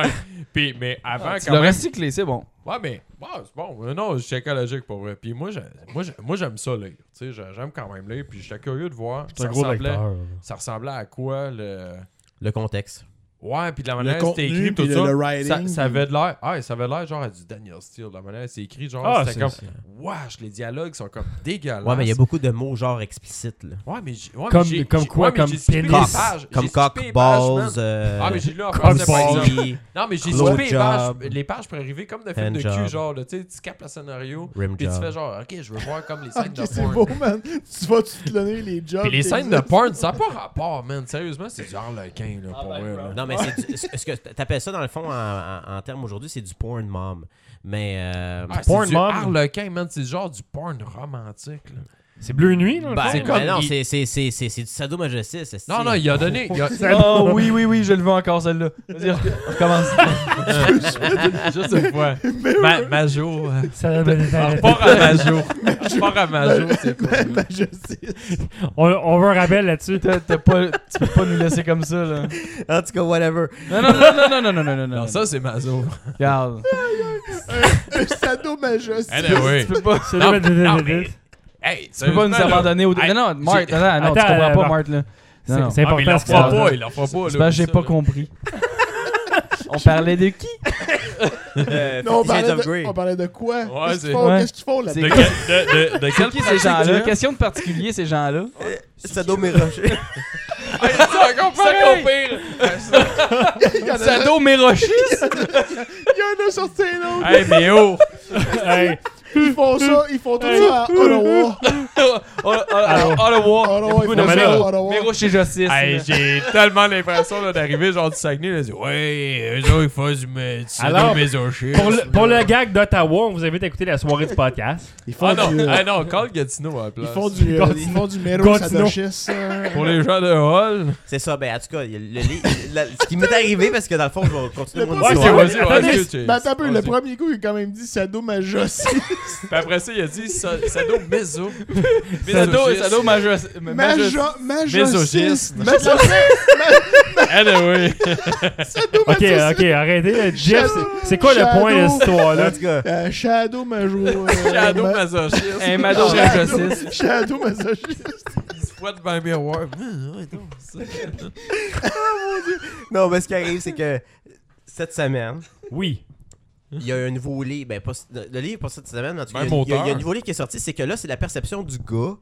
[SPEAKER 3] Puis, mais avant,
[SPEAKER 7] Ah,
[SPEAKER 2] Tu
[SPEAKER 3] Ah, quand
[SPEAKER 2] l'as
[SPEAKER 3] même-
[SPEAKER 2] recyclé, c'est bon.
[SPEAKER 3] Ouais, mais ouais, c'est bon. Euh, Non, c'est écologique pour vrai. Puis moi, j'ai- moi, j'ai- moi, j'aime ça lire. Tu sais, j'ai- j'aime quand même lire. Puis j'étais curieux de voir.
[SPEAKER 1] C'est un
[SPEAKER 3] Ça
[SPEAKER 1] gros
[SPEAKER 3] ressemblait,
[SPEAKER 1] lecteur.
[SPEAKER 3] ça ressemblait à quoi le.
[SPEAKER 5] Le contexte.
[SPEAKER 3] Ouais, puis de la
[SPEAKER 4] le
[SPEAKER 3] manière dont c'était
[SPEAKER 4] contenu,
[SPEAKER 3] écrit, tout
[SPEAKER 4] puis le,
[SPEAKER 3] ça.
[SPEAKER 4] le
[SPEAKER 3] ça,
[SPEAKER 4] writing.
[SPEAKER 3] ça avait de l'air. Ah, ça avait de l'air genre à du Daniel Steele. La manière dont c'est écrit, genre,
[SPEAKER 1] Ah,
[SPEAKER 3] c'était
[SPEAKER 1] c'est
[SPEAKER 3] comme.
[SPEAKER 1] ça.
[SPEAKER 3] Wesh, les dialogues sont comme dégueulasses.
[SPEAKER 5] Ouais, mais il y a beaucoup de mots genre explicites. Là.
[SPEAKER 3] Ouais, mais j'ai- ouais, mais
[SPEAKER 1] Comme-
[SPEAKER 3] j'ai-
[SPEAKER 1] comme
[SPEAKER 3] j'ai-
[SPEAKER 1] quoi,
[SPEAKER 3] ouais, mais
[SPEAKER 1] comme
[SPEAKER 3] j'ai skippé
[SPEAKER 1] pénis.
[SPEAKER 3] les
[SPEAKER 5] Cock,
[SPEAKER 3] pages. J'ai
[SPEAKER 5] comme
[SPEAKER 3] skippé les
[SPEAKER 5] cock,
[SPEAKER 3] pages, man.
[SPEAKER 5] balls. euh,
[SPEAKER 3] Ah, mais j'ai lu en
[SPEAKER 1] Cock
[SPEAKER 3] français, par
[SPEAKER 1] balls.
[SPEAKER 3] exemple.
[SPEAKER 5] Cozy,
[SPEAKER 3] Non, mais j'ai
[SPEAKER 5] Blowjob.
[SPEAKER 3] skippé les pages, les pages pour arriver comme de film de
[SPEAKER 5] Handjob.
[SPEAKER 3] cul, genre, là, tu sais, tu capes le scénario.
[SPEAKER 5] rim
[SPEAKER 3] Puis tu fais
[SPEAKER 5] job.
[SPEAKER 3] genre, ok, je veux voir comme les
[SPEAKER 4] Ah,
[SPEAKER 3] scènes
[SPEAKER 4] ok,
[SPEAKER 3] de
[SPEAKER 4] c'est
[SPEAKER 3] porn.
[SPEAKER 4] beau, man. Tu vas te donner les jobs.
[SPEAKER 3] Puis les
[SPEAKER 4] qui
[SPEAKER 3] scènes de
[SPEAKER 4] existent.
[SPEAKER 3] porn, ça n'a pas rapport, man. Sérieusement, c'est genre le quin, là, pour eux. là.
[SPEAKER 5] Non, mais c'est du- ce que t'appelles ça dans le fond en, en, en termes aujourd'hui, c'est du porn mom. Mais euh,
[SPEAKER 3] Ah, c'est
[SPEAKER 1] Porn
[SPEAKER 3] du
[SPEAKER 1] mom.
[SPEAKER 3] harlequin, man. C'est genre du porn romantique, là.
[SPEAKER 1] C'est bleu nuit, là.
[SPEAKER 5] ben,
[SPEAKER 1] le fond?
[SPEAKER 5] ben
[SPEAKER 3] comme-
[SPEAKER 5] non,
[SPEAKER 3] il-
[SPEAKER 5] c'est c'est- c'est- c'est- c'est du sadomasochisme. c'est-
[SPEAKER 3] Non, non, il a donné. il a-
[SPEAKER 2] Oh oui, oui, oui, je le veux encore celle-là. Vas-y, re- recommence.
[SPEAKER 3] Juste une fois. Ma, Majo. euh,
[SPEAKER 1] Ça- ben,
[SPEAKER 3] On
[SPEAKER 1] ben,
[SPEAKER 3] repart à Majo. On repart à Majo, c'est cool.
[SPEAKER 4] Ben, je sais.
[SPEAKER 1] on, on veut un rappel là-dessus.
[SPEAKER 2] T'as- t'as pas- Tu peux pas nous laisser comme ça, là.
[SPEAKER 5] En tout cas, whatever.
[SPEAKER 2] Non, non, non, non, non, non, non, non,
[SPEAKER 3] Non,
[SPEAKER 2] non.
[SPEAKER 3] ça, c'est Majo.
[SPEAKER 2] Regarde.
[SPEAKER 4] Le sadomasochisme.
[SPEAKER 3] Anyway.
[SPEAKER 2] Tu peux pas...
[SPEAKER 1] C'est
[SPEAKER 3] Non,
[SPEAKER 1] le-
[SPEAKER 3] non, mais- Hey,
[SPEAKER 2] Tu peux pas nous abandonner au...
[SPEAKER 3] Hey,
[SPEAKER 2] Non, non, Marthe,
[SPEAKER 3] j'ai-
[SPEAKER 2] attends, non, tu
[SPEAKER 1] Attends,
[SPEAKER 2] comprends pas,
[SPEAKER 1] euh,
[SPEAKER 2] Marthe,
[SPEAKER 1] Marthe.
[SPEAKER 2] là. Non, non.
[SPEAKER 1] C'est c'est
[SPEAKER 3] Ah, mais il
[SPEAKER 1] important
[SPEAKER 3] leur
[SPEAKER 1] ce qu'il a
[SPEAKER 3] fera
[SPEAKER 1] dit.
[SPEAKER 3] pas, il leur fera pas. là,
[SPEAKER 2] C'est parce que j'ai
[SPEAKER 3] ça,
[SPEAKER 2] pas
[SPEAKER 3] là.
[SPEAKER 2] compris. On parlait de qui?
[SPEAKER 3] euh,
[SPEAKER 4] Non, on parlait,
[SPEAKER 5] of Grey.
[SPEAKER 4] de, oh, on parlait de quoi?
[SPEAKER 3] Ouais,
[SPEAKER 4] Qu'est-ce
[SPEAKER 3] c'est-
[SPEAKER 4] qu'ils font,
[SPEAKER 2] ouais.
[SPEAKER 4] qu'est-ce qu'ils font
[SPEAKER 3] De
[SPEAKER 4] là-dedans?
[SPEAKER 3] quel, de, de, de quel
[SPEAKER 2] Qui ces
[SPEAKER 3] projet
[SPEAKER 2] gens-là?
[SPEAKER 3] que-
[SPEAKER 2] Question de particulier, ces gens-là.
[SPEAKER 5] Sadoméroché.
[SPEAKER 3] Hey, c'est encore
[SPEAKER 2] pareil!
[SPEAKER 3] pire!
[SPEAKER 4] Il
[SPEAKER 5] Ah,
[SPEAKER 4] y en a-
[SPEAKER 2] Sado Mérochiste!
[SPEAKER 4] il y en a sorti un autre.
[SPEAKER 3] Hey, mais oh!
[SPEAKER 1] Hey,
[SPEAKER 4] Ils font ça, ils font tout ça à Ottawa.
[SPEAKER 2] Oh, Ottawa!
[SPEAKER 4] Ottawa, Oh ils
[SPEAKER 2] beaucoup
[SPEAKER 4] font
[SPEAKER 1] de
[SPEAKER 4] ça à
[SPEAKER 1] Méro-
[SPEAKER 4] Ottawa.
[SPEAKER 2] Méroche et Jossis.
[SPEAKER 3] Hey, j'ai tellement l'impression là, d'arriver genre du Saguenay, là, de dire, ouais, eux autres, ils font du me- du
[SPEAKER 1] Alors,
[SPEAKER 3] sadomasochisme.
[SPEAKER 1] pour, le, pour le gag d'Ottawa, on vous invite à écouter la soirée du podcast.
[SPEAKER 4] Ils font
[SPEAKER 3] Ah non,
[SPEAKER 4] du... euh,
[SPEAKER 3] ah non, call Gatineau à la place.
[SPEAKER 4] Ils font du, euh, ils font du méro
[SPEAKER 1] Gatineau.
[SPEAKER 4] sadomasochisme. euh.
[SPEAKER 3] Pour les gens de Hall.
[SPEAKER 5] C'est ça, ben en tout cas, le, le- la- ce qui m'est arrivé, parce que dans le fond, je vais continuer
[SPEAKER 4] Le
[SPEAKER 5] mon
[SPEAKER 4] premier-
[SPEAKER 3] Ouais,
[SPEAKER 5] histoire.
[SPEAKER 3] c'est vas-y,
[SPEAKER 1] Attends,
[SPEAKER 3] vas-y,
[SPEAKER 1] mais-
[SPEAKER 3] vas-y.
[SPEAKER 4] Mais Ben, attends un peu, le
[SPEAKER 3] Vas-y.
[SPEAKER 4] premier coup, il a quand même dit sadomasochisme.
[SPEAKER 3] Puis après ça, il a dit sa- Sado Meso.
[SPEAKER 2] Sado, Sado Majos... Majos-
[SPEAKER 4] Majo... Majochisme.
[SPEAKER 3] Misogyne.
[SPEAKER 4] Majo- Ma-
[SPEAKER 3] Anyway.
[SPEAKER 1] Ok, ok, arrêtez. euh, Jeff, c'est- c'est quoi le
[SPEAKER 4] Shadow.
[SPEAKER 1] point de cette histoire-là?
[SPEAKER 5] En tout cas,
[SPEAKER 4] Euh, Shadow Major. euh,
[SPEAKER 3] Shadow
[SPEAKER 4] ma-
[SPEAKER 3] masochiste.
[SPEAKER 2] Un mado raciste.
[SPEAKER 4] Shadow Masochiste.
[SPEAKER 3] Il se fouette dans un miroir. Hum, ouais, donc, ça.
[SPEAKER 5] non, mais ce qui arrive, c'est que cette semaine,
[SPEAKER 1] Oui.
[SPEAKER 5] il y a un nouveau livre. Ben, pas, le livre pour cette semaine, en tout cas, il
[SPEAKER 3] Même
[SPEAKER 5] y a- il y, a- il y a un
[SPEAKER 3] Ben, auteur.
[SPEAKER 5] nouveau livre qui est sorti. C'est que là, c'est la perception du gars.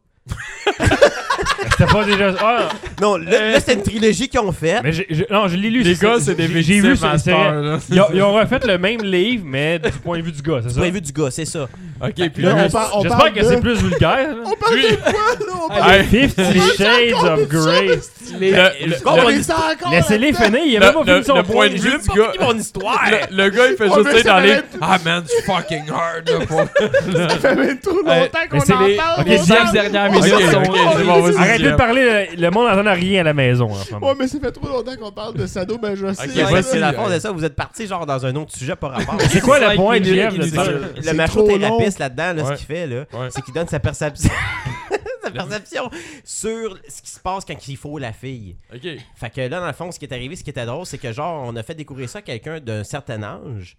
[SPEAKER 1] C'était pas déjà. Ah,
[SPEAKER 5] Non, là,
[SPEAKER 3] Eh.
[SPEAKER 5] là, c'était une trilogie qu'ils ont faite.
[SPEAKER 1] mais j'ai- j'ai- non, je l'ai lu.
[SPEAKER 3] Les
[SPEAKER 1] c'est-
[SPEAKER 3] gars, c'est des
[SPEAKER 1] j'ai- J'ai vu
[SPEAKER 3] victimes
[SPEAKER 1] ça.
[SPEAKER 3] à cette
[SPEAKER 1] c'est-
[SPEAKER 3] heure-là.
[SPEAKER 1] Ils ont, ils ont refait le même livre, mais du point de vue du gars, c'est
[SPEAKER 5] Du
[SPEAKER 1] ça?
[SPEAKER 5] point de vue du gars, c'est ça.
[SPEAKER 3] Ok, puis
[SPEAKER 4] Là,
[SPEAKER 3] lui,
[SPEAKER 4] on parle- on
[SPEAKER 1] J'espère
[SPEAKER 4] parle
[SPEAKER 1] que
[SPEAKER 4] de-
[SPEAKER 1] c'est plus vulgaire. là.
[SPEAKER 4] On parle
[SPEAKER 3] Lui-
[SPEAKER 4] de quoi, là? On parle
[SPEAKER 3] Hey,
[SPEAKER 1] Fifty Shades of Grey.
[SPEAKER 3] le- le-
[SPEAKER 5] Bon,
[SPEAKER 4] on
[SPEAKER 5] on
[SPEAKER 4] est encore
[SPEAKER 1] Laissez-les
[SPEAKER 4] là-dedans.
[SPEAKER 1] finir, il a
[SPEAKER 3] Le-
[SPEAKER 1] même pas fini
[SPEAKER 3] le-
[SPEAKER 1] son
[SPEAKER 3] le
[SPEAKER 1] point
[SPEAKER 3] point
[SPEAKER 1] de
[SPEAKER 3] de
[SPEAKER 1] vue.
[SPEAKER 3] vue du gars.
[SPEAKER 5] mon histoire!
[SPEAKER 3] le, le gars, il fait
[SPEAKER 4] On
[SPEAKER 3] juste
[SPEAKER 4] veut
[SPEAKER 3] dire dans les.
[SPEAKER 4] s'arrêter.
[SPEAKER 3] Ah man, c'est fucking hard là, pour.
[SPEAKER 4] Ça fait même trop longtemps qu'on
[SPEAKER 1] mais c'est
[SPEAKER 4] en
[SPEAKER 1] les-
[SPEAKER 4] parle.
[SPEAKER 1] ok,
[SPEAKER 2] Les
[SPEAKER 4] on
[SPEAKER 2] cinq
[SPEAKER 4] parle.
[SPEAKER 2] dernières
[SPEAKER 4] On
[SPEAKER 2] minutes
[SPEAKER 4] parle-
[SPEAKER 2] sont-
[SPEAKER 4] on parle-
[SPEAKER 3] Ok, c'est bon, vas-y.
[SPEAKER 1] Arrêtez de
[SPEAKER 3] Jeff.
[SPEAKER 1] parler, euh, le, le monde n'entend rien à la maison. en ce moment.
[SPEAKER 4] Ouais, mais ça fait trop longtemps qu'on parle de Shadow Major.
[SPEAKER 3] Ok,
[SPEAKER 5] C'est vrai,
[SPEAKER 3] voici,
[SPEAKER 5] c'est la
[SPEAKER 3] euh,
[SPEAKER 5] fond de ça, vous êtes parti genre dans un autre sujet par rapport.
[SPEAKER 1] C'est quoi le
[SPEAKER 2] cinq
[SPEAKER 1] point de
[SPEAKER 2] minutes
[SPEAKER 1] Jeff de
[SPEAKER 2] inutiles.
[SPEAKER 1] ça?
[SPEAKER 5] le
[SPEAKER 4] c'est
[SPEAKER 5] macro-thérapeute là-dedans, là, ce qu'il fait, là,
[SPEAKER 3] Ouais.
[SPEAKER 5] c'est qu'il donne sa perception. sa perception sur ce qui se passe quand il faut la fille.
[SPEAKER 3] Ok.
[SPEAKER 5] Fait que là, dans le fond, ce qui est arrivé, ce qui était drôle, c'est que genre, on a fait découvrir ça à quelqu'un d'un certain âge.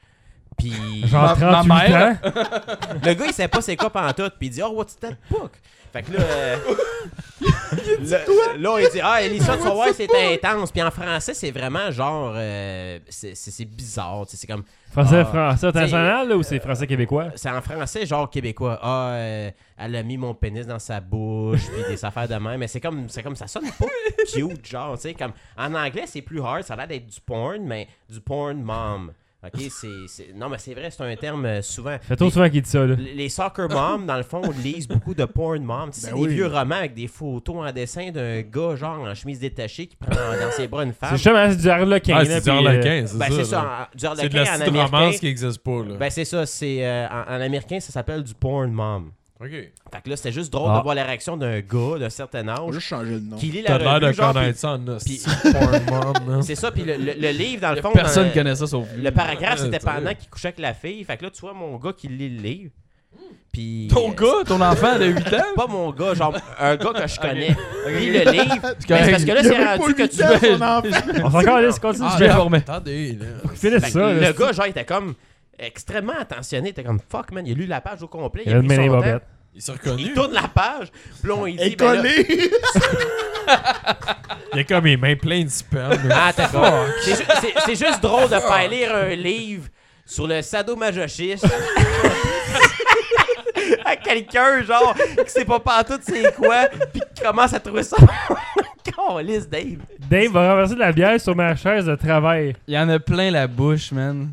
[SPEAKER 5] Puis
[SPEAKER 1] Genre
[SPEAKER 2] Ma- ma
[SPEAKER 1] 38 ans.
[SPEAKER 2] mère.
[SPEAKER 5] le gars, il savait pas c'est quoi pantoute. Puis il dit, oh, what's that book? Fait que là. euh, le- là, il dit, ah, Elisa, tu vas voir, c'est intense. Puis en français, c'est vraiment genre. euh, c'est c'est- c'est bizarre. tu sais, C'est comme.
[SPEAKER 1] Français,
[SPEAKER 5] Ah.
[SPEAKER 1] français international là, ou c'est français québécois?
[SPEAKER 5] C'est en français, genre québécois. Ah, euh, elle a mis mon pénis dans sa bouche, puis des affaires de même. Mais c'est comme, c'est comme ça sonne pas cute, genre, tu sais. Comme, en anglais, c'est plus hard, ça a l'air d'être du porn, mais du porn mom. Ok, c'est. c'est- Non, mais c'est vrai, c'est un terme euh, souvent.
[SPEAKER 1] C'est trop souvent qu'il dit ça. Là.
[SPEAKER 5] Les, les soccer moms, dans le fond, lisent beaucoup de porn moms. Tu sais,
[SPEAKER 4] Ben
[SPEAKER 5] des
[SPEAKER 4] oui.
[SPEAKER 5] vieux romans avec des photos en dessin d'un gars, genre, en chemise détachée, qui prend dans, dans ses bras une
[SPEAKER 1] C'est
[SPEAKER 5] femme.
[SPEAKER 1] justement c'est du harlequin.
[SPEAKER 3] Ah,
[SPEAKER 1] là,
[SPEAKER 3] c'est du
[SPEAKER 1] puis, euh,
[SPEAKER 3] harlequin, c'est
[SPEAKER 5] Ben,
[SPEAKER 3] ça.
[SPEAKER 5] c'est
[SPEAKER 3] là.
[SPEAKER 5] ça, en- du
[SPEAKER 3] C'est de
[SPEAKER 5] harlequin
[SPEAKER 3] la
[SPEAKER 5] en
[SPEAKER 3] petite
[SPEAKER 5] américain.
[SPEAKER 3] romance qui existe pas, là.
[SPEAKER 5] Ben, c'est ça, c'est. euh, en, en américain, ça s'appelle du porn mom.
[SPEAKER 3] Ok.
[SPEAKER 5] Fait que là, c'était juste drôle
[SPEAKER 1] Ah.
[SPEAKER 5] de voir la réaction d'un gars d'un certain
[SPEAKER 4] On va
[SPEAKER 5] âge
[SPEAKER 4] juste changer le nom.
[SPEAKER 5] qui lit la
[SPEAKER 3] T'as l'air
[SPEAKER 5] revue,
[SPEAKER 3] de Ah,
[SPEAKER 5] genre,
[SPEAKER 3] connaître ça en
[SPEAKER 5] puis-
[SPEAKER 3] hostie, porn mom, là.
[SPEAKER 5] puis C'est ça, puis le, le- le livre, dans le fond,
[SPEAKER 2] Personne
[SPEAKER 5] dans-
[SPEAKER 2] connaît ça sauf lui. Euh,
[SPEAKER 5] le paragraphe, c'était
[SPEAKER 3] Ouais, t'as
[SPEAKER 5] pendant
[SPEAKER 3] vu.
[SPEAKER 5] qu'il couchait avec la fille. Fait que là, tu vois mon gars qui lit le livre. Puis,
[SPEAKER 2] Ton
[SPEAKER 5] euh,
[SPEAKER 2] gars, ton enfant de 8 ans.
[SPEAKER 5] c'est Pas mon gars, genre un gars que je connais. Lit le livre. mais c'est parce que là,
[SPEAKER 4] Il y a
[SPEAKER 5] c'est
[SPEAKER 4] même pas
[SPEAKER 5] rendu que
[SPEAKER 4] huit
[SPEAKER 5] tu
[SPEAKER 4] ans,
[SPEAKER 5] veux.
[SPEAKER 4] son enfant.
[SPEAKER 1] On s'en calisse, continue.
[SPEAKER 3] Ah,
[SPEAKER 2] Je vais
[SPEAKER 3] là,
[SPEAKER 2] former.
[SPEAKER 3] Attendez, là.
[SPEAKER 1] Finis
[SPEAKER 5] Fait que
[SPEAKER 1] ça. là,
[SPEAKER 5] Ben, le gars, genre, il était comme extrêmement attentionné. Il était comme fuck, man. Il a lu la page au complet.
[SPEAKER 1] Il a une
[SPEAKER 5] pris son
[SPEAKER 1] ménée
[SPEAKER 5] temps.
[SPEAKER 1] bobette.
[SPEAKER 3] Il s'est
[SPEAKER 5] Il
[SPEAKER 3] reconnu.
[SPEAKER 5] tourne la page. Puis là, on, il dit.
[SPEAKER 4] Et
[SPEAKER 5] ben là-
[SPEAKER 4] collé.
[SPEAKER 3] Il a comme les mains pleines de sperme. là.
[SPEAKER 5] Ah, t'as pas. C'est ju- c'est- C'est juste drôle de faire lire un livre sur le sadomasochisme à quelqu'un, genre, qui sait pas pantoute c'est quoi, pis qui commence à trouver ça. Calisse, Dave.
[SPEAKER 1] Dave va renverser de la bière sur ma chaise de travail.
[SPEAKER 2] Il y en a plein la bouche, man.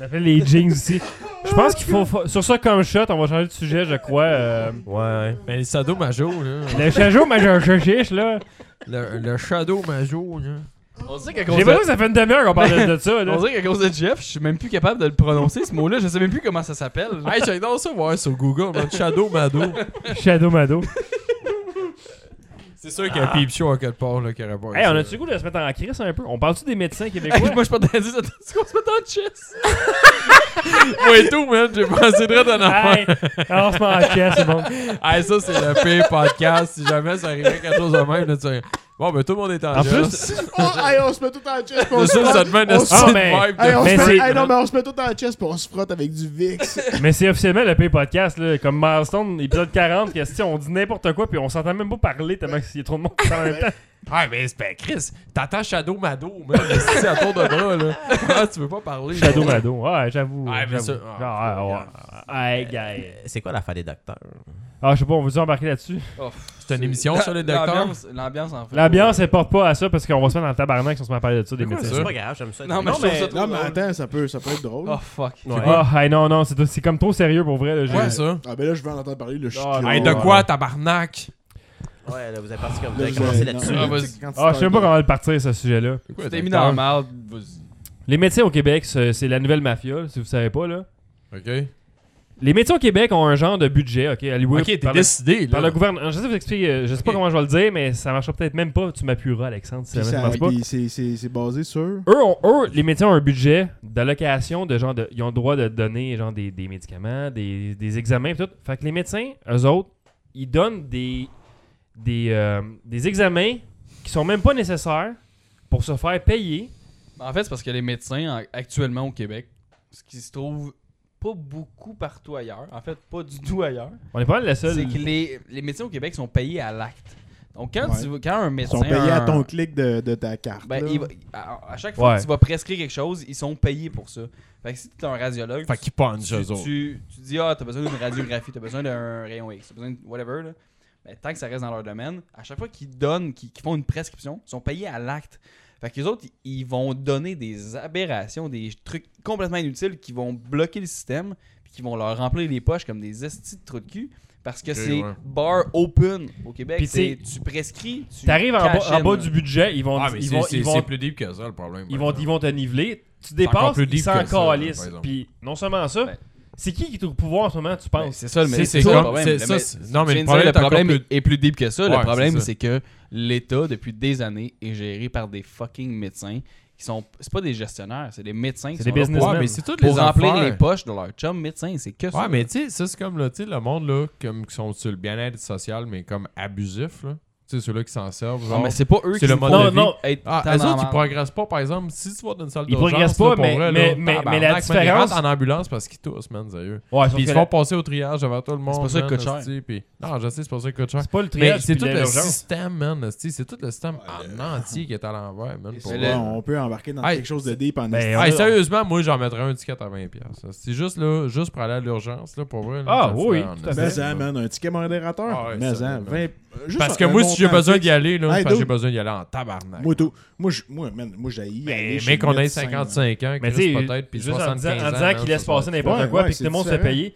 [SPEAKER 1] On appelle les jeans aussi. Je pense qu'il faut. fa- Sur ça, comme shot, on va changer de sujet, je crois. euh,
[SPEAKER 5] Ouais.
[SPEAKER 3] Mais le Shadow Majo, Ben, là.
[SPEAKER 1] Le chageau majochiche, là.
[SPEAKER 3] Le, le Shadow Majo, là.
[SPEAKER 2] On sait qu'à
[SPEAKER 1] J'ai pas que ça fait une demi-heure qu'on parle de de ça, là.
[SPEAKER 2] On dirait qu'à cause de Jeff, je suis même plus capable de le prononcer ce mot-là. Je sais même plus comment ça s'appelle.
[SPEAKER 3] Hey, j'ai dans ça voir sur Google, man. Shadow Mado.
[SPEAKER 1] Shadow Mado.
[SPEAKER 3] C'est sûr qu'il y a un peep show à quelque part, là, qui aurait pas
[SPEAKER 1] Hey, on
[SPEAKER 3] ça.
[SPEAKER 1] a-tu le goût de se mettre en crise un peu? On parle-tu des médecins
[SPEAKER 2] Hey,
[SPEAKER 1] québécois?
[SPEAKER 2] Moi, je partais dire, c'est qu'on se met en chess.
[SPEAKER 3] Moi et tout, man. J'ai pensé direct à l'enfer.
[SPEAKER 1] Hey, alors, on se met en chess, c'est bon.
[SPEAKER 3] Hey, ça, c'est le pire podcast. Si jamais ça arrivait quelque chose de même, là, tu sais, Bon, ben, tout le monde est en,
[SPEAKER 1] En plus,
[SPEAKER 3] jazz.
[SPEAKER 4] Oh, hey, on se met tout en chest. puis on
[SPEAKER 3] C'est
[SPEAKER 4] se
[SPEAKER 3] sûr, ça
[SPEAKER 4] frotte.
[SPEAKER 3] te met une
[SPEAKER 4] on
[SPEAKER 3] hostie
[SPEAKER 1] Ah,
[SPEAKER 3] de
[SPEAKER 1] mais-
[SPEAKER 3] vibe de-
[SPEAKER 4] Hey, on se
[SPEAKER 1] Mais
[SPEAKER 4] met-
[SPEAKER 1] c'est-
[SPEAKER 4] hey, non, mais on se met tout en chest puis on se frotte avec du VIX.
[SPEAKER 1] Mais c'est officiellement le pire podcast, là. Comme Milestone, épisode 40, question, on dit n'importe quoi, puis on s'entend même pas parler tellement qu'il y a trop de monde qui parle en même temps.
[SPEAKER 3] Ouais, mais c'est ben, Chris, t'attends Shadow Mado, man. C'est à tour de bras, là. Ah, tu veux pas parler.
[SPEAKER 1] Shadow
[SPEAKER 3] là.
[SPEAKER 1] Mado. Ouais, j'avoue.
[SPEAKER 3] Ouais, mais
[SPEAKER 1] j'avoue.
[SPEAKER 3] ça-
[SPEAKER 1] Ah, ouais, ouais. Hey, guys.
[SPEAKER 5] Euh, C'est quoi l'affaire des docteurs?
[SPEAKER 1] Ah, je sais pas, on veut-tu embarquer là-dessus?
[SPEAKER 3] C'est une émission sur les docteurs.
[SPEAKER 2] L'ambiance- L'ambiance, en fait.
[SPEAKER 1] L'ambiance, elle porte pas à ça parce qu'on va se mettre dans le tabarnak si on se met à parler de ça, des
[SPEAKER 3] C'est quoi
[SPEAKER 1] médecins.
[SPEAKER 5] C'est pas grave, j'aime ça.
[SPEAKER 2] Non, mais je trouve ça trop
[SPEAKER 4] Non, mais
[SPEAKER 2] drôle.
[SPEAKER 4] attends, ça peut, ça peut être drôle.
[SPEAKER 2] Oh, fuck.
[SPEAKER 5] Ouais.
[SPEAKER 1] Ah, hey, non, non, c'est c'est comme trop sérieux pour vrai. Là, j'ai-
[SPEAKER 3] Ouais, ça.
[SPEAKER 4] Ah, ben là, je veux en entendre parler. Là, je suis
[SPEAKER 1] Ah,
[SPEAKER 4] curieux.
[SPEAKER 3] Hey, de quoi, tabarnak?
[SPEAKER 5] Ouais, là, vous êtes parti comme vous
[SPEAKER 4] Là,
[SPEAKER 5] avez
[SPEAKER 4] je-
[SPEAKER 5] commencé
[SPEAKER 4] non.
[SPEAKER 5] là-dessus.
[SPEAKER 3] Ah,
[SPEAKER 4] Tu
[SPEAKER 3] vas-y.
[SPEAKER 4] sais, quand tu
[SPEAKER 1] Ah, je sais même pas
[SPEAKER 4] t'en-
[SPEAKER 1] comment le partir, ce sujet-là.
[SPEAKER 2] Tu t'es mis dans la merde.
[SPEAKER 1] Les médecins au Québec, c'est c'est la nouvelle mafia, là, si vous savez pas, là.
[SPEAKER 3] Ok.
[SPEAKER 1] Les médecins au Québec ont un genre de budget, ok, alloué
[SPEAKER 3] Ok, t'es
[SPEAKER 1] par, le,
[SPEAKER 3] décidé, là.
[SPEAKER 1] par le gouvernement. Je sais, pas vous expliquer, euh, je sais pas
[SPEAKER 3] Ok.
[SPEAKER 1] comment je vais le dire, mais ça marchera peut-être même pas. Tu m'appuieras, Alexandre, si
[SPEAKER 4] Puis
[SPEAKER 1] jamais ça
[SPEAKER 4] ça-
[SPEAKER 1] marche pas.
[SPEAKER 4] puis c'est- C'est c'est basé sur.
[SPEAKER 1] Eux, ont- eux, les médecins ont un budget d'allocation de genre de, ils ont le droit de donner genre des, des médicaments, des, des examens, pis tout. Fait que les médecins, eux autres, ils donnent des des, euh, des examens qui sont même pas nécessaires pour se faire payer.
[SPEAKER 7] En fait, c'est parce que les médecins, en- actuellement au Québec, ce qui se trouve pas beaucoup partout ailleurs, en fait, pas du tout ailleurs,
[SPEAKER 1] On est pas mal la seule.
[SPEAKER 7] c'est que les, les médecins au Québec sont payés à l'acte. Donc, quand,
[SPEAKER 4] Ouais.
[SPEAKER 7] tu, vas- quand un
[SPEAKER 4] Ils
[SPEAKER 7] médecin.
[SPEAKER 4] sont payés à
[SPEAKER 7] un-
[SPEAKER 4] ton clic de, de ta carte.
[SPEAKER 7] ben,
[SPEAKER 4] là.
[SPEAKER 7] il va- à, à chaque fois
[SPEAKER 1] Ouais.
[SPEAKER 7] que tu vas prescrire quelque chose, ils sont payés pour ça. Fait que si t'es un radiologue,
[SPEAKER 3] Fait
[SPEAKER 7] tu-
[SPEAKER 3] qu'ils punchent eux
[SPEAKER 7] tu,
[SPEAKER 3] autres.
[SPEAKER 7] tu, tu dis, ah, t'as besoin d'une radiographie, t'as besoin d'un rayon X, t'as besoin de whatever. Là. Ben, tant que ça reste dans leur domaine, à chaque fois qu'ils donnent, qu'ils qu'ils font une prescription, ils sont payés à l'acte. Fait que les autres, ils- ils vont donner des aberrations, des trucs complètement inutiles qui vont bloquer le système, puis qui vont leur remplir les poches comme des estis de trou de cul. Parce que
[SPEAKER 3] Ok,
[SPEAKER 7] c'est
[SPEAKER 3] ouais.
[SPEAKER 7] bar open au Québec.
[SPEAKER 1] Puis
[SPEAKER 7] c'est-
[SPEAKER 1] t'sais,
[SPEAKER 7] Tu prescris, tu.
[SPEAKER 1] T'arrives en,
[SPEAKER 7] cash
[SPEAKER 1] bas- en
[SPEAKER 7] in,
[SPEAKER 1] bas
[SPEAKER 7] là.
[SPEAKER 1] du budget, ils vont,
[SPEAKER 3] Ah, mais
[SPEAKER 1] ils
[SPEAKER 3] c'est-
[SPEAKER 1] vont,
[SPEAKER 3] c'est-
[SPEAKER 1] ils vont
[SPEAKER 3] c'est plus deep que ça, le problème.
[SPEAKER 1] ils
[SPEAKER 3] par
[SPEAKER 1] vont,
[SPEAKER 3] exemple.
[SPEAKER 1] ils vont te niveler. Tu
[SPEAKER 3] encore
[SPEAKER 1] dépasses,
[SPEAKER 3] plus
[SPEAKER 1] ils
[SPEAKER 3] deep
[SPEAKER 1] s'en
[SPEAKER 3] que ça, là, par
[SPEAKER 1] calissent.
[SPEAKER 3] exemple.
[SPEAKER 1] Puis non seulement ça,
[SPEAKER 7] Ouais.
[SPEAKER 1] c'est qui qui est au pouvoir en ce moment, tu
[SPEAKER 7] Ben,
[SPEAKER 1] penses
[SPEAKER 7] c'est ça le
[SPEAKER 3] C'est-
[SPEAKER 7] mais
[SPEAKER 3] c'est
[SPEAKER 7] ça,
[SPEAKER 3] comme-
[SPEAKER 7] le problème.
[SPEAKER 3] c'est
[SPEAKER 7] Le-
[SPEAKER 3] ça,
[SPEAKER 7] mais-
[SPEAKER 3] c'est- non, mais
[SPEAKER 7] je
[SPEAKER 3] le
[SPEAKER 7] viens de
[SPEAKER 3] problème
[SPEAKER 7] dire,
[SPEAKER 3] est encore
[SPEAKER 7] problème est, est plus deep que ça.
[SPEAKER 3] Ouais,
[SPEAKER 7] le problème,
[SPEAKER 3] c'est ça.
[SPEAKER 7] c'est que l'État, depuis des années, est géré par des fucking médecins qui sont. C'est pas des gestionnaires, c'est des médecins qui
[SPEAKER 1] C'est
[SPEAKER 7] sont
[SPEAKER 1] des
[SPEAKER 7] là
[SPEAKER 1] businessmen.
[SPEAKER 7] pour,
[SPEAKER 3] Ouais, mais c'est toutes les
[SPEAKER 7] pour remplir
[SPEAKER 3] affaires.
[SPEAKER 7] les poches de leur chum médecin. C'est que ça.
[SPEAKER 3] Ouais, mais tu sais, ça c'est comme là, tu sais, le monde là, comme qui sont sur le bien-être social, mais comme abusif, là. Tu sais, ceux-là qui s'en servent.
[SPEAKER 7] Non,
[SPEAKER 3] Genre,
[SPEAKER 7] mais c'est pas eux
[SPEAKER 3] c'est
[SPEAKER 7] qui
[SPEAKER 3] le
[SPEAKER 7] se
[SPEAKER 3] mode
[SPEAKER 7] font
[SPEAKER 3] de
[SPEAKER 1] Non,
[SPEAKER 3] vie.
[SPEAKER 1] non,
[SPEAKER 7] être
[SPEAKER 3] Ah,
[SPEAKER 7] tant
[SPEAKER 3] eux
[SPEAKER 7] dans
[SPEAKER 3] autres,
[SPEAKER 7] la
[SPEAKER 3] ils progressent pas, par exemple. Si tu vas dans une salle
[SPEAKER 1] Ils
[SPEAKER 3] d'urgence,
[SPEAKER 1] progressent
[SPEAKER 3] là,
[SPEAKER 1] pas,
[SPEAKER 3] pour
[SPEAKER 1] mais-
[SPEAKER 3] vrai, là,
[SPEAKER 1] mais- mais-
[SPEAKER 3] tabarnak,
[SPEAKER 1] mais la
[SPEAKER 3] man, Ils
[SPEAKER 1] différence-
[SPEAKER 3] rentrent en ambulance parce qu'ils toussent, man, sérieux.
[SPEAKER 1] Ouais, sauf
[SPEAKER 3] Puis ils
[SPEAKER 1] que
[SPEAKER 3] se
[SPEAKER 1] la-
[SPEAKER 3] font passer au triage devant tout le monde.
[SPEAKER 7] pas ça que
[SPEAKER 3] man,
[SPEAKER 7] coûte cher.
[SPEAKER 3] esti, puis- Non, je sais, c'est pas ça que coûte cher.
[SPEAKER 1] c'est pas le
[SPEAKER 3] Mais
[SPEAKER 1] triage,
[SPEAKER 3] c'est
[SPEAKER 1] puis
[SPEAKER 3] tout le
[SPEAKER 1] l'urgence.
[SPEAKER 3] système, man. esti, C'est tout le système en entier qui est à l'envers, man. pour
[SPEAKER 4] Ouais,
[SPEAKER 3] vrai.
[SPEAKER 4] on peut embarquer dans
[SPEAKER 3] Hey,
[SPEAKER 4] quelque chose de deep en
[SPEAKER 1] Ben,
[SPEAKER 4] esti.
[SPEAKER 1] on-
[SPEAKER 3] Hey, sérieusement, moi j'en mettrais un ticket à 20$. C'est juste là, juste pour aller à l'urgence, là, pour vrai. là,
[SPEAKER 1] Ah,
[SPEAKER 3] ça
[SPEAKER 1] oui,
[SPEAKER 3] serait en
[SPEAKER 1] tout à
[SPEAKER 3] esti,
[SPEAKER 1] fait.
[SPEAKER 4] Mais
[SPEAKER 3] là.
[SPEAKER 4] Ben, ça, man, un ticket modérateur.
[SPEAKER 3] Ah ouais,
[SPEAKER 4] mais
[SPEAKER 3] ça,
[SPEAKER 4] ça,
[SPEAKER 3] man.
[SPEAKER 4] 20 juste
[SPEAKER 3] Parce que
[SPEAKER 4] un
[SPEAKER 3] moi, si j'ai
[SPEAKER 4] montant
[SPEAKER 3] besoin
[SPEAKER 4] fixe.
[SPEAKER 3] d'y aller, là,
[SPEAKER 4] Hey,
[SPEAKER 3] c'est parce que j'ai
[SPEAKER 4] dude.
[SPEAKER 3] besoin d'y aller en tabarnak.
[SPEAKER 4] Moi, tout. Moi, je- moi, man, moi, j'haïs aller
[SPEAKER 3] mais
[SPEAKER 4] chez
[SPEAKER 3] mais
[SPEAKER 4] le
[SPEAKER 3] qu'on ait
[SPEAKER 4] médecin, man.
[SPEAKER 3] 55 ans,
[SPEAKER 1] Mais
[SPEAKER 3] Chris,
[SPEAKER 1] tu sais,
[SPEAKER 3] peut-être, puis
[SPEAKER 1] juste en
[SPEAKER 3] 75
[SPEAKER 1] disant,
[SPEAKER 3] ans.
[SPEAKER 1] en disant
[SPEAKER 3] là,
[SPEAKER 1] qu'il
[SPEAKER 3] ça
[SPEAKER 1] laisse
[SPEAKER 3] doit
[SPEAKER 1] passer
[SPEAKER 3] être-
[SPEAKER 1] n'importe
[SPEAKER 4] Ouais,
[SPEAKER 1] quoi
[SPEAKER 4] ouais,
[SPEAKER 1] puis que tout
[SPEAKER 4] c'est
[SPEAKER 1] le monde se fait
[SPEAKER 4] différent.
[SPEAKER 1] payer.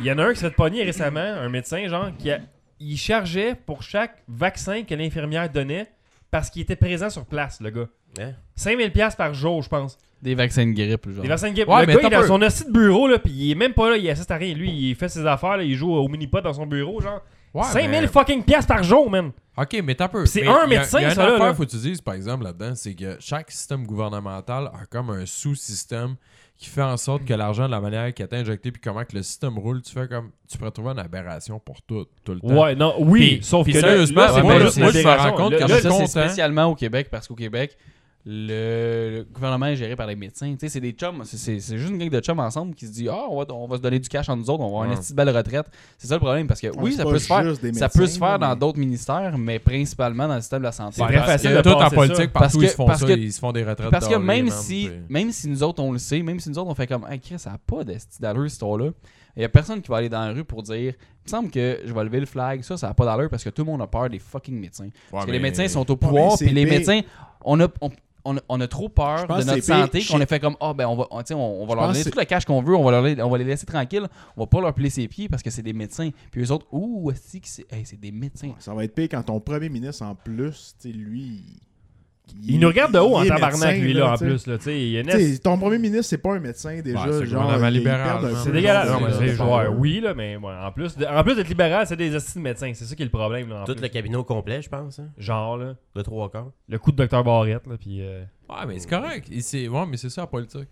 [SPEAKER 1] Il y en a un qui s'est fait pogner récemment, un médecin, genre, qui a- il chargeait pour chaque vaccin que l'infirmière donnait parce qu'il était présent sur place, le gars.
[SPEAKER 5] Hein?
[SPEAKER 1] 5000$ par jour, je pense.
[SPEAKER 7] Des vaccins de grippe, genre.
[SPEAKER 1] Des vaccins de grippe.
[SPEAKER 3] Ouais,
[SPEAKER 1] le
[SPEAKER 3] mais
[SPEAKER 1] gars, il est
[SPEAKER 3] t'as
[SPEAKER 1] dans
[SPEAKER 3] peu.
[SPEAKER 1] son assis de bureau, là, puis il est même pas là, il assiste à rien. Lui, il fait ses affaires, là, il joue au mini-pot dans son bureau, genre.
[SPEAKER 3] Ouais,
[SPEAKER 1] 5000
[SPEAKER 3] mais-
[SPEAKER 1] fucking piastres par jour, man.
[SPEAKER 3] Ok, mais t'as peu.
[SPEAKER 1] Puis c'est
[SPEAKER 3] Mais
[SPEAKER 1] un
[SPEAKER 3] il y a-
[SPEAKER 1] médecin,
[SPEAKER 3] il y a une
[SPEAKER 1] ça, là,
[SPEAKER 3] affaire,
[SPEAKER 1] là.
[SPEAKER 3] faut que tu dises, par exemple, là-dedans, c'est que chaque système gouvernemental a comme un sous-système qui fait en sorte que l'argent, de la manière qui est injecté, puis comment que le système roule, tu fais comme. Tu pourrais trouver une aberration pour tout, tout le temps.
[SPEAKER 1] Ouais, non, oui,
[SPEAKER 3] Puis-
[SPEAKER 1] sauf
[SPEAKER 3] puis
[SPEAKER 1] que. là-
[SPEAKER 3] sérieusement,
[SPEAKER 1] là, c'est
[SPEAKER 7] moi,
[SPEAKER 1] pas
[SPEAKER 7] je-
[SPEAKER 1] juste
[SPEAKER 7] moi,
[SPEAKER 1] une
[SPEAKER 3] je me rends
[SPEAKER 1] aberration.
[SPEAKER 3] compte
[SPEAKER 1] Là-
[SPEAKER 3] que
[SPEAKER 1] là,
[SPEAKER 7] Ça,
[SPEAKER 3] content.
[SPEAKER 7] c'est spécialement au Québec, parce qu'au Québec, le, le gouvernement est géré par les médecins. Tu sais, c'est des chums. c'est- C'est c'est juste une gang de chums ensemble qui se dit Ah, on va, on va se donner du cash entre nous autres, on va avoir
[SPEAKER 3] Ouais.
[SPEAKER 7] une petite belle retraite. C'est ça le problème, parce que oui,
[SPEAKER 4] Ah, c'est
[SPEAKER 7] ça
[SPEAKER 4] pas
[SPEAKER 7] peut se faire.
[SPEAKER 4] juste des
[SPEAKER 7] Ça peut se
[SPEAKER 4] médecins, là,
[SPEAKER 7] faire dans
[SPEAKER 4] mais-
[SPEAKER 7] d'autres ministères, mais principalement dans le système de la santé.
[SPEAKER 1] C'est très
[SPEAKER 7] Parce
[SPEAKER 1] facile
[SPEAKER 7] que-
[SPEAKER 1] de
[SPEAKER 3] Tout en
[SPEAKER 1] passer ça.
[SPEAKER 3] politique,
[SPEAKER 7] Parce
[SPEAKER 3] partout,
[SPEAKER 7] que-
[SPEAKER 3] ils se font
[SPEAKER 7] parce
[SPEAKER 3] ça,
[SPEAKER 7] que-
[SPEAKER 3] ils se font des retraites
[SPEAKER 7] Parce que
[SPEAKER 3] dorées,
[SPEAKER 7] même
[SPEAKER 3] man,
[SPEAKER 7] si,
[SPEAKER 3] puis-
[SPEAKER 7] même si nous autres on le sait, même si nous autres on fait comme, hey Chris, ça n'a pas d'esti d'allure cette histoire-là, il n'y a personne qui va aller dans la rue pour dire, il me semble que je vais lever le flag, ça, ça n'a pas d'allure parce que tout le monde a peur des fucking médecins. parce que
[SPEAKER 3] mais-
[SPEAKER 7] les médecins sont au
[SPEAKER 4] mais
[SPEAKER 7] pouvoir,
[SPEAKER 4] c'est
[SPEAKER 7] puis les
[SPEAKER 4] pire.
[SPEAKER 7] médecins, on a. on- on a- on a trop
[SPEAKER 4] Je
[SPEAKER 7] peur
[SPEAKER 4] pense
[SPEAKER 7] de
[SPEAKER 4] que
[SPEAKER 7] notre
[SPEAKER 4] c'est pire
[SPEAKER 7] santé
[SPEAKER 4] chez-
[SPEAKER 7] qu'on a fait comme ah ben on va on, tu sais, on, on va leur
[SPEAKER 4] pense
[SPEAKER 7] donner
[SPEAKER 4] que
[SPEAKER 7] tout le cash qu'on veut on va, leur, la- on va les laisser tranquilles on va pas leur plier ses pieds parce que c'est des médecins puis eux autres ouh esti que c'est hey, c'est des médecins
[SPEAKER 4] Ça va être pire quand ton premier ministre, en plus, tu sais, lui.
[SPEAKER 1] Il nous regarde de haut en
[SPEAKER 4] il est
[SPEAKER 1] tabarnak,
[SPEAKER 4] médecin,
[SPEAKER 1] lui, là, en
[SPEAKER 4] tu sais.
[SPEAKER 1] plus. là, tu sais, Il y a une
[SPEAKER 4] Tu sais, ton premier ministre, c'est pas un médecin déjà.
[SPEAKER 3] Ouais, c'est le
[SPEAKER 4] genre,
[SPEAKER 3] gouvernement
[SPEAKER 4] il est
[SPEAKER 3] libéral,
[SPEAKER 4] hyper de-
[SPEAKER 3] man.
[SPEAKER 1] C'est dégueulasse.
[SPEAKER 3] Non,
[SPEAKER 1] Non, mais
[SPEAKER 3] c'est
[SPEAKER 1] c'est
[SPEAKER 3] ça.
[SPEAKER 1] joueur, oui, là, mais ouais, en plus de- en plus d'être libéral, c'est des astuces de médecins. C'est ça qui est le problème. Là, en
[SPEAKER 5] Tout
[SPEAKER 1] plus.
[SPEAKER 5] le cabinet au complet, je pense. hein.
[SPEAKER 1] Genre, là,
[SPEAKER 5] De trois quarts.
[SPEAKER 1] le coup de Dr. Barrette, là, puis. euh,
[SPEAKER 3] Ouais, mais c'est correct. Et c'est- Ouais, mais c'est ça la politique.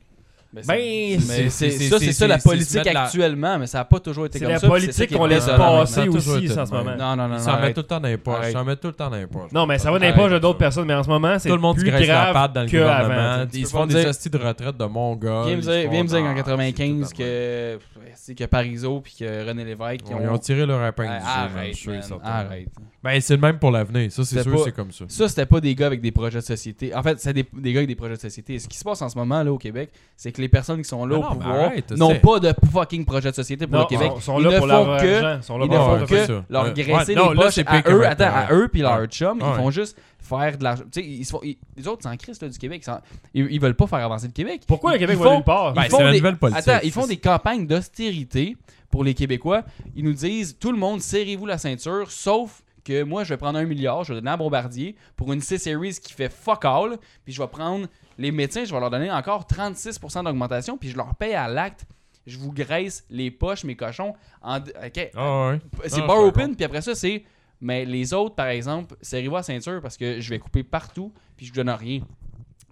[SPEAKER 7] Ben,
[SPEAKER 1] Ben,
[SPEAKER 7] c'est-
[SPEAKER 3] c'est-
[SPEAKER 7] c'est ça, c'est ça la
[SPEAKER 3] c'est- c'est
[SPEAKER 7] politique
[SPEAKER 3] se mettre la-
[SPEAKER 7] actuellement, mais ça n'a pas toujours été
[SPEAKER 1] C'est
[SPEAKER 7] comme
[SPEAKER 1] la
[SPEAKER 7] ça. puis c'est ça
[SPEAKER 1] politique
[SPEAKER 7] qui est
[SPEAKER 1] qu'on laisse
[SPEAKER 7] bizarre.
[SPEAKER 1] passer
[SPEAKER 3] maintenant, toujours
[SPEAKER 1] aussi,
[SPEAKER 3] été
[SPEAKER 1] ça, en
[SPEAKER 3] de
[SPEAKER 1] ce
[SPEAKER 3] même.
[SPEAKER 1] moment.
[SPEAKER 7] Non, non, non.
[SPEAKER 3] Ils
[SPEAKER 7] non,
[SPEAKER 3] s'en mettent
[SPEAKER 7] arrête.
[SPEAKER 3] tout le temps dans les poches. Ils
[SPEAKER 7] Arrête.
[SPEAKER 3] s'en mettent tout le temps dans les poches.
[SPEAKER 1] Non, mais ça va
[SPEAKER 3] Arrête
[SPEAKER 1] n'importe
[SPEAKER 3] ça.
[SPEAKER 1] d'autres personnes, mais en ce moment, c'est
[SPEAKER 3] Tout le monde se
[SPEAKER 1] plus
[SPEAKER 3] graisse la
[SPEAKER 1] grave
[SPEAKER 3] patte dans le
[SPEAKER 1] que
[SPEAKER 3] gouvernement.
[SPEAKER 1] avant.
[SPEAKER 3] Ils se
[SPEAKER 7] peux
[SPEAKER 3] font
[SPEAKER 7] pas
[SPEAKER 3] des
[SPEAKER 7] dire-
[SPEAKER 3] hosties de retraite de Mongols.
[SPEAKER 7] Viens me
[SPEAKER 3] ils se
[SPEAKER 7] dire,
[SPEAKER 3] font-
[SPEAKER 7] viens me dire qu'en
[SPEAKER 3] Ah,
[SPEAKER 7] 95
[SPEAKER 3] c'est tout
[SPEAKER 7] que, c'est que Parizeau puis que René Lévesque
[SPEAKER 3] le
[SPEAKER 7] qui
[SPEAKER 3] monde.
[SPEAKER 7] ont.
[SPEAKER 3] Ils ont tiré leur
[SPEAKER 7] Ouais,
[SPEAKER 3] épingle du jeu, man, je
[SPEAKER 7] arrête,
[SPEAKER 3] suis
[SPEAKER 7] man,
[SPEAKER 3] certain.
[SPEAKER 7] arrête.
[SPEAKER 3] Ben, c'est le même pour l'avenir. Ça, c'est
[SPEAKER 7] C'est
[SPEAKER 3] sûr,
[SPEAKER 7] pas-
[SPEAKER 3] c'est comme ça.
[SPEAKER 7] Ça, c'était pas des gars avec des projets de société. En fait, c'était des, des gars avec des projets de société. Et ce qui se passe en ce moment là au Québec, c'est que les personnes qui sont là
[SPEAKER 3] Mais
[SPEAKER 7] au
[SPEAKER 3] non, mais
[SPEAKER 7] pouvoir
[SPEAKER 3] arrête,
[SPEAKER 7] n'ont
[SPEAKER 3] c'est-
[SPEAKER 7] pas de fucking projet de société pour
[SPEAKER 1] Non,
[SPEAKER 7] le Québec.
[SPEAKER 1] Ils sont
[SPEAKER 7] Ils
[SPEAKER 1] là
[SPEAKER 7] ne
[SPEAKER 1] pour
[SPEAKER 7] font
[SPEAKER 1] leur
[SPEAKER 7] que
[SPEAKER 1] argent. Ils sont là pour
[SPEAKER 7] Ils ne
[SPEAKER 3] Ouais,
[SPEAKER 1] leur
[SPEAKER 7] font
[SPEAKER 3] ouais,
[SPEAKER 1] argent.
[SPEAKER 3] c'est
[SPEAKER 7] que
[SPEAKER 3] ça.
[SPEAKER 7] leur
[SPEAKER 3] Ah, Ouais.
[SPEAKER 7] graisser
[SPEAKER 3] Ouais, non,
[SPEAKER 7] les
[SPEAKER 3] là,
[SPEAKER 7] poches
[SPEAKER 3] c'est
[SPEAKER 7] à
[SPEAKER 3] pire
[SPEAKER 7] eux,
[SPEAKER 3] que
[SPEAKER 7] attends, à
[SPEAKER 3] maintenant.
[SPEAKER 7] eux puis leur
[SPEAKER 3] Ouais.
[SPEAKER 7] chum. Ils
[SPEAKER 3] Ouais.
[SPEAKER 7] font juste faire de l'argent. Tu sais, ils se font- ils- les autres, ils s'en crissent là, du Québec. Ils, s'en- ils, ils veulent pas faire avancer le Québec.
[SPEAKER 1] Pourquoi le
[SPEAKER 7] Ils
[SPEAKER 1] Québec
[SPEAKER 7] font-
[SPEAKER 1] va nulle part?
[SPEAKER 3] Ben,
[SPEAKER 7] ils font
[SPEAKER 3] c'est la
[SPEAKER 7] des-
[SPEAKER 3] nouvelle politique.
[SPEAKER 7] Attends, ils font des campagnes d'austérité pour les Québécois. Ils nous disent tout le monde, serrez-vous la ceinture, sauf que moi, je vais prendre un milliard, je vais donner à Bombardier pour une C-Series qui fait fuck all, puis je vais prendre les médecins, je vais leur donner encore 36% d'augmentation, puis je leur paye à l'acte. Je vous graisse les poches, mes cochons. En... ok,
[SPEAKER 3] Ah, ouais.
[SPEAKER 7] c'est
[SPEAKER 3] Ah,
[SPEAKER 7] bar
[SPEAKER 3] je suis
[SPEAKER 7] open, puis après ça, c'est. Mais les autres, par exemple, serrez-vous à ceinture parce que je vais couper partout, puis je vous donne rien.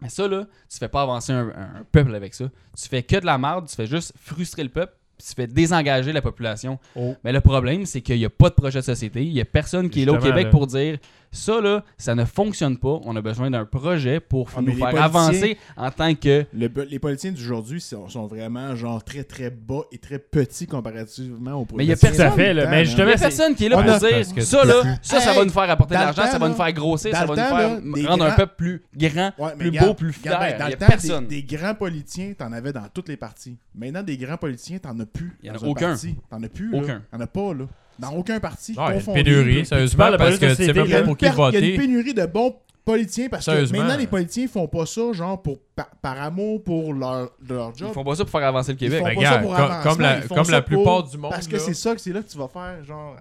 [SPEAKER 7] Mais ça, là, tu fais pas avancer un, un peuple avec ça. Tu fais que de la merde, tu fais juste frustrer le peuple, puis tu fais désengager la population.
[SPEAKER 1] Oh.
[SPEAKER 7] Mais le problème, c'est qu'il n'y a pas de projet de société, il n'y a personne qui est là au
[SPEAKER 1] Justement,
[SPEAKER 7] Québec
[SPEAKER 1] là.
[SPEAKER 7] pour dire Ça, là, ça ne fonctionne pas. On a besoin d'un projet pour
[SPEAKER 4] Ah, mais
[SPEAKER 7] nous
[SPEAKER 4] les
[SPEAKER 7] faire
[SPEAKER 4] politiciens-
[SPEAKER 7] avancer en tant que.
[SPEAKER 4] Le po- les politiciens d'aujourd'hui sont, sont vraiment genre très très bas et très petits comparativement aux
[SPEAKER 7] Mais il y a
[SPEAKER 4] politiciens
[SPEAKER 1] Tout à fait,
[SPEAKER 4] du
[SPEAKER 1] là.
[SPEAKER 4] temps,
[SPEAKER 1] Mais
[SPEAKER 4] man.
[SPEAKER 7] Il
[SPEAKER 1] justement,
[SPEAKER 7] n'y a
[SPEAKER 1] c'est-
[SPEAKER 7] personne qui est là
[SPEAKER 4] On
[SPEAKER 7] pour
[SPEAKER 4] a-
[SPEAKER 7] dire
[SPEAKER 3] parce que-
[SPEAKER 7] ça, là, ça, ça va nous faire apporter de
[SPEAKER 4] dans le
[SPEAKER 7] l'argent,
[SPEAKER 4] temps,
[SPEAKER 7] ça va
[SPEAKER 4] là,
[SPEAKER 7] nous faire grossir,
[SPEAKER 4] dans
[SPEAKER 7] ça
[SPEAKER 4] le
[SPEAKER 7] va
[SPEAKER 4] temps, là,
[SPEAKER 7] nous
[SPEAKER 4] des
[SPEAKER 7] faire rendre un
[SPEAKER 4] grands-
[SPEAKER 7] peuple plus grand,
[SPEAKER 4] Ouais, mais
[SPEAKER 7] plus
[SPEAKER 4] regarde-
[SPEAKER 7] beau, plus
[SPEAKER 4] regarde, ben,
[SPEAKER 7] fier. Il
[SPEAKER 4] dans
[SPEAKER 7] n'y
[SPEAKER 4] le
[SPEAKER 7] a
[SPEAKER 4] temps,
[SPEAKER 7] personne.
[SPEAKER 4] Des, des grands politiciens, t'en avais dans toutes les parties. Maintenant, des grands politiciens, t'en as plus.
[SPEAKER 7] Il y en a
[SPEAKER 4] dans un
[SPEAKER 7] aucun.
[SPEAKER 4] parti. T'en as plus. là.
[SPEAKER 7] Aucun.
[SPEAKER 4] T'en as pas, là. Dans aucun parti.
[SPEAKER 3] Ah, il y a une
[SPEAKER 4] confondu, là.
[SPEAKER 3] pénurie, sérieusement,
[SPEAKER 1] parles de hein?
[SPEAKER 3] parce
[SPEAKER 1] police
[SPEAKER 3] que tu
[SPEAKER 1] de
[SPEAKER 3] sais même
[SPEAKER 4] Il y a
[SPEAKER 3] pas
[SPEAKER 4] une
[SPEAKER 3] pour qui
[SPEAKER 4] per- Il y a une
[SPEAKER 3] voter.
[SPEAKER 4] pénurie de bons politiciens parce que
[SPEAKER 3] Sérieusement.
[SPEAKER 4] maintenant, les politiciens font pas ça, genre, pour, par, par amour pour leur, de leur
[SPEAKER 7] Ils
[SPEAKER 4] job.
[SPEAKER 7] font pas ça pour faire avancer le
[SPEAKER 4] Ils
[SPEAKER 7] Québec.
[SPEAKER 4] font
[SPEAKER 3] Ben,
[SPEAKER 4] pas ça
[SPEAKER 3] regarde,
[SPEAKER 4] pour
[SPEAKER 3] comme-
[SPEAKER 4] avancement,
[SPEAKER 3] comme la-
[SPEAKER 4] ils font
[SPEAKER 3] comme
[SPEAKER 4] ça
[SPEAKER 3] la plupart
[SPEAKER 4] pour-
[SPEAKER 3] du monde,
[SPEAKER 4] Parce que
[SPEAKER 3] là.
[SPEAKER 4] c'est ça que c'est là que tu vas faire, genre.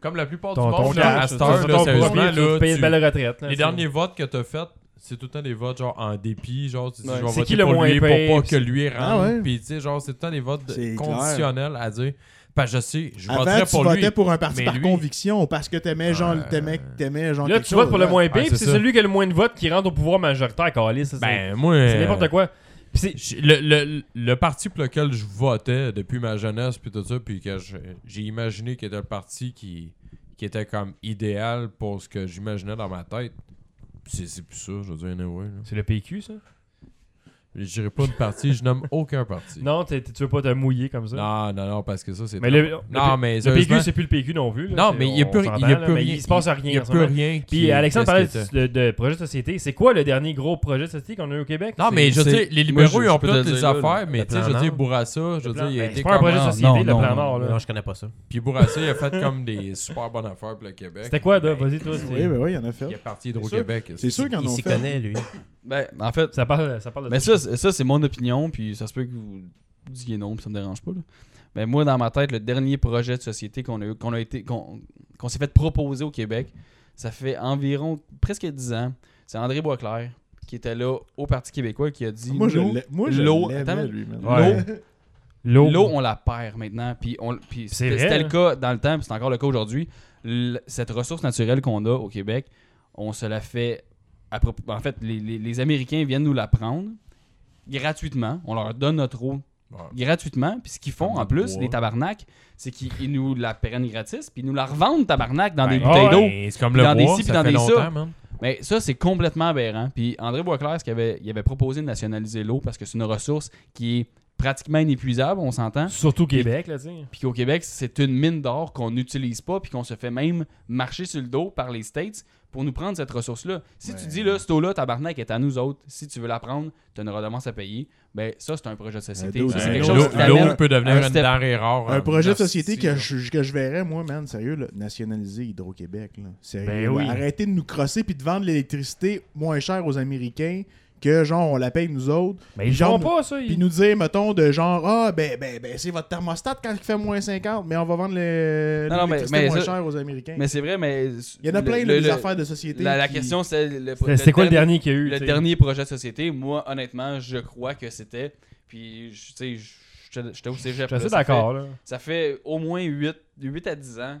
[SPEAKER 3] Comme la plupart du
[SPEAKER 1] Ton, ton
[SPEAKER 3] monde, là, à
[SPEAKER 1] cash,
[SPEAKER 3] cette
[SPEAKER 1] ça,
[SPEAKER 3] heure,
[SPEAKER 1] c'est
[SPEAKER 3] là,
[SPEAKER 1] ton
[SPEAKER 3] sérieusement,
[SPEAKER 1] premier, tu
[SPEAKER 3] là,
[SPEAKER 1] te payes une
[SPEAKER 3] tu-
[SPEAKER 1] belle retraite. là,
[SPEAKER 3] les
[SPEAKER 1] c'est-
[SPEAKER 3] derniers votes que t'as fait, c'est tout le temps des votes genre en dépit, genre tu dis
[SPEAKER 1] Ouais.
[SPEAKER 3] je vais
[SPEAKER 1] C'est
[SPEAKER 3] voter
[SPEAKER 1] qui le
[SPEAKER 3] pour
[SPEAKER 1] moins
[SPEAKER 3] lui
[SPEAKER 1] payé,
[SPEAKER 3] pour pas
[SPEAKER 1] pis-
[SPEAKER 3] que lui rentre,
[SPEAKER 4] Ah ouais.
[SPEAKER 3] puis tu sais genre c'est tout le temps des votes de-
[SPEAKER 4] C'est clair.
[SPEAKER 3] conditionnels à dire ben je sais, je
[SPEAKER 4] Avant,
[SPEAKER 3] voterais
[SPEAKER 4] tu
[SPEAKER 3] pour lui.
[SPEAKER 4] votais pour un parti
[SPEAKER 3] mais
[SPEAKER 4] par
[SPEAKER 3] lui-
[SPEAKER 4] conviction parce que t'aimais, genre,
[SPEAKER 3] Ouais.
[SPEAKER 4] t'aimais, t'aimais, genre.
[SPEAKER 1] Là,
[SPEAKER 4] quelque
[SPEAKER 1] tu votes
[SPEAKER 4] chose,
[SPEAKER 1] pour le
[SPEAKER 4] ouais.
[SPEAKER 1] moins pire,
[SPEAKER 3] Ouais,
[SPEAKER 1] puis
[SPEAKER 3] c'est
[SPEAKER 1] c'est
[SPEAKER 3] ça.
[SPEAKER 1] celui qui a le moins de votes qui rentre au pouvoir majoritaire, calé, ça, c'est
[SPEAKER 3] Ben moi
[SPEAKER 1] c'est n'importe quoi. Puis c'est-
[SPEAKER 3] J- Le, le, le parti pour lequel je votais depuis ma jeunesse, puis tout ça, puis que je- j'ai imaginé qu'il était le parti qui, qui était comme idéal pour ce que j'imaginais dans ma tête, c'est c'est plus ça, je veux dire, anyway. là.
[SPEAKER 1] C'est le PQ, ça?
[SPEAKER 3] Je dirais pas de parti, je nomme aucun parti.
[SPEAKER 1] Non, t'es- t'es- tu veux pas te mouiller comme ça?
[SPEAKER 3] non, non, non, parce que ça, c'est.
[SPEAKER 1] Mais
[SPEAKER 3] trop-
[SPEAKER 1] le,
[SPEAKER 3] non,
[SPEAKER 1] le-
[SPEAKER 3] mais
[SPEAKER 1] le PQ,
[SPEAKER 3] sérieusement,
[SPEAKER 1] c'est plus le PQ non plus. là,
[SPEAKER 3] Non,
[SPEAKER 1] c'est-
[SPEAKER 3] mais il y a
[SPEAKER 1] on
[SPEAKER 3] plus- il y a
[SPEAKER 1] s'entend, là,
[SPEAKER 3] plus
[SPEAKER 1] mais
[SPEAKER 3] rien-
[SPEAKER 1] Il se passe
[SPEAKER 3] il
[SPEAKER 1] rien.
[SPEAKER 3] n'y a
[SPEAKER 1] en ce
[SPEAKER 3] plus
[SPEAKER 1] moment.
[SPEAKER 3] rien qui.
[SPEAKER 1] Puis Alexandre parlait
[SPEAKER 3] qu'est-ce qui était.
[SPEAKER 1] de, de projet de société. C'est quoi le dernier gros projet de société qu'on a eu au Québec?
[SPEAKER 3] Non, mais je veux dire,
[SPEAKER 7] c'est-
[SPEAKER 3] les
[SPEAKER 7] moi, je-
[SPEAKER 3] libéraux, ils
[SPEAKER 7] je
[SPEAKER 3] ont
[SPEAKER 7] peux
[SPEAKER 3] toutes
[SPEAKER 7] te le
[SPEAKER 3] les
[SPEAKER 7] dire, là,
[SPEAKER 3] affaires, mais
[SPEAKER 5] le
[SPEAKER 3] tu sais, je
[SPEAKER 5] plan
[SPEAKER 3] veux dire,
[SPEAKER 5] Nord.
[SPEAKER 3] Bourassa, je
[SPEAKER 1] Le plan-
[SPEAKER 3] veux dire, il a
[SPEAKER 1] ben,
[SPEAKER 3] été
[SPEAKER 1] C'est pas un projet de
[SPEAKER 3] comment-
[SPEAKER 1] société,
[SPEAKER 7] Non,
[SPEAKER 1] le
[SPEAKER 7] non,
[SPEAKER 1] plan
[SPEAKER 7] non,
[SPEAKER 1] Nord. Ah, là.
[SPEAKER 5] Non, je connais pas ça.
[SPEAKER 3] Puis Bourassa, il a fait comme des super bonnes affaires pour le Québec.
[SPEAKER 1] C'était quoi, là?
[SPEAKER 3] Ben,
[SPEAKER 1] Vas-y, toi.
[SPEAKER 4] Oui,
[SPEAKER 1] c'est-
[SPEAKER 4] ben oui, il y en
[SPEAKER 3] Il
[SPEAKER 4] a
[SPEAKER 3] est
[SPEAKER 4] fait.
[SPEAKER 3] parti Hydro-Québec.
[SPEAKER 4] C'est sûr qu'ils en
[SPEAKER 5] Il
[SPEAKER 4] ont
[SPEAKER 5] s'y
[SPEAKER 4] fait.
[SPEAKER 5] connaît, lui.
[SPEAKER 7] Ben, en fait,
[SPEAKER 1] Ça parle ça parle de
[SPEAKER 7] Mais ça, c'est- ça c'est mon opinion, puis ça se peut que vous disiez non, puis ça me dérange pas. Là. Mais moi, dans ma tête, le dernier projet de société qu'on a, eu- qu'on a été, qu'on, qu'on s'est fait proposer au Québec, ça fait environ presque 10 ans. C'est André Boisclair qui était là au Parti québécois qui a dit
[SPEAKER 4] Moi, je
[SPEAKER 7] l'eau,
[SPEAKER 4] l'ai- moi, je
[SPEAKER 7] l'eau,
[SPEAKER 4] l'aimais,
[SPEAKER 7] attends,
[SPEAKER 4] lui, man.
[SPEAKER 1] Ouais.
[SPEAKER 7] l'eau,
[SPEAKER 1] L'eau.
[SPEAKER 7] on la perd maintenant. Puis, on, puis
[SPEAKER 1] C'est
[SPEAKER 7] c'était,
[SPEAKER 1] vrai,
[SPEAKER 7] c'était
[SPEAKER 1] hein.
[SPEAKER 7] le cas dans le temps, puis c'est encore le cas aujourd'hui. L- cette ressource naturelle qu'on a au Québec, on se la fait. à prop- en fait, les, les- les Américains viennent nous la prendre gratuitement. On leur donne notre eau gratuitement. Puis ce qu'ils font
[SPEAKER 3] Comme
[SPEAKER 7] en
[SPEAKER 3] du
[SPEAKER 7] plus,
[SPEAKER 3] bois.
[SPEAKER 7] les tabarnaks, c'est qu'ils ils nous la prennent gratis, puis ils nous la revendent tabarnak dans des
[SPEAKER 1] Ben,
[SPEAKER 7] bouteilles
[SPEAKER 1] ouais.
[SPEAKER 7] d'eau.
[SPEAKER 3] C'est comme
[SPEAKER 7] Puis
[SPEAKER 3] le
[SPEAKER 7] dans des
[SPEAKER 3] bois,
[SPEAKER 7] ci, puis
[SPEAKER 3] ça
[SPEAKER 7] dans
[SPEAKER 3] fait
[SPEAKER 7] des ça.
[SPEAKER 3] longtemps, man.
[SPEAKER 7] Mais ça, c'est complètement aberrant. Puis André Boisclair, ce qu'il avait, il avait proposé de nationaliser l'eau parce que c'est une ressource qui est pratiquement inépuisable, on s'entend.
[SPEAKER 1] Surtout Québec, là, tu sais.
[SPEAKER 7] Puis qu'au Québec, c'est une mine d'or qu'on n'utilise pas, puis qu'on se fait même marcher sur le dos par les States pour nous prendre cette ressource-là. Si tu
[SPEAKER 4] Ouais.
[SPEAKER 7] dis, là, cette eau-là, tabarnak, est à nous autres, si tu veux la prendre, tu as une redevance à payer, ben ça, c'est un projet de société.
[SPEAKER 4] dude,
[SPEAKER 7] C'est
[SPEAKER 4] un
[SPEAKER 7] quelque
[SPEAKER 4] autre-
[SPEAKER 7] chose qui
[SPEAKER 4] un
[SPEAKER 7] t'amène
[SPEAKER 3] L'eau peut
[SPEAKER 7] un
[SPEAKER 3] devenir une
[SPEAKER 7] step.
[SPEAKER 3] denrée rare.
[SPEAKER 4] Un
[SPEAKER 3] hein.
[SPEAKER 4] projet de
[SPEAKER 3] Merci,
[SPEAKER 4] société que
[SPEAKER 3] là.
[SPEAKER 4] je, que je verrais, moi, man, sérieux, là, nationaliser Hydro-Québec. là. Sérieux.
[SPEAKER 1] Ben
[SPEAKER 4] là.
[SPEAKER 1] oui.
[SPEAKER 4] Arrêtez de nous crosser puis de vendre l'électricité moins chère aux Américains que, genre, on la paye nous autres.
[SPEAKER 1] Mais ils
[SPEAKER 4] Genre,
[SPEAKER 1] font
[SPEAKER 4] nous-
[SPEAKER 1] pas, ça. ils-
[SPEAKER 4] Puis nous dire, mettons, de genre, ah, ben, ben, ben, c'est votre thermostat quand il fait moins 50, mais on va vendre le-
[SPEAKER 7] Non, non, mais-
[SPEAKER 4] l'électricité
[SPEAKER 7] mais
[SPEAKER 4] moins
[SPEAKER 7] ça-
[SPEAKER 4] chère aux Américains.
[SPEAKER 7] Mais c'est vrai, mais.
[SPEAKER 4] Il y en a
[SPEAKER 7] le-
[SPEAKER 4] plein,
[SPEAKER 7] le-
[SPEAKER 4] là, des
[SPEAKER 7] le-
[SPEAKER 4] affaires de société.
[SPEAKER 7] La, la
[SPEAKER 4] qui-
[SPEAKER 7] question, c'est. le-
[SPEAKER 1] C'était c'était quoi le
[SPEAKER 7] terme-
[SPEAKER 1] dernier qu'il y a eu?
[SPEAKER 7] Le
[SPEAKER 1] tu sais?
[SPEAKER 7] dernier projet de société, moi, honnêtement, je crois que c'était. Puis, je- tu sais, je- j'étais j'étais au
[SPEAKER 1] Je
[SPEAKER 7] cégep.
[SPEAKER 1] suis
[SPEAKER 7] là,
[SPEAKER 1] assez
[SPEAKER 7] ça fait-
[SPEAKER 1] d'accord, là.
[SPEAKER 7] Ça fait au moins 8, 8 à 10 ans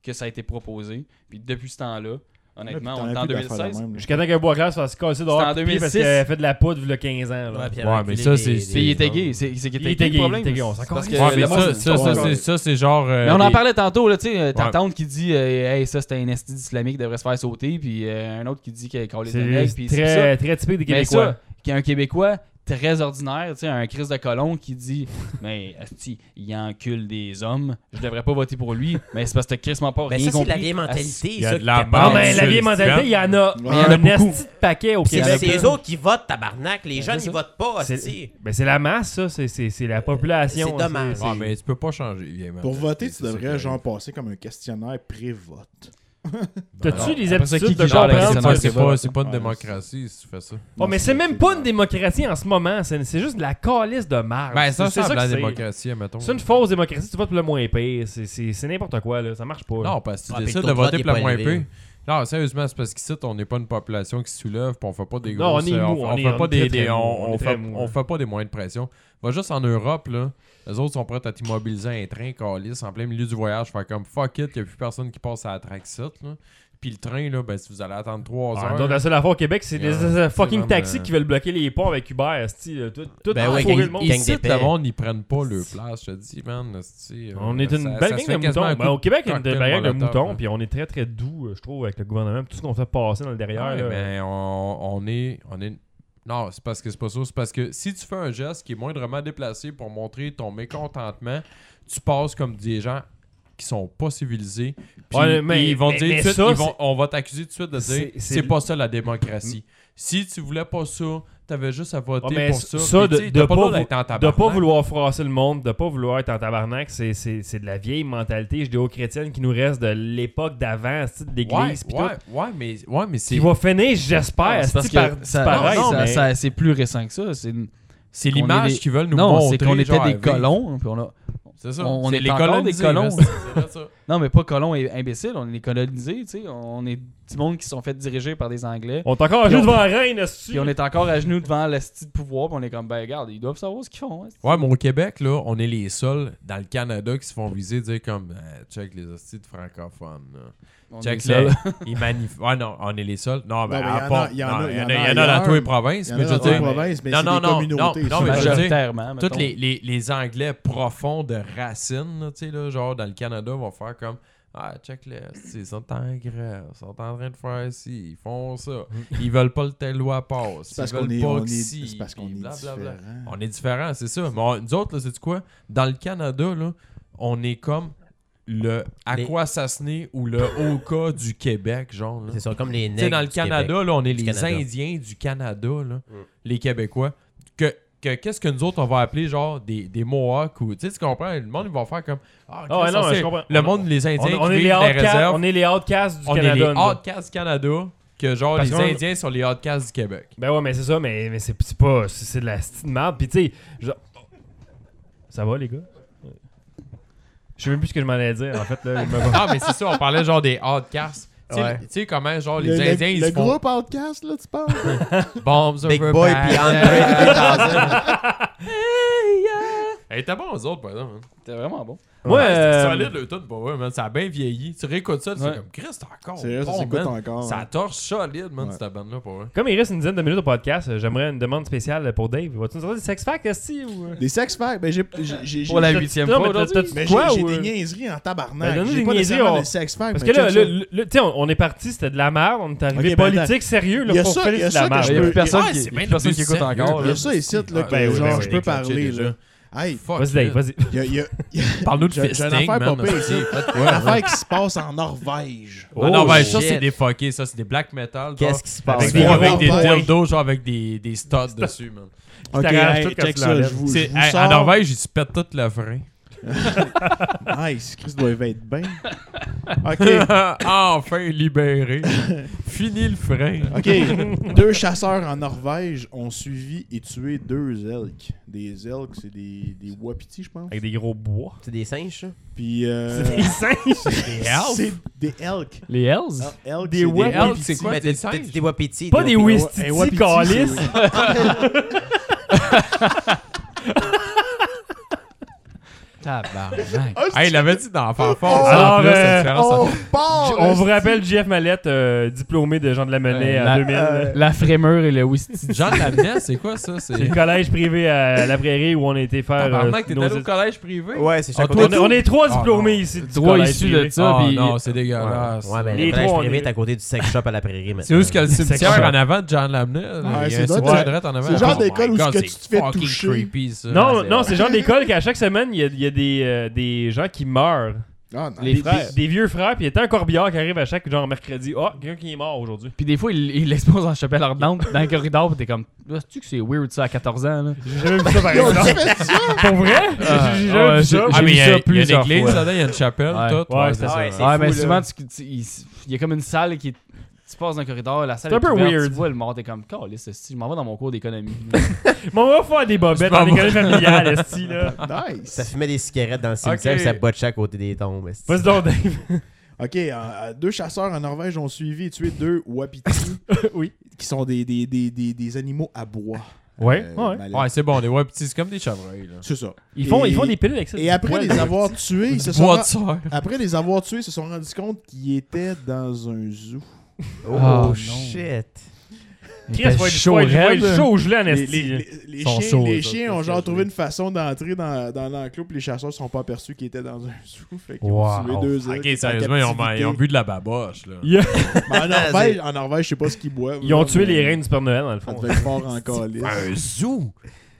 [SPEAKER 7] que ça a été proposé. Puis depuis ce temps-là,
[SPEAKER 4] Là, puis
[SPEAKER 7] honnêtement,
[SPEAKER 4] t'en
[SPEAKER 7] on
[SPEAKER 4] as
[SPEAKER 7] est en
[SPEAKER 4] plus d'affaires de
[SPEAKER 7] 2016.
[SPEAKER 4] même, là.
[SPEAKER 1] Jusqu'à temps que Boisclair soit cassé dehors pied
[SPEAKER 7] en
[SPEAKER 1] parce
[SPEAKER 7] 2006.
[SPEAKER 1] qu'il avait fait de la poudre il y a 15 ans. là.
[SPEAKER 5] puis
[SPEAKER 3] Ouais,
[SPEAKER 5] avec
[SPEAKER 3] mais
[SPEAKER 5] les-
[SPEAKER 3] ça,
[SPEAKER 5] les-
[SPEAKER 3] c'est-
[SPEAKER 5] les-
[SPEAKER 7] C'est il était gay. C'est c'est qu'il
[SPEAKER 1] Il
[SPEAKER 7] était gay.
[SPEAKER 1] était
[SPEAKER 7] le
[SPEAKER 1] gay, il
[SPEAKER 7] problème.
[SPEAKER 1] était gay, on s'en
[SPEAKER 7] C'est parce
[SPEAKER 1] calisse.
[SPEAKER 7] que
[SPEAKER 3] Ouais, mais
[SPEAKER 7] le monde-
[SPEAKER 3] ça, ça, ça,
[SPEAKER 4] Ouais.
[SPEAKER 3] c'est- ça, c'est genre. euh,
[SPEAKER 7] Mais on en
[SPEAKER 3] les-
[SPEAKER 7] parlait tantôt, là, tu sais, euh, ta
[SPEAKER 3] Ouais.
[SPEAKER 7] tante qui dit euh, Hey, ça c'était un esti d'islamique, devrait se faire sauter, puis euh, un autre qui dit qu'elle colle les oreilles,
[SPEAKER 1] C'est
[SPEAKER 7] puis c'est ça.
[SPEAKER 1] très, très typique des
[SPEAKER 7] Mais
[SPEAKER 1] Québécois.
[SPEAKER 7] ça, qu'un Québécois très ordinaire, tu sais, un Chris de Colomb qui dit Mais asti, il encule des hommes, je devrais pas voter pour lui, mais c'est parce que Chris m'a pas
[SPEAKER 5] Ben,
[SPEAKER 7] rien
[SPEAKER 5] ça, c'est de la
[SPEAKER 7] compris. Ah,
[SPEAKER 5] vieille mentalité.
[SPEAKER 3] y a
[SPEAKER 5] ça,
[SPEAKER 3] de la
[SPEAKER 5] qui
[SPEAKER 3] merde.
[SPEAKER 5] parle.
[SPEAKER 1] Ah, ben, la vieille
[SPEAKER 3] Insulte.
[SPEAKER 1] mentalité, il y en a.
[SPEAKER 4] il y en a
[SPEAKER 1] un
[SPEAKER 7] beaucoup.
[SPEAKER 1] esti de paquet au
[SPEAKER 5] C'est
[SPEAKER 1] Québec.
[SPEAKER 5] c'est
[SPEAKER 1] là.
[SPEAKER 5] eux autres qui votent, tabarnak. Les jeunes,
[SPEAKER 1] c'est ça.
[SPEAKER 5] ils votent pas,
[SPEAKER 1] C'est-
[SPEAKER 5] hostie.
[SPEAKER 1] Ben, c'est la masse, ça. C'est- C'est c'est la population.
[SPEAKER 5] C'est dommage.
[SPEAKER 3] Ah, mais tu peux pas changer. vieille
[SPEAKER 4] Pour
[SPEAKER 3] merde.
[SPEAKER 4] voter,
[SPEAKER 3] C'est
[SPEAKER 4] tu
[SPEAKER 3] ça qui
[SPEAKER 4] devrais,
[SPEAKER 3] arrive.
[SPEAKER 4] genre, passer comme un questionnaire pré-vote. Ah.
[SPEAKER 1] T'as-tu des
[SPEAKER 7] Après ça,
[SPEAKER 1] aptitudes de
[SPEAKER 7] qui qui gère la
[SPEAKER 1] comprendre?
[SPEAKER 7] question?
[SPEAKER 3] C'est pas-
[SPEAKER 7] c'est
[SPEAKER 3] C'est pas,
[SPEAKER 7] ça.
[SPEAKER 3] c'est pas une
[SPEAKER 4] Ouais,
[SPEAKER 3] démocratie si tu fais ça.
[SPEAKER 1] Oh, mais c'est même pas une démocratie en ce moment. C'est c'est juste de la calice de marge.
[SPEAKER 3] Ben, ça,
[SPEAKER 1] c'est
[SPEAKER 3] c'est la
[SPEAKER 1] que
[SPEAKER 3] démocratie, mettons.
[SPEAKER 1] C'est une fausse démocratie. Tu votes pour le moins pire. C'est- C'est c'est n'importe quoi, là. Ça marche pas. là.
[SPEAKER 3] Non, parce que tu
[SPEAKER 5] Ah, puis
[SPEAKER 3] décides
[SPEAKER 5] le taux
[SPEAKER 3] de
[SPEAKER 5] de vote
[SPEAKER 3] voter
[SPEAKER 5] est
[SPEAKER 3] pour
[SPEAKER 5] pas
[SPEAKER 3] la moins
[SPEAKER 5] élevé.
[SPEAKER 3] peu. Non, sérieusement, c'est parce qu'ici, on n'est pas une population qui se soulève, puis on fait pas des
[SPEAKER 1] Non, on
[SPEAKER 3] grosses...
[SPEAKER 1] est
[SPEAKER 3] euh,
[SPEAKER 1] mou,
[SPEAKER 3] fait-
[SPEAKER 1] on
[SPEAKER 3] on
[SPEAKER 1] est-
[SPEAKER 3] fait
[SPEAKER 1] on
[SPEAKER 3] pas
[SPEAKER 1] est très,
[SPEAKER 3] des...
[SPEAKER 1] très
[SPEAKER 3] des-
[SPEAKER 1] mou, on
[SPEAKER 3] On
[SPEAKER 1] est
[SPEAKER 3] on
[SPEAKER 1] très
[SPEAKER 3] fait
[SPEAKER 1] mou,
[SPEAKER 3] on
[SPEAKER 1] hein.
[SPEAKER 3] fait pas des moyens de pression. Va juste en Europe, là. Les autres sont prêts à t'immobiliser un train, calice, en plein milieu du voyage, faire comme « Fuck it, il a plus personne qui passe à la track là. Puis le train, là, ben, si vous allez attendre 3
[SPEAKER 1] Ah,
[SPEAKER 3] heures.
[SPEAKER 1] donc, la seule affaire au Québec, c'est les
[SPEAKER 3] Yeah.
[SPEAKER 1] euh, fucking
[SPEAKER 3] Ah, C'est
[SPEAKER 1] taxis
[SPEAKER 3] vraiment-
[SPEAKER 1] qui veulent bloquer les ponts avec Uber. esti, là. Tout, tout
[SPEAKER 5] Ben ouais,
[SPEAKER 1] fourré
[SPEAKER 5] gang-
[SPEAKER 1] le monde.
[SPEAKER 5] gang
[SPEAKER 3] Ici,
[SPEAKER 5] d'épais.
[SPEAKER 3] le monde, ils prennent pas leur place, je te dis, man. esti, euh,
[SPEAKER 1] On est
[SPEAKER 3] ça-
[SPEAKER 1] une
[SPEAKER 3] ça
[SPEAKER 1] belle
[SPEAKER 3] se fait
[SPEAKER 1] gang de moutons.
[SPEAKER 3] quasiment un
[SPEAKER 1] Ben,
[SPEAKER 3] coup
[SPEAKER 1] au Québec, on est une
[SPEAKER 3] cocktail
[SPEAKER 1] belle gang de
[SPEAKER 3] Molotov,
[SPEAKER 1] moutons,
[SPEAKER 3] hein.
[SPEAKER 1] puis on est très très doux, euh, je trouve, avec le gouvernement. Tout ce qu'on fait passer dans le derrière.
[SPEAKER 3] Ouais,
[SPEAKER 1] là.
[SPEAKER 3] ben, on, on est, on est. Non, c'est parce que c'est pas ça. C'est parce que si tu fais un geste qui est moindrement déplacé pour montrer ton mécontentement, tu passes comme des gens qui sont pas civilisés. Puis
[SPEAKER 1] Ouais, mais-
[SPEAKER 3] ils vont
[SPEAKER 1] mais-
[SPEAKER 3] dire
[SPEAKER 1] mais
[SPEAKER 3] tout de suite-
[SPEAKER 1] ça,
[SPEAKER 3] ils vont- on va t'accuser tout de suite de
[SPEAKER 1] C'est-
[SPEAKER 3] dire
[SPEAKER 1] c'est-
[SPEAKER 3] c'est pas ça la démocratie. Si tu voulais pas ça, t'avais juste à voter
[SPEAKER 1] Ah, mais
[SPEAKER 3] pour
[SPEAKER 1] ça,
[SPEAKER 3] ça.
[SPEAKER 1] ça,
[SPEAKER 3] Puis,
[SPEAKER 1] de,
[SPEAKER 3] tu sais,
[SPEAKER 1] de
[SPEAKER 3] t'as
[SPEAKER 1] pas
[SPEAKER 3] le droit
[SPEAKER 1] vou-
[SPEAKER 3] d'être en
[SPEAKER 1] de pas
[SPEAKER 3] tabarnak.
[SPEAKER 1] vouloir froisser le monde, de pas vouloir être en tabarnak, c'est, c'est, c'est de la vieille mentalité judéo-chrétienne qui nous reste de l'époque d'avant, c'est de
[SPEAKER 3] Ouais,
[SPEAKER 1] l'église. pis
[SPEAKER 3] ouais,
[SPEAKER 1] tout.
[SPEAKER 3] ouais, mais, ouais, mais c'est.
[SPEAKER 1] Qui va finir, j'espère,
[SPEAKER 7] C'est parce
[SPEAKER 1] esti, par
[SPEAKER 7] que ça-
[SPEAKER 1] disparaître.
[SPEAKER 7] non, ça-
[SPEAKER 1] mais-
[SPEAKER 7] ça- c'est plus récent que ça. C'est une-
[SPEAKER 3] C'est
[SPEAKER 7] qu'on est
[SPEAKER 3] l'image
[SPEAKER 7] des-
[SPEAKER 3] qu'ils veulent nous
[SPEAKER 7] non,
[SPEAKER 3] montrer.
[SPEAKER 7] c'est qu'on était
[SPEAKER 3] genre,
[SPEAKER 7] des
[SPEAKER 3] à
[SPEAKER 7] colons. puis on a-
[SPEAKER 3] vivre. C'est ça.
[SPEAKER 7] On- on
[SPEAKER 3] C'est
[SPEAKER 7] est
[SPEAKER 3] les
[SPEAKER 7] encore des
[SPEAKER 3] colonisés,
[SPEAKER 7] colons.
[SPEAKER 3] mais c'est- c'est ça.
[SPEAKER 7] Non, mais pas colons et imbéciles. On est des colonisés. tu sais. On est du monde qui se sont fait diriger par des Anglais.
[SPEAKER 1] On est encore
[SPEAKER 7] Puis
[SPEAKER 1] juste
[SPEAKER 7] on-
[SPEAKER 1] devant la reine, esti.
[SPEAKER 7] Puis on est encore à genoux devant l'esti de pouvoir. Puis on est comme, ben, regarde, ils doivent savoir ce qu'ils font. hein.
[SPEAKER 3] Ouais, mais au Québec, là, on est les seuls dans le Canada qui se font viser, dire comme Eh, check les hosties de francophones. là.
[SPEAKER 7] On est
[SPEAKER 3] Check
[SPEAKER 7] seuls.
[SPEAKER 3] les. Ils manifestent. Ouais, non, on est les seuls. Non, ben,
[SPEAKER 4] mais
[SPEAKER 3] à
[SPEAKER 4] y en a-
[SPEAKER 3] part-
[SPEAKER 4] il y en
[SPEAKER 3] non,
[SPEAKER 4] a-
[SPEAKER 3] il
[SPEAKER 4] il y en
[SPEAKER 3] il
[SPEAKER 4] a
[SPEAKER 3] y en a dans
[SPEAKER 4] ailleurs.
[SPEAKER 3] tous les provinces,
[SPEAKER 4] Il y en
[SPEAKER 3] mais
[SPEAKER 4] a
[SPEAKER 3] je veux
[SPEAKER 4] dans les
[SPEAKER 3] dire.
[SPEAKER 4] provinces, mais
[SPEAKER 3] non,
[SPEAKER 4] c'est
[SPEAKER 3] non,
[SPEAKER 4] des
[SPEAKER 3] non,
[SPEAKER 4] communautés.
[SPEAKER 3] non, non,
[SPEAKER 4] ça.
[SPEAKER 3] mais je-
[SPEAKER 7] Majoritairement.
[SPEAKER 3] Tous
[SPEAKER 7] mettons.
[SPEAKER 3] les, les, les Anglais profonds de racines, là, tu sais, là, genre dans le Canada, vont faire comme Ah, check les hosties, ils sont en grève, ils sont en train de faire ci, ils font ça,
[SPEAKER 7] Mm.
[SPEAKER 3] ils veulent pas le telle loi passe.
[SPEAKER 4] C'est parce
[SPEAKER 3] ils veulent
[SPEAKER 4] qu'on est,
[SPEAKER 3] pas
[SPEAKER 4] on
[SPEAKER 3] que
[SPEAKER 4] est-
[SPEAKER 3] ci,
[SPEAKER 4] c'est parce qu'on
[SPEAKER 3] puis
[SPEAKER 4] est
[SPEAKER 3] blablabla.
[SPEAKER 4] différent.
[SPEAKER 3] On est différent, c'est ça. Mais on- nous autres, là, c'est quoi? Dans le Canada, là, on est comme le
[SPEAKER 5] Les-
[SPEAKER 3] Aquasasné ou le Oka du Québec, genre. là.
[SPEAKER 5] C'est ça, comme les
[SPEAKER 3] Tu sais,
[SPEAKER 5] nègres
[SPEAKER 3] dans le
[SPEAKER 5] du Québec.
[SPEAKER 3] Canada, là, on est
[SPEAKER 5] Du
[SPEAKER 3] les
[SPEAKER 5] Canada.
[SPEAKER 3] Indiens du Canada, là,
[SPEAKER 1] Mm.
[SPEAKER 3] les Québécois. Que, que- qu'est-ce que nous autres, on va appeler genre des, des Mohawks ou. Tu sais, tu comprends? Le monde, ils vont faire comme. Ah,
[SPEAKER 1] Ah ouais,
[SPEAKER 3] Christ,
[SPEAKER 1] non,
[SPEAKER 3] on sait-
[SPEAKER 1] je comprends.
[SPEAKER 3] Le
[SPEAKER 1] On-
[SPEAKER 3] monde, les
[SPEAKER 1] On-
[SPEAKER 3] Indiens
[SPEAKER 1] on
[SPEAKER 3] qui
[SPEAKER 1] est
[SPEAKER 3] vivent
[SPEAKER 1] les
[SPEAKER 3] dans les
[SPEAKER 1] outcasts-
[SPEAKER 3] réserves.
[SPEAKER 1] on est les outcasts du
[SPEAKER 3] On est les
[SPEAKER 1] Canada. nous autres.
[SPEAKER 3] Outcasts Canada. Que genre,
[SPEAKER 1] Parce
[SPEAKER 3] les
[SPEAKER 1] qu'on-
[SPEAKER 3] Indiens sont les Outcasts du Québec.
[SPEAKER 1] Ben ouais, mais c'est ça, mais, mais c'est, c'est pas. C'est, c'est de la style de merde. Puis tu sais, genre. Ça va, les gars? Ouais. Je sais même plus ce que je m'en allais dire, en fait. Là, je me-
[SPEAKER 3] Ah, mais c'est ça, on parlait genre des Outcasts. Tu sais-
[SPEAKER 5] Ouais.
[SPEAKER 3] Tu sais comment, genre,
[SPEAKER 4] Le-
[SPEAKER 3] les
[SPEAKER 4] le-
[SPEAKER 3] Indiens, ils
[SPEAKER 4] Le
[SPEAKER 3] se font.
[SPEAKER 4] groupe Outcast, là, tu parles?
[SPEAKER 3] Bombs
[SPEAKER 5] Big
[SPEAKER 3] over
[SPEAKER 5] Boy
[SPEAKER 3] back.
[SPEAKER 5] puis André 3000.
[SPEAKER 3] Hey, t'as bon, eux autres, par exemple. hein.
[SPEAKER 7] C'était vraiment bon.
[SPEAKER 1] Moi,
[SPEAKER 3] c'est
[SPEAKER 1] euh,
[SPEAKER 3] solide le tout pour eux, man. Ça a bien vieilli. Tu réécoutes ça, tu
[SPEAKER 7] Ouais.
[SPEAKER 3] fais comme Christ, encore.
[SPEAKER 4] Sérieux, ça
[SPEAKER 3] bon,
[SPEAKER 4] s'écoute
[SPEAKER 3] man.
[SPEAKER 4] encore,
[SPEAKER 3] Ça
[SPEAKER 4] ouais.
[SPEAKER 3] torche solide, man,
[SPEAKER 4] Ouais.
[SPEAKER 3] cette bande-là, pour eux.
[SPEAKER 1] Comme il reste une dizaine de minutes au podcast, euh, j'aimerais une demande spéciale pour Dave. Vas-tu nous sortir des sex facts, esti, ou... euh?
[SPEAKER 4] Des sex facts, ben j'ai j'ai- j'ai-
[SPEAKER 7] Pour la
[SPEAKER 4] j'ai-
[SPEAKER 7] huitième
[SPEAKER 1] Non,
[SPEAKER 7] fois
[SPEAKER 1] mais t'as-
[SPEAKER 7] aujourd'hui.
[SPEAKER 1] t'as-
[SPEAKER 4] Mais j'ai
[SPEAKER 1] Quoi,
[SPEAKER 4] j'ai
[SPEAKER 1] ou-
[SPEAKER 4] des niaiseries en
[SPEAKER 1] Ben,
[SPEAKER 4] tabarnak.
[SPEAKER 1] donne-nous des
[SPEAKER 4] j'ai pas
[SPEAKER 1] niaiseries,
[SPEAKER 4] nécessairement
[SPEAKER 1] on-
[SPEAKER 4] des sex facts.
[SPEAKER 1] Parce que
[SPEAKER 4] mais
[SPEAKER 1] là,
[SPEAKER 4] check ça.
[SPEAKER 1] le, le- le- tu sais, on, on est parti, c'était de la merde, on est arrivé
[SPEAKER 4] Ok, ben,
[SPEAKER 1] politique, sérieux,
[SPEAKER 4] Il y
[SPEAKER 1] là,
[SPEAKER 4] a
[SPEAKER 1] pour
[SPEAKER 4] ça-
[SPEAKER 1] finir,
[SPEAKER 4] il y a
[SPEAKER 1] c'est de la
[SPEAKER 4] ça que
[SPEAKER 3] Ah,
[SPEAKER 1] merde.
[SPEAKER 4] je
[SPEAKER 7] Il y a plus
[SPEAKER 4] peux-
[SPEAKER 7] personne,
[SPEAKER 3] Ouais,
[SPEAKER 7] qui,
[SPEAKER 3] c'est bien
[SPEAKER 7] personne
[SPEAKER 3] le
[SPEAKER 7] qui
[SPEAKER 3] plus
[SPEAKER 7] écoute
[SPEAKER 3] sérieux,
[SPEAKER 7] encore.
[SPEAKER 4] Il y
[SPEAKER 7] là.
[SPEAKER 4] a ça ici, là, que
[SPEAKER 1] Ben oui, ben
[SPEAKER 4] genre,
[SPEAKER 1] oui,
[SPEAKER 4] je peux parler, là. Hey,
[SPEAKER 3] Fuck.
[SPEAKER 1] Vas-y, Dave, vas-y.
[SPEAKER 4] il y a- il y a- il y a-
[SPEAKER 3] Parle-nous de
[SPEAKER 4] J'ai- j'ai une
[SPEAKER 3] fisting,
[SPEAKER 4] affaire
[SPEAKER 3] man.
[SPEAKER 4] pas pire,
[SPEAKER 3] aussi.
[SPEAKER 4] il y a une affaire qui se passe en Norvège.
[SPEAKER 3] Ah non,
[SPEAKER 1] Oh,
[SPEAKER 3] ben, ça,
[SPEAKER 5] shit.
[SPEAKER 3] c'est des fuckés. Ça, c'est des black metal.
[SPEAKER 5] Qu'est-ce qui se passe?
[SPEAKER 1] Avec
[SPEAKER 3] Avec
[SPEAKER 1] des
[SPEAKER 3] des,
[SPEAKER 1] gros
[SPEAKER 3] avec des
[SPEAKER 4] points.
[SPEAKER 3] dildos, genre avec des, des studs dessus, man.
[SPEAKER 4] Ok,
[SPEAKER 1] t'arranges
[SPEAKER 4] hey,
[SPEAKER 1] tout quand
[SPEAKER 4] check
[SPEAKER 1] tu
[SPEAKER 4] ça,
[SPEAKER 1] l'enlèves.
[SPEAKER 4] je vous, je
[SPEAKER 3] C'est-
[SPEAKER 4] vous
[SPEAKER 3] hey,
[SPEAKER 4] sors.
[SPEAKER 3] En Norvège, ils se pètent tout le frein.
[SPEAKER 4] Nice, Chris doit être bien. Ok,
[SPEAKER 3] enfin libéré. Fini le frein.
[SPEAKER 4] ok. Deux chasseurs en Norvège ont suivi et tué deux elks. Des elks, c'est des, des wapitis, je pense.
[SPEAKER 1] Avec des gros bois.
[SPEAKER 5] C'est des singes, ça?
[SPEAKER 4] Puis, euh,
[SPEAKER 1] C'est des singes.
[SPEAKER 4] c'est des elks.
[SPEAKER 7] Les Hells?
[SPEAKER 4] Elk,
[SPEAKER 1] Des
[SPEAKER 4] c'est
[SPEAKER 1] wapitis.
[SPEAKER 3] Elk, c'est quoi
[SPEAKER 5] Mais
[SPEAKER 3] des
[SPEAKER 5] t'es-
[SPEAKER 3] singes?
[SPEAKER 5] t'es t'es wapiti.
[SPEAKER 1] Pas des
[SPEAKER 5] wapiti.
[SPEAKER 1] Wistiti,
[SPEAKER 4] un wapiti,
[SPEAKER 1] calice.
[SPEAKER 3] Ah,
[SPEAKER 7] Tabarnak.
[SPEAKER 3] Hey, il avait dit d'en faire
[SPEAKER 1] Alors,
[SPEAKER 3] fort. ça, en plus, cette
[SPEAKER 1] euh,
[SPEAKER 3] différence, ça-
[SPEAKER 4] On part!
[SPEAKER 1] On vous rappelle Jeff Mallette, euh, diplômé de Jean de la Monnaie
[SPEAKER 7] Euh,
[SPEAKER 1] en
[SPEAKER 7] la-
[SPEAKER 1] 2000.
[SPEAKER 7] euh, La frémure et le Wistiti.
[SPEAKER 3] Jean de la Menace, c'est quoi ça?
[SPEAKER 1] C'est le
[SPEAKER 3] C'est.
[SPEAKER 1] collège privé à la prairie où on a été faire. euh,
[SPEAKER 3] Tabarnak, t'es
[SPEAKER 1] nos
[SPEAKER 3] allé au
[SPEAKER 1] études.
[SPEAKER 3] collège privé?
[SPEAKER 5] Ouais, c'est ça.
[SPEAKER 3] Ah,
[SPEAKER 5] qu'on
[SPEAKER 3] toi,
[SPEAKER 1] on,
[SPEAKER 5] dit.
[SPEAKER 1] est- on est trois
[SPEAKER 3] Ah,
[SPEAKER 1] diplômés
[SPEAKER 3] non.
[SPEAKER 1] ici. du
[SPEAKER 7] Trois
[SPEAKER 1] collège
[SPEAKER 7] issus
[SPEAKER 1] privé.
[SPEAKER 7] de ça.
[SPEAKER 3] Ah
[SPEAKER 7] puis-
[SPEAKER 3] non, c'est
[SPEAKER 5] Ouais,
[SPEAKER 3] dégueulasse.
[SPEAKER 5] ouais, ben, mais
[SPEAKER 1] Les
[SPEAKER 5] le collège
[SPEAKER 1] trois, on
[SPEAKER 5] privé
[SPEAKER 1] est-
[SPEAKER 5] est à côté du sex shop à la prairie maintenant.
[SPEAKER 3] C'est où ce que le cimetière
[SPEAKER 1] section.
[SPEAKER 3] en avant de Jean Lamennais?
[SPEAKER 4] Ouais,
[SPEAKER 3] il y a
[SPEAKER 4] c'est
[SPEAKER 3] un
[SPEAKER 4] drôle.
[SPEAKER 3] cimetière
[SPEAKER 4] Ouais.
[SPEAKER 3] droite en avant. Oh
[SPEAKER 4] C'est le genre
[SPEAKER 3] my
[SPEAKER 4] d'école où
[SPEAKER 3] God,
[SPEAKER 4] ce que tu
[SPEAKER 3] c'est
[SPEAKER 4] te fais
[SPEAKER 3] fucking
[SPEAKER 4] toucher.
[SPEAKER 3] creepy, ça.
[SPEAKER 1] Non,
[SPEAKER 3] Euh, Ouais,
[SPEAKER 1] non, c'est le genre d'école qu'à chaque semaine, il y a, il y a des, euh, des gens qui meurent.
[SPEAKER 4] Ah, non,
[SPEAKER 7] Les
[SPEAKER 1] Des,
[SPEAKER 4] frères.
[SPEAKER 1] des- des vieux frères, puis il y a un corbillard qui arrive à chaque genre mercredi. Ah, quelqu'un qui est mort aujourd'hui.
[SPEAKER 7] Puis des fois, il il l'expose en chapelle ardente dans le corridor, pis t'es comme, Ah, sais-tu que c'est weird ça à 14 ans, là?
[SPEAKER 1] J'ai jamais vu ça par
[SPEAKER 4] Yo,
[SPEAKER 1] exemple.
[SPEAKER 4] tu fais ça?
[SPEAKER 1] Pour vrai? J'ai jamais
[SPEAKER 7] ouais,
[SPEAKER 1] vu ça.
[SPEAKER 7] j'ai-
[SPEAKER 3] Ah, mais
[SPEAKER 7] vu
[SPEAKER 3] il y
[SPEAKER 7] ça
[SPEAKER 3] a- il y a
[SPEAKER 7] plusieurs
[SPEAKER 3] une église
[SPEAKER 7] fois.
[SPEAKER 3] là-dedans, il y a une chapelle,
[SPEAKER 7] Ouais.
[SPEAKER 3] tout.
[SPEAKER 1] Ouais, c'est
[SPEAKER 5] Ah ouais,
[SPEAKER 1] ça.
[SPEAKER 5] c'est
[SPEAKER 7] Ouais,
[SPEAKER 5] fou,
[SPEAKER 7] mais
[SPEAKER 5] là.
[SPEAKER 7] souvent, tu- tu- il il y a comme une salle qui. Tu passes dans le corridor, la salle
[SPEAKER 1] C'est
[SPEAKER 7] est,
[SPEAKER 1] un peu
[SPEAKER 7] ouverte,
[SPEAKER 1] weird.
[SPEAKER 7] tu vois le mort, t'es comme, calisse, esti, je m'en vais dans mon cours d'économie.
[SPEAKER 1] Mais on va faire des bobettes
[SPEAKER 3] pas
[SPEAKER 1] en
[SPEAKER 3] moi.
[SPEAKER 1] école familiale, esti, là.
[SPEAKER 4] Nice!
[SPEAKER 5] Ça fumait des cigarettes dans le cimetière,
[SPEAKER 3] Ok.
[SPEAKER 5] puis ça botchait à côté des tombes. esti.
[SPEAKER 1] Vas-y donc, Dave.
[SPEAKER 4] Ok, euh, euh, deux chasseurs en Norvège ont suivi et tué deux wapitis
[SPEAKER 1] Oui.
[SPEAKER 4] qui sont des, des, des, des, des animaux à bois.
[SPEAKER 1] Ouais,
[SPEAKER 4] euh,
[SPEAKER 1] ouais.
[SPEAKER 4] malades.
[SPEAKER 3] Ouais, c'est bon, les ouais, petits, c'est comme des chevreuils. Là.
[SPEAKER 4] C'est ça.
[SPEAKER 1] Ils font,
[SPEAKER 4] Et-
[SPEAKER 1] ils font des pilules avec ça.
[SPEAKER 4] Et après les avoir tués, ils se sont
[SPEAKER 3] Bois
[SPEAKER 4] ren-
[SPEAKER 3] de soeur.
[SPEAKER 4] après les avoir tués, ils se sont rendus compte qu'ils étaient dans un zoo.
[SPEAKER 5] Oh,
[SPEAKER 7] Ah, non.
[SPEAKER 5] shit.
[SPEAKER 1] Chris va être chaud, il va être chaud gelé en
[SPEAKER 4] Les,
[SPEAKER 1] esti.
[SPEAKER 4] les- les- les
[SPEAKER 3] Ils sont
[SPEAKER 4] chiens,
[SPEAKER 3] chauds,
[SPEAKER 4] les
[SPEAKER 3] eux autres,
[SPEAKER 4] chiens ont
[SPEAKER 3] parce
[SPEAKER 4] genre
[SPEAKER 3] que
[SPEAKER 4] trouvé
[SPEAKER 3] je-
[SPEAKER 4] une façon d'entrer dans, dans l'enclos, puis les chasseurs ne sont pas aperçus qu'ils étaient dans un zoo. Fait qu'ils ont tué
[SPEAKER 3] Wow.
[SPEAKER 4] deux
[SPEAKER 3] Ok,
[SPEAKER 4] êtres en
[SPEAKER 3] sérieusement, ils ont,
[SPEAKER 4] captivité.
[SPEAKER 3] ils ont bu de la baboche. Là.
[SPEAKER 1] Yeah.
[SPEAKER 4] Mais en Norvège, en Norvège, je sais pas ce qu'ils boivent.
[SPEAKER 1] Ils ont
[SPEAKER 4] là,
[SPEAKER 1] tué
[SPEAKER 4] mais
[SPEAKER 1] les reines du Père Noël, dans le
[SPEAKER 4] Ça
[SPEAKER 1] fond.
[SPEAKER 4] devait être fort en calice.
[SPEAKER 3] Un zoo!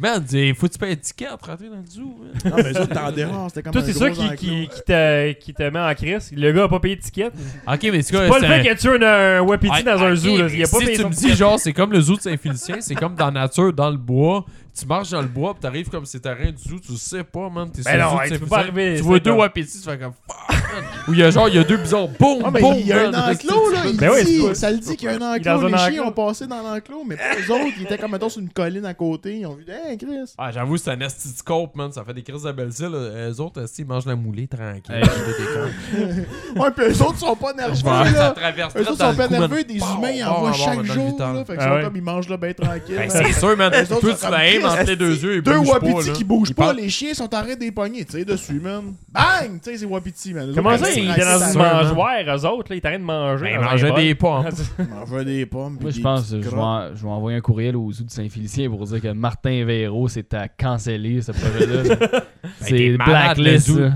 [SPEAKER 3] Man, dis, faut-tu payer un ticket pour rentrer dans le zoo? man?
[SPEAKER 4] Non, mais ça, t'en dérange. C'était comme
[SPEAKER 1] Toi,
[SPEAKER 4] un
[SPEAKER 1] c'est ça
[SPEAKER 4] gros
[SPEAKER 1] qui,
[SPEAKER 4] enclos.
[SPEAKER 1] qui, qui, te, qui te met en crise. Le gars a pas payé de ticket.
[SPEAKER 3] Ok, mais c'est
[SPEAKER 1] C'est
[SPEAKER 3] quoi?
[SPEAKER 1] pas le
[SPEAKER 3] c'est
[SPEAKER 1] fait
[SPEAKER 3] un-
[SPEAKER 1] qu'il a tué un, un wapiti
[SPEAKER 3] Ouais,
[SPEAKER 1] dans un
[SPEAKER 3] ok,
[SPEAKER 1] zoo. Là. Il a
[SPEAKER 3] mais
[SPEAKER 1] pas
[SPEAKER 3] si
[SPEAKER 1] payé
[SPEAKER 3] tu
[SPEAKER 1] son
[SPEAKER 3] me
[SPEAKER 1] ticket.
[SPEAKER 3] dis, genre, c'est comme le zoo de Saint-Félicien, c'est comme dans la nature, dans le bois. Tu marches dans le bois, puis t'arrives comme c'est terrain du zoo, tu sais pas, man. T'es
[SPEAKER 1] Ben
[SPEAKER 3] sur le
[SPEAKER 1] non,
[SPEAKER 3] zoo de
[SPEAKER 1] hey, tu peux
[SPEAKER 3] Saint-Félicien,
[SPEAKER 1] pas arriver,
[SPEAKER 3] Tu
[SPEAKER 1] c'est
[SPEAKER 3] vois deux
[SPEAKER 1] comme-
[SPEAKER 3] wapiti, tu fais comme fuck, man. Ou il y a genre, il y a deux bisons, boum,
[SPEAKER 4] Ah, mais
[SPEAKER 3] boum.
[SPEAKER 4] il y a
[SPEAKER 3] man.
[SPEAKER 4] un enclos, là. Il
[SPEAKER 1] Ben oui,
[SPEAKER 4] dit,
[SPEAKER 1] c'est pas-
[SPEAKER 4] ça le dit qu'il y a un
[SPEAKER 1] Il est dans
[SPEAKER 4] enclos. Les
[SPEAKER 1] un
[SPEAKER 4] chiens
[SPEAKER 1] enclos.
[SPEAKER 4] ont passé dans l'enclos, mais pas eux autres. Ils étaient comme, mettons, sur une colline à côté. Ils ont vu, hey, Chris.
[SPEAKER 3] Ah, j'avoue, c'est un esthétiscope, man. Ça fait des crises de belle là. Eux autres, esti, ils mangent la moulée tranquille.
[SPEAKER 1] Hey.
[SPEAKER 3] Ils des cons.
[SPEAKER 4] Ouais, puis eux autres sont pas nerveux,
[SPEAKER 3] Ça
[SPEAKER 4] là.
[SPEAKER 3] traverse
[SPEAKER 4] Eux
[SPEAKER 3] tout
[SPEAKER 4] autres
[SPEAKER 3] dans
[SPEAKER 4] sont
[SPEAKER 3] le
[SPEAKER 4] pas
[SPEAKER 3] cou, man. Bah,
[SPEAKER 4] nerveux. Des
[SPEAKER 3] Bon,
[SPEAKER 4] humains, ils
[SPEAKER 3] bon,
[SPEAKER 4] en voient
[SPEAKER 3] bon, dans
[SPEAKER 4] chaque
[SPEAKER 3] le
[SPEAKER 4] jour,
[SPEAKER 3] huit heures.
[SPEAKER 4] là. Fait que
[SPEAKER 1] Ah
[SPEAKER 4] sont
[SPEAKER 1] ouais.
[SPEAKER 4] comme, ils mangent là, ben tranquille.
[SPEAKER 3] Ben,
[SPEAKER 4] man.
[SPEAKER 3] c'est sûr, man.
[SPEAKER 4] Eux autres
[SPEAKER 3] Toi,
[SPEAKER 4] sont
[SPEAKER 3] tu la aimes
[SPEAKER 4] comme
[SPEAKER 3] entre les deux yeux. ils
[SPEAKER 4] Deux
[SPEAKER 3] bougent pas, là.
[SPEAKER 4] wapitis qui bougent
[SPEAKER 3] Ils
[SPEAKER 4] pas,
[SPEAKER 3] parlent-
[SPEAKER 4] les chiens sont arrêtés des poignées, tu sais, dessus, man. Bang! Tu sais, c'est wapitis, man. Eux
[SPEAKER 1] Comment
[SPEAKER 4] autres,
[SPEAKER 1] ça,
[SPEAKER 4] ils
[SPEAKER 1] ils
[SPEAKER 4] sont
[SPEAKER 1] étaient dans
[SPEAKER 4] assis
[SPEAKER 1] une
[SPEAKER 4] dans-
[SPEAKER 1] mangeoire, eux autres, là, ils étaient en train de manger.
[SPEAKER 3] Ben,
[SPEAKER 1] dans
[SPEAKER 3] ils
[SPEAKER 1] un
[SPEAKER 3] mangeaient
[SPEAKER 1] bol.
[SPEAKER 3] des pommes.
[SPEAKER 4] M'en veux des pommes. puis
[SPEAKER 7] Moi, je
[SPEAKER 4] des
[SPEAKER 7] pense
[SPEAKER 4] petites
[SPEAKER 7] que je vais,
[SPEAKER 4] crottes.
[SPEAKER 7] en- je vais envoyer un courriel au zoo de Saint-Félicien pour dire que Martin Véro s'est à canceller ce projet-là. c'est blacklist. ça.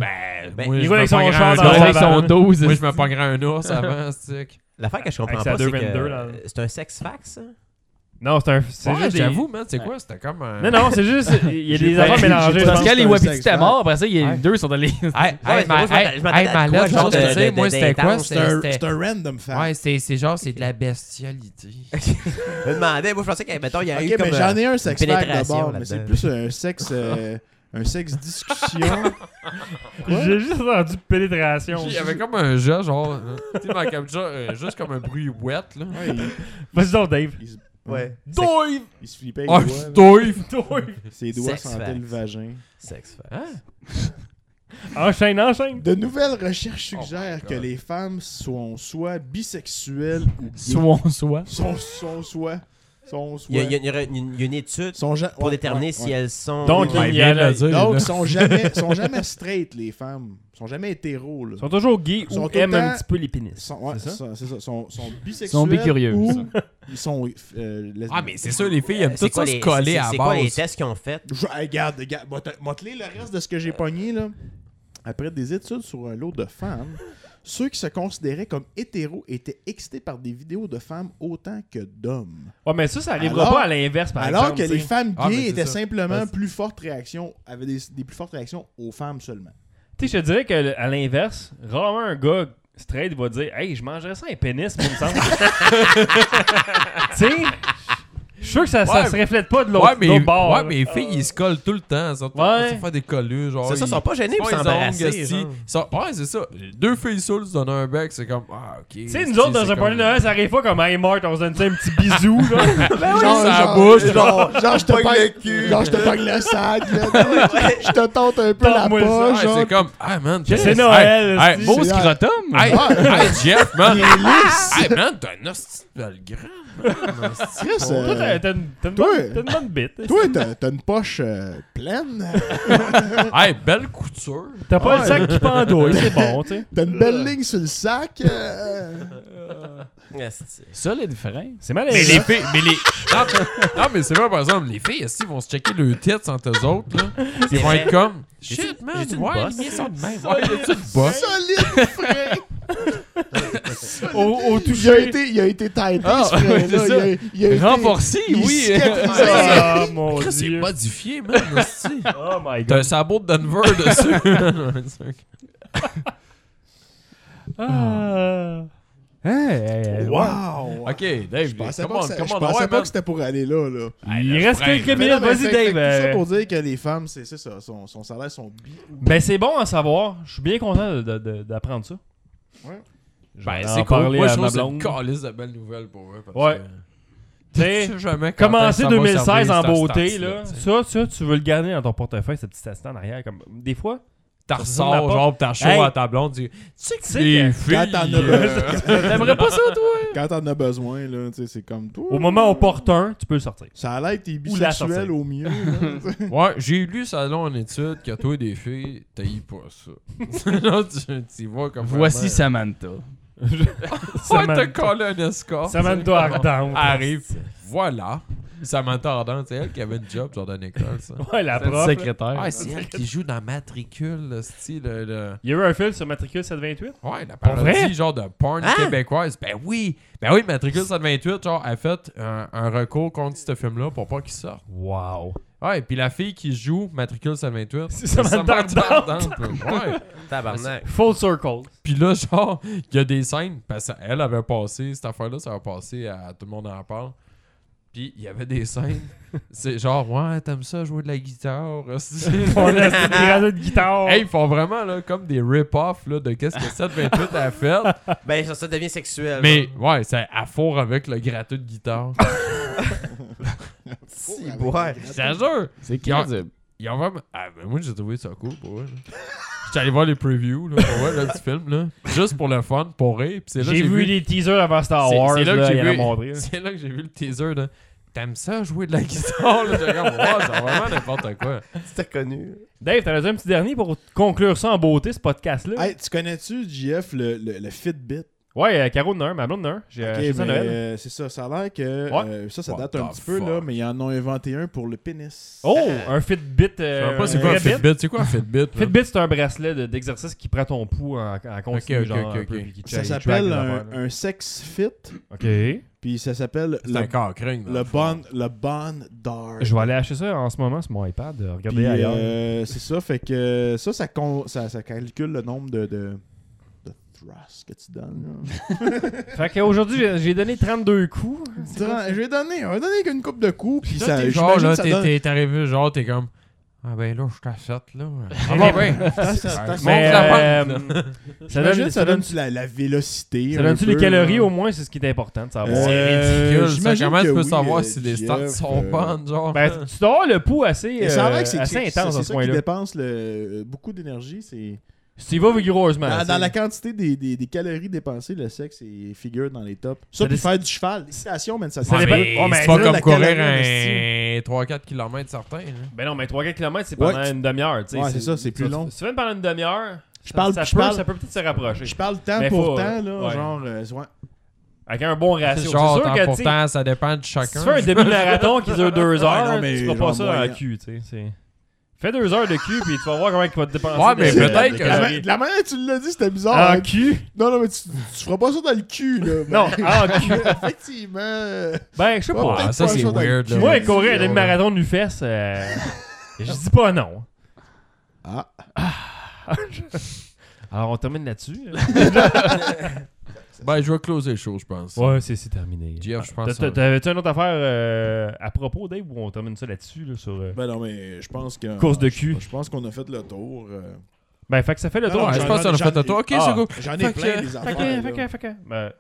[SPEAKER 5] Ben,
[SPEAKER 3] moi,
[SPEAKER 1] il
[SPEAKER 3] je
[SPEAKER 1] roule
[SPEAKER 3] me
[SPEAKER 1] avec son
[SPEAKER 3] pognerais
[SPEAKER 1] char
[SPEAKER 3] un
[SPEAKER 1] dans
[SPEAKER 7] Ils
[SPEAKER 1] la
[SPEAKER 3] ours.
[SPEAKER 7] sont avec son
[SPEAKER 1] savane.
[SPEAKER 7] 12.
[SPEAKER 3] Moi, je me pognerais un ours avant, stick.
[SPEAKER 5] L'affaire que je comprends
[SPEAKER 1] Avec sa
[SPEAKER 5] pas, c'est que
[SPEAKER 1] 2,22
[SPEAKER 5] euh,
[SPEAKER 1] dans-
[SPEAKER 5] c'est un sex fax, ça?
[SPEAKER 1] Non, c'est un. C'est
[SPEAKER 3] Ouais,
[SPEAKER 1] juste des-
[SPEAKER 3] j'avoue, hein. man, c'est quoi? C'était comme un...
[SPEAKER 1] Non, non, c'est juste. Il y a des
[SPEAKER 4] J'ai
[SPEAKER 7] Ben,
[SPEAKER 1] affaires
[SPEAKER 4] pas-
[SPEAKER 1] mélangées.
[SPEAKER 4] j'ai
[SPEAKER 1] je
[SPEAKER 4] pas-
[SPEAKER 7] Parce
[SPEAKER 1] pense.
[SPEAKER 7] que les
[SPEAKER 4] c'est un
[SPEAKER 7] Wapiti
[SPEAKER 4] sexe
[SPEAKER 7] étaient morts, après ça, il y a-
[SPEAKER 3] Ouais.
[SPEAKER 7] les deux sont allés.
[SPEAKER 3] Hey,
[SPEAKER 5] Ouais,
[SPEAKER 3] hey,
[SPEAKER 5] mais moi,
[SPEAKER 3] ma-
[SPEAKER 5] je m'attendais-
[SPEAKER 3] hey,
[SPEAKER 5] je m'attendais
[SPEAKER 3] hey,
[SPEAKER 5] à
[SPEAKER 3] malade,
[SPEAKER 5] quoi,
[SPEAKER 3] genre,
[SPEAKER 5] genre,
[SPEAKER 3] tu
[SPEAKER 5] de-
[SPEAKER 3] sais,
[SPEAKER 5] de-
[SPEAKER 3] moi,
[SPEAKER 5] de-
[SPEAKER 3] c'était quoi?
[SPEAKER 5] d'intense,
[SPEAKER 4] C'est un-
[SPEAKER 3] C'était-
[SPEAKER 4] c'est un random fact.
[SPEAKER 3] Ouais, c'est c'est genre, c'est de la bestialité.
[SPEAKER 5] Je me demandais, moi, je pensais qu'il y avait- mettons, il y a
[SPEAKER 4] Ok,
[SPEAKER 5] eu comme...
[SPEAKER 4] mais j'en
[SPEAKER 5] euh,
[SPEAKER 4] ai un sex fact
[SPEAKER 5] pénétration
[SPEAKER 4] d'abord, mais c'est
[SPEAKER 5] là-dedans.
[SPEAKER 4] plus un sexe. euh, un sexe discussion.
[SPEAKER 1] J'ai juste entendu pénétration.
[SPEAKER 3] Il y avait comme un jeu, genre... hein. Tu sais, dans comme genre, euh, juste comme un bruit wet, là.
[SPEAKER 4] Ouais, il,
[SPEAKER 1] Vas-y donc, Dave.
[SPEAKER 4] il se,
[SPEAKER 5] Ouais.
[SPEAKER 3] Doive!
[SPEAKER 4] il se flippait
[SPEAKER 3] Ah,
[SPEAKER 4] avec les doigts.
[SPEAKER 3] doive!
[SPEAKER 4] là. Ses doigts
[SPEAKER 5] Sex
[SPEAKER 4] sentaient
[SPEAKER 5] fact.
[SPEAKER 4] le vagin.
[SPEAKER 5] Sex fax.
[SPEAKER 1] Enchaîne, enchaîne.
[SPEAKER 4] De nouvelles recherches suggèrent
[SPEAKER 3] Oh my
[SPEAKER 4] que
[SPEAKER 3] God.
[SPEAKER 4] les femmes sont soit bisexuelles ou gays.
[SPEAKER 7] Soit, soit.
[SPEAKER 4] Sont, sont soit. Sont soit.
[SPEAKER 5] Il y a- il y a une re- une- il y a une étude
[SPEAKER 4] sont ja-
[SPEAKER 5] pour
[SPEAKER 4] ouais,
[SPEAKER 5] déterminer
[SPEAKER 4] ouais,
[SPEAKER 5] si
[SPEAKER 4] ouais.
[SPEAKER 5] elles sont...
[SPEAKER 1] Donc,
[SPEAKER 3] Ouais,
[SPEAKER 1] il y
[SPEAKER 3] bien
[SPEAKER 1] a
[SPEAKER 3] de
[SPEAKER 1] la-
[SPEAKER 3] le dire,
[SPEAKER 4] Donc,
[SPEAKER 3] là.
[SPEAKER 4] sont jamais, sont jamais straight, les femmes. Sont jamais hétéros, là.
[SPEAKER 1] Ils sont toujours gays
[SPEAKER 4] Ils sont
[SPEAKER 1] ou
[SPEAKER 4] tout le
[SPEAKER 1] aiment
[SPEAKER 4] temps-
[SPEAKER 1] un petit peu les pénis.
[SPEAKER 4] Sont, ouais,
[SPEAKER 1] C'est ça?
[SPEAKER 4] sont- c'est ça. Sont, sont bisexuels.
[SPEAKER 7] bicurieux,
[SPEAKER 4] Ou
[SPEAKER 7] ça.
[SPEAKER 4] ils sont euh, lesbiennes.
[SPEAKER 3] Ah, mais c'est sûr, les filles aiment
[SPEAKER 5] C'est
[SPEAKER 3] tout
[SPEAKER 5] quoi
[SPEAKER 3] ça
[SPEAKER 5] les-
[SPEAKER 3] se coller
[SPEAKER 5] c'est-
[SPEAKER 3] à
[SPEAKER 5] C'est quoi les
[SPEAKER 3] base.
[SPEAKER 5] tests qu'ils ont fait?
[SPEAKER 4] Je, hey, regarde, regarde, moi, te- moi, te lire le reste de ce que j'ai pogné, là. Après des études sur un lot de femmes, ceux qui se considéraient comme hétéros étaient excités par des vidéos de femmes autant que d'hommes.
[SPEAKER 1] Ouais, mais ça, ça arrivera
[SPEAKER 4] Alors-
[SPEAKER 1] pas à l'inverse, par
[SPEAKER 4] Alors
[SPEAKER 1] exemple.
[SPEAKER 4] que les
[SPEAKER 1] tu sais.
[SPEAKER 4] femmes gays
[SPEAKER 3] Ah, mais c'est
[SPEAKER 4] étaient
[SPEAKER 3] ça.
[SPEAKER 4] simplement
[SPEAKER 3] Ouais, c'est-
[SPEAKER 4] plus fortes réactions, avaient des, des plus fortes réactions aux femmes seulement.
[SPEAKER 1] Tu sais, je te dirais que à l'inverse, rarement un gars straight va dire Hey, je mangerais ça un pénis, moi, me semble. tu sais, je suis sûr que ça, ça
[SPEAKER 3] Ouais.
[SPEAKER 1] se reflète pas de l'autre
[SPEAKER 3] Ouais, mais,
[SPEAKER 1] l'autre bord.
[SPEAKER 3] ouais,
[SPEAKER 1] là.
[SPEAKER 3] mais les filles, ils se collent tout le temps. Surtout,
[SPEAKER 1] Ouais.
[SPEAKER 3] se faire des collus, genre.
[SPEAKER 5] C'est ça, ils sont pas gênés
[SPEAKER 3] ils
[SPEAKER 5] pour
[SPEAKER 3] font les
[SPEAKER 5] s'embarrasser,
[SPEAKER 3] ongles, esti.
[SPEAKER 5] genre.
[SPEAKER 3] Ils sont- Ouais, c'est ça. Deux filles saoules se donnent un bec, c'est comme. Ah, ok.
[SPEAKER 1] Tu sais, nous autres, dans un party de Noël, ça arrive pas comme Hey, Mart, on se donne tu sais, un petit bisou. là. Ben,
[SPEAKER 4] Genre,
[SPEAKER 3] ça bouge,
[SPEAKER 4] genre, genre, je te pogne genre, je te pogne le sac, là, je te tente un peu la
[SPEAKER 1] Tente-moi le
[SPEAKER 4] poche,
[SPEAKER 3] Ouais,
[SPEAKER 4] genre,
[SPEAKER 3] c'est comme. Ah, man,
[SPEAKER 1] C'est Noël.
[SPEAKER 3] Hey,
[SPEAKER 1] esti.
[SPEAKER 7] Beau
[SPEAKER 4] C'est-
[SPEAKER 7] scrotum!
[SPEAKER 3] Hey, hey, Jeff, man.
[SPEAKER 4] il est lisse.
[SPEAKER 3] Hey, man, t'as un hostie de belle grande, man. Hostie.
[SPEAKER 4] Chris,
[SPEAKER 1] Toi,
[SPEAKER 4] euh,
[SPEAKER 1] t'as t'as une, t'as une
[SPEAKER 4] Toi.
[SPEAKER 1] bonne- t'as une bonne bite. esti.
[SPEAKER 4] toi, t'as t'as une poche euh, pleine.
[SPEAKER 3] Hey, belle couture.
[SPEAKER 1] T'as pas
[SPEAKER 4] Ouais.
[SPEAKER 1] le sac qui pendouille, c'est bon, tu sais.
[SPEAKER 4] T'as une belle ligne sur le sac. euh,
[SPEAKER 5] Esti.
[SPEAKER 7] Ça, les différents.
[SPEAKER 1] C'est mal
[SPEAKER 3] Mais les filles, mais les. Non, mais- non, mais c'est vrai, par exemple, les filles, elles vont se checker le tête entre eux autres, là. Ils vont
[SPEAKER 5] vrai.
[SPEAKER 3] être comme.
[SPEAKER 5] J'ai-tu-
[SPEAKER 3] Shit, man,
[SPEAKER 5] j'ai-tu une
[SPEAKER 3] ouais,
[SPEAKER 5] bosse?
[SPEAKER 3] les miens sont de même. Ouais, y'a-tu une bosse?
[SPEAKER 4] Solide, frère.
[SPEAKER 1] au, au
[SPEAKER 4] Il a
[SPEAKER 1] toucher.
[SPEAKER 4] été, il a été teinté,
[SPEAKER 7] Ah,
[SPEAKER 4] ce frère-là.
[SPEAKER 7] ouais, c'est
[SPEAKER 4] Il a-
[SPEAKER 7] ça.
[SPEAKER 4] il a été-
[SPEAKER 7] Renforcé,
[SPEAKER 4] il est
[SPEAKER 7] oui!
[SPEAKER 4] cicatrisé.
[SPEAKER 1] Ah, mon
[SPEAKER 3] Chris, c'est
[SPEAKER 1] dieu.
[SPEAKER 3] modifié, man, hostie.
[SPEAKER 1] Oh my god.
[SPEAKER 3] T'as un sabot de Denver dessus.
[SPEAKER 1] Ah.
[SPEAKER 7] Hey,
[SPEAKER 4] Wow.
[SPEAKER 3] ok,
[SPEAKER 4] Je
[SPEAKER 3] Dave,
[SPEAKER 4] pensais
[SPEAKER 3] come
[SPEAKER 4] pas,
[SPEAKER 3] on,
[SPEAKER 4] que, ça-
[SPEAKER 3] come
[SPEAKER 4] je
[SPEAKER 3] on,
[SPEAKER 4] pensais
[SPEAKER 3] ouais,
[SPEAKER 4] pas
[SPEAKER 3] man.
[SPEAKER 4] que c'était pour aller là. là.
[SPEAKER 1] Il reste quelques
[SPEAKER 4] Mais
[SPEAKER 1] minutes.
[SPEAKER 4] non, mais
[SPEAKER 1] Eh, Vas-y,
[SPEAKER 4] fait-
[SPEAKER 1] Dave.
[SPEAKER 4] fait que Tout ça
[SPEAKER 1] euh,
[SPEAKER 4] pour dire que les femmes, c'est c'est ça, son, son salaire sont bi.
[SPEAKER 1] Ben, c'est bon à savoir. Je suis bien content de- de- de- d'apprendre ça.
[SPEAKER 4] Ouais.
[SPEAKER 1] Je vais
[SPEAKER 3] Ben,
[SPEAKER 1] en
[SPEAKER 3] c'est cool.
[SPEAKER 1] parler
[SPEAKER 3] Moi,
[SPEAKER 1] à
[SPEAKER 3] je
[SPEAKER 1] ma
[SPEAKER 3] trouve que c'est une
[SPEAKER 1] blonde.
[SPEAKER 3] calice de belles nouvelles pour eux. Parce
[SPEAKER 1] Ouais.
[SPEAKER 3] Que...
[SPEAKER 1] T'sais,
[SPEAKER 3] Tu sais jamais quand
[SPEAKER 1] Commencer
[SPEAKER 3] est-ce que ça va
[SPEAKER 1] 2016
[SPEAKER 3] servir
[SPEAKER 1] en
[SPEAKER 3] cette
[SPEAKER 1] beauté,
[SPEAKER 3] stats-là,
[SPEAKER 1] là.
[SPEAKER 3] tu sais.
[SPEAKER 1] Ça, ça, tu veux le garder dans ton portefeuille, cette petite assistant en arrière. Comme... Des fois,
[SPEAKER 3] T'as
[SPEAKER 1] ressemble à
[SPEAKER 3] ressors,
[SPEAKER 1] pas-
[SPEAKER 3] genre, pis t'as chaud
[SPEAKER 1] Hey.
[SPEAKER 3] à ta blonde, tu dis,
[SPEAKER 1] sais que
[SPEAKER 3] les filles.
[SPEAKER 4] Quand t'en as
[SPEAKER 3] euh,
[SPEAKER 4] besoin.
[SPEAKER 3] T'aimerais pas ça, toi?
[SPEAKER 4] Quand t'en as besoin, là, tu sais, c'est comme toi.
[SPEAKER 1] Au moment opportun, tu peux le sortir.
[SPEAKER 4] Ça a l'air que t'es
[SPEAKER 1] Ou la sortie.
[SPEAKER 4] bisexuel au mieux. là, tu sais.
[SPEAKER 3] Ouais, j'ai lu ça là en étude que toi, des filles, t'haïs pas ça. là, tu, tu vois comme.
[SPEAKER 7] Voici Samantha.
[SPEAKER 3] Ouais, t'as
[SPEAKER 1] Samantha-
[SPEAKER 3] collé un escorte.
[SPEAKER 1] Samantha Ardente.
[SPEAKER 3] Arrive. Voilà. Samantha Ardant, c'est elle qui avait une job, genre dans l'école, ça.
[SPEAKER 1] Ouais, la
[SPEAKER 7] C'est le
[SPEAKER 1] prof. là.
[SPEAKER 7] secrétaire.
[SPEAKER 3] Ah, c'est elle qui joue dans Matricule, le style. Le...
[SPEAKER 1] Il y a eu un film sur Matricule 728.
[SPEAKER 3] Ouais, la
[SPEAKER 1] Pour vrai? Ah!
[SPEAKER 3] parodie genre de porn
[SPEAKER 5] Hein?
[SPEAKER 3] québécoise. Ben oui! Ben oui, Matricule 128, genre, elle a fait un, un recours contre ce film-là pour pas qu'il sorte.
[SPEAKER 1] Wow.
[SPEAKER 3] Ouais, puis la fille qui joue Matricule ben, 128,
[SPEAKER 1] C'est Samantha Ardente.
[SPEAKER 3] là. Ouais.
[SPEAKER 5] Tabarnak.
[SPEAKER 1] Full Circle.
[SPEAKER 3] Puis là, genre, il y a des scènes, parce qu'elle avait passé, cette affaire-là, ça avait passé à tout le monde en parle. Puis il y avait des scènes, c'est genre, ouais, t'aimes ça jouer de la guitare.
[SPEAKER 1] On a des radio de guitare.
[SPEAKER 3] hey, ils font vraiment là, comme des rip-offs là, de qu'est-ce que 728 a fait.
[SPEAKER 5] Ben, ça, ça devient sexuel.
[SPEAKER 3] Mais ouais, c'est à four avec le gratteux de guitare.
[SPEAKER 5] Si, ouais.
[SPEAKER 3] Je te jure!
[SPEAKER 9] C'est
[SPEAKER 3] Ils ont-
[SPEAKER 9] crédible.
[SPEAKER 3] Ils ont vraiment. Ah, ben moi, j'ai trouvé ça cool pour vrai. là. J'étais allé voir les previews là, pour voir le petit film, là. juste pour le fun, pour rire. Puis c'est là que
[SPEAKER 1] J'ai vu les teasers avant Star
[SPEAKER 3] C'est-
[SPEAKER 1] Wars.
[SPEAKER 3] c'est là que j'ai
[SPEAKER 1] il y en a
[SPEAKER 3] vu-
[SPEAKER 1] montré, là.
[SPEAKER 3] C'est là que j'ai vu le teaser de T'aimes ça jouer de la guitare? là? J'étais comme, wow, c'est vraiment n'importe quoi.
[SPEAKER 5] C'était connu.
[SPEAKER 1] Dave, t'en as un petit dernier pour conclure ça en beauté, ce podcast-là?
[SPEAKER 4] Hey, tu connais-tu, JF, le, le, le Fitbit?
[SPEAKER 1] Ouais, euh, Caro en a un, ma blonde en a un. J'ai
[SPEAKER 4] Ok,
[SPEAKER 1] acheté ça à
[SPEAKER 4] mais,
[SPEAKER 1] Noël.
[SPEAKER 4] euh, c'est ça, ça a l'air que
[SPEAKER 1] Ouais.
[SPEAKER 4] euh, ça, ça
[SPEAKER 3] What
[SPEAKER 4] date un
[SPEAKER 3] the
[SPEAKER 4] petit peu,
[SPEAKER 3] fuck?
[SPEAKER 4] là, mais ils en ont inventé un pour le pénis.
[SPEAKER 1] Oh, un Fitbit.
[SPEAKER 3] Je
[SPEAKER 1] euh,
[SPEAKER 3] sais pas c'est
[SPEAKER 1] un
[SPEAKER 3] quoi un
[SPEAKER 1] vrai bit.
[SPEAKER 3] Fitbit. C'est quoi un Fitbit? là?
[SPEAKER 1] Fitbit, c'est un bracelet de- d'exercice qui prend ton pouls en, en continu,
[SPEAKER 3] ok,
[SPEAKER 1] genre,
[SPEAKER 3] ok,
[SPEAKER 1] un peu,
[SPEAKER 3] ok.
[SPEAKER 1] puis qui
[SPEAKER 4] Ça
[SPEAKER 1] track-
[SPEAKER 4] s'appelle
[SPEAKER 1] track les affaires,
[SPEAKER 4] un,
[SPEAKER 1] là.
[SPEAKER 4] un sex fit,
[SPEAKER 1] OK.
[SPEAKER 4] puis ça s'appelle
[SPEAKER 3] C'est
[SPEAKER 4] le,
[SPEAKER 3] un cancring. dans
[SPEAKER 4] le,
[SPEAKER 3] fond.
[SPEAKER 4] bon, le Bond Dar.
[SPEAKER 1] Je vais aller acheter ça en ce moment sur mon iPad. euh, Regardez
[SPEAKER 4] Puis,
[SPEAKER 1] ailleurs.
[SPEAKER 4] euh, c'est ça, fait que ça, ça, con- ça, ça calcule le nombre de, de, de thrust que tu donnes. là.
[SPEAKER 1] Fait qu'aujourd'hui, j'ai- j'ai donné 32 coups.
[SPEAKER 4] Durant- je vais donner, on va donner qu'une coupe de coups, puis ça,
[SPEAKER 3] Genre,
[SPEAKER 4] j'imagine
[SPEAKER 3] là,
[SPEAKER 4] que ça
[SPEAKER 3] t'es
[SPEAKER 4] donne...
[SPEAKER 3] t'es arrivé, genre, t'es comme. Ah ben là, je t'achète, là. Ah
[SPEAKER 1] Mais-
[SPEAKER 3] bon, ben.
[SPEAKER 4] ça- ça-
[SPEAKER 3] Ouais.
[SPEAKER 4] ça-
[SPEAKER 1] Mais,
[SPEAKER 3] la
[SPEAKER 1] euh, ça
[SPEAKER 4] J'imagine
[SPEAKER 1] donne,
[SPEAKER 4] que
[SPEAKER 1] ça
[SPEAKER 4] ça
[SPEAKER 1] donne,
[SPEAKER 4] donne-tu la, la vélocité?
[SPEAKER 1] ça
[SPEAKER 4] un
[SPEAKER 1] donne-tu les
[SPEAKER 4] peu,
[SPEAKER 1] calories
[SPEAKER 4] là?
[SPEAKER 1] au moins? C'est ce qui est important de savoir.
[SPEAKER 4] Euh,
[SPEAKER 3] Ridicule, ça,
[SPEAKER 4] j'imagine
[SPEAKER 3] Comment
[SPEAKER 4] que
[SPEAKER 3] tu peux
[SPEAKER 4] oui,
[SPEAKER 3] savoir
[SPEAKER 4] euh,
[SPEAKER 3] si les
[SPEAKER 4] Jeff,
[SPEAKER 3] stats sont
[SPEAKER 4] euh,
[SPEAKER 3] bonnes, genre?
[SPEAKER 1] Ben, tu dois avoir le pouls assez,
[SPEAKER 4] Et ça a
[SPEAKER 1] euh,
[SPEAKER 4] l'air que c'est
[SPEAKER 1] assez
[SPEAKER 4] c'est-
[SPEAKER 1] intense
[SPEAKER 4] c'est
[SPEAKER 1] dans ce
[SPEAKER 4] ça qui
[SPEAKER 1] coin-là.
[SPEAKER 4] dépense le- euh, beaucoup d'énergie. C'est
[SPEAKER 1] Si tu y vas vigoureusement.
[SPEAKER 4] dans,
[SPEAKER 1] tu
[SPEAKER 4] dans
[SPEAKER 1] sais.
[SPEAKER 4] la quantité des, des- des calories dépensées, le sexe est figure dans les tops. Ça,
[SPEAKER 1] Ça
[SPEAKER 4] puis
[SPEAKER 1] dé-
[SPEAKER 4] faire du cheval, l'excitation, mais ça
[SPEAKER 3] Ouais,
[SPEAKER 1] dépend-
[SPEAKER 3] mais
[SPEAKER 1] oh, mais
[SPEAKER 3] c'est pas
[SPEAKER 4] là,
[SPEAKER 3] comme
[SPEAKER 4] la
[SPEAKER 3] courir
[SPEAKER 4] calorie
[SPEAKER 3] un 3-4 km certains. hein.
[SPEAKER 1] Ben non, mais 3-4 km, c'est
[SPEAKER 4] Ouais,
[SPEAKER 1] pendant
[SPEAKER 4] tu-
[SPEAKER 1] une demi-heure. tu sais,
[SPEAKER 4] Ouais, c'est ça, c'est plus
[SPEAKER 1] tu-
[SPEAKER 4] long.
[SPEAKER 1] Si tu fais une pendant une demi-heure,
[SPEAKER 4] Je
[SPEAKER 1] ça-
[SPEAKER 4] parle-
[SPEAKER 1] ça,
[SPEAKER 4] je
[SPEAKER 1] peut,
[SPEAKER 4] parle-
[SPEAKER 1] ça peut peut-être se rapprocher.
[SPEAKER 4] Je parle temps
[SPEAKER 1] Mais faut,
[SPEAKER 4] pour
[SPEAKER 1] euh,
[SPEAKER 4] temps, là,
[SPEAKER 1] ouais.
[SPEAKER 4] genre, euh, ouais.
[SPEAKER 1] Avec un bon ratio.
[SPEAKER 3] Genre,
[SPEAKER 1] Ah, c'est sûr que tu sais,
[SPEAKER 3] pourtant, ça dépend de
[SPEAKER 1] si
[SPEAKER 3] chacun.
[SPEAKER 1] tu fais un demi-marathon qui dure 2 heures,
[SPEAKER 4] non, mais
[SPEAKER 1] tu feras
[SPEAKER 4] genre
[SPEAKER 1] pas ça à
[SPEAKER 4] moyen.
[SPEAKER 1] cul. tu sais, c'est- Fais 2 heures de cul, puis tu vas voir comment tu vas te dépenser.
[SPEAKER 3] Ouais, mais
[SPEAKER 1] de-
[SPEAKER 3] peut-être
[SPEAKER 1] de
[SPEAKER 3] que-
[SPEAKER 4] La,
[SPEAKER 1] calories.
[SPEAKER 4] ma- la manière que tu l'as dit, c'était
[SPEAKER 1] En
[SPEAKER 4] bizarre. hein.
[SPEAKER 1] cul?
[SPEAKER 4] Non, non, mais tu, tu feras pas ça dans le cul, là.
[SPEAKER 1] Ah, Non, en cul.
[SPEAKER 4] Effectivement. euh,
[SPEAKER 1] Ben, je sais pas.
[SPEAKER 3] Ah, ça, c'est
[SPEAKER 4] Peut-être pas un
[SPEAKER 3] weird.
[SPEAKER 4] show
[SPEAKER 3] là.
[SPEAKER 1] Moi, courir à
[SPEAKER 3] Ouais.
[SPEAKER 1] des marathons de fesses, je dis pas non.
[SPEAKER 4] Ah.
[SPEAKER 1] Alors, on termine là-dessus. hein.
[SPEAKER 3] Ben, je vais closer les choses, je pense.
[SPEAKER 1] ouais, c'est c'est terminé.
[SPEAKER 3] Jeff, je pense.
[SPEAKER 1] T'as- t'as- T'avais-tu une autre affaire euh, à propos, Dave, ou on termine ça là-dessus, là, sur euh,
[SPEAKER 4] Ben non, mais je pense que.
[SPEAKER 1] course de cul?
[SPEAKER 4] Je pense qu'on a fait le tour. euh.
[SPEAKER 1] Ben, fait que ça fait le
[SPEAKER 4] Non,
[SPEAKER 1] tour.
[SPEAKER 4] non,
[SPEAKER 3] Ouais, je pense qu'on a
[SPEAKER 4] J'en ai-
[SPEAKER 3] fait le tour. Ok,
[SPEAKER 1] Ah.
[SPEAKER 3] c'est go.
[SPEAKER 4] J'en
[SPEAKER 3] Fait
[SPEAKER 4] ai
[SPEAKER 3] que-
[SPEAKER 4] plein des
[SPEAKER 1] Fait
[SPEAKER 4] affaires.
[SPEAKER 1] que,
[SPEAKER 4] là.
[SPEAKER 1] fait que, fait que. Ben,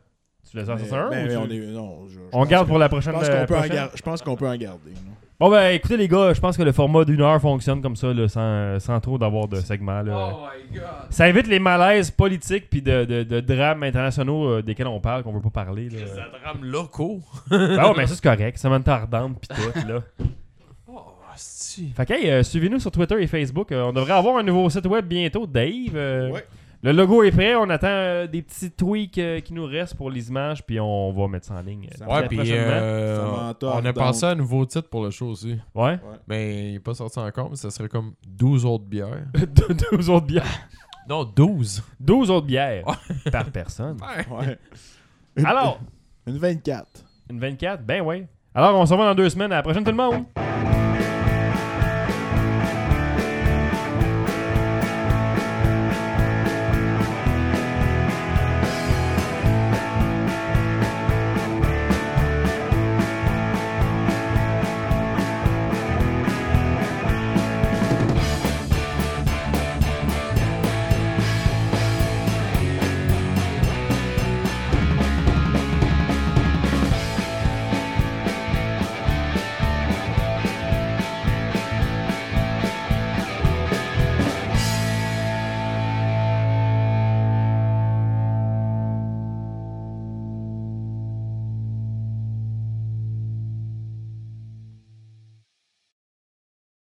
[SPEAKER 1] tu laisses ça
[SPEAKER 4] Mais-
[SPEAKER 1] sur un
[SPEAKER 4] mais
[SPEAKER 1] ou tu-
[SPEAKER 4] ben, on est- non, je- je
[SPEAKER 1] On
[SPEAKER 4] pense
[SPEAKER 1] garde
[SPEAKER 4] que-
[SPEAKER 1] pour la
[SPEAKER 4] Je
[SPEAKER 1] prochaine.
[SPEAKER 4] pense qu'on
[SPEAKER 1] euh,
[SPEAKER 4] peut en
[SPEAKER 1] prochaine?
[SPEAKER 4] gar- je pense qu'on peut en garder. là.
[SPEAKER 1] Bon, ben, écoutez, les gars, je pense que le format d'une heure fonctionne comme ça, là, sans, sans trop d'avoir de segments. Là.
[SPEAKER 7] Oh my god.
[SPEAKER 1] Ça évite les malaises politiques puis de, de, de drames internationaux euh, desquels on parle, qu'on veut pas parler. Ah, Là.
[SPEAKER 3] C'est un drame locaux.
[SPEAKER 1] Ben ouais, mais ça c'est correct. Ça m'entend ardente pis tout, là.
[SPEAKER 3] Oh, si.
[SPEAKER 1] Fait que, hey, euh, suivez-nous sur Twitter et Facebook. Euh, on devrait avoir un nouveau site web bientôt, Dave. Euh,
[SPEAKER 4] Ouais.
[SPEAKER 1] Le logo est prêt. On attend euh, des petits tweaks euh, qui nous restent pour les images puis on va mettre ça en ligne. euh,
[SPEAKER 4] Ça
[SPEAKER 1] très
[SPEAKER 3] Ouais, puis
[SPEAKER 1] prochainement.
[SPEAKER 3] euh,
[SPEAKER 4] Samantha
[SPEAKER 3] on a
[SPEAKER 4] Ardente.
[SPEAKER 3] pensé à un nouveau titre pour le show aussi.
[SPEAKER 1] Ouais.
[SPEAKER 3] Mais il est pas sorti encore, mais ça serait comme 12 autres bières.
[SPEAKER 1] 12 autres bières.
[SPEAKER 3] Non, 12.
[SPEAKER 1] 12 autres bières par personne.
[SPEAKER 4] Ouais.
[SPEAKER 1] Alors,
[SPEAKER 4] Une 24.
[SPEAKER 1] une 24, ben ouais. Alors, on se revoit dans deux semaines. À la prochaine, tout le monde!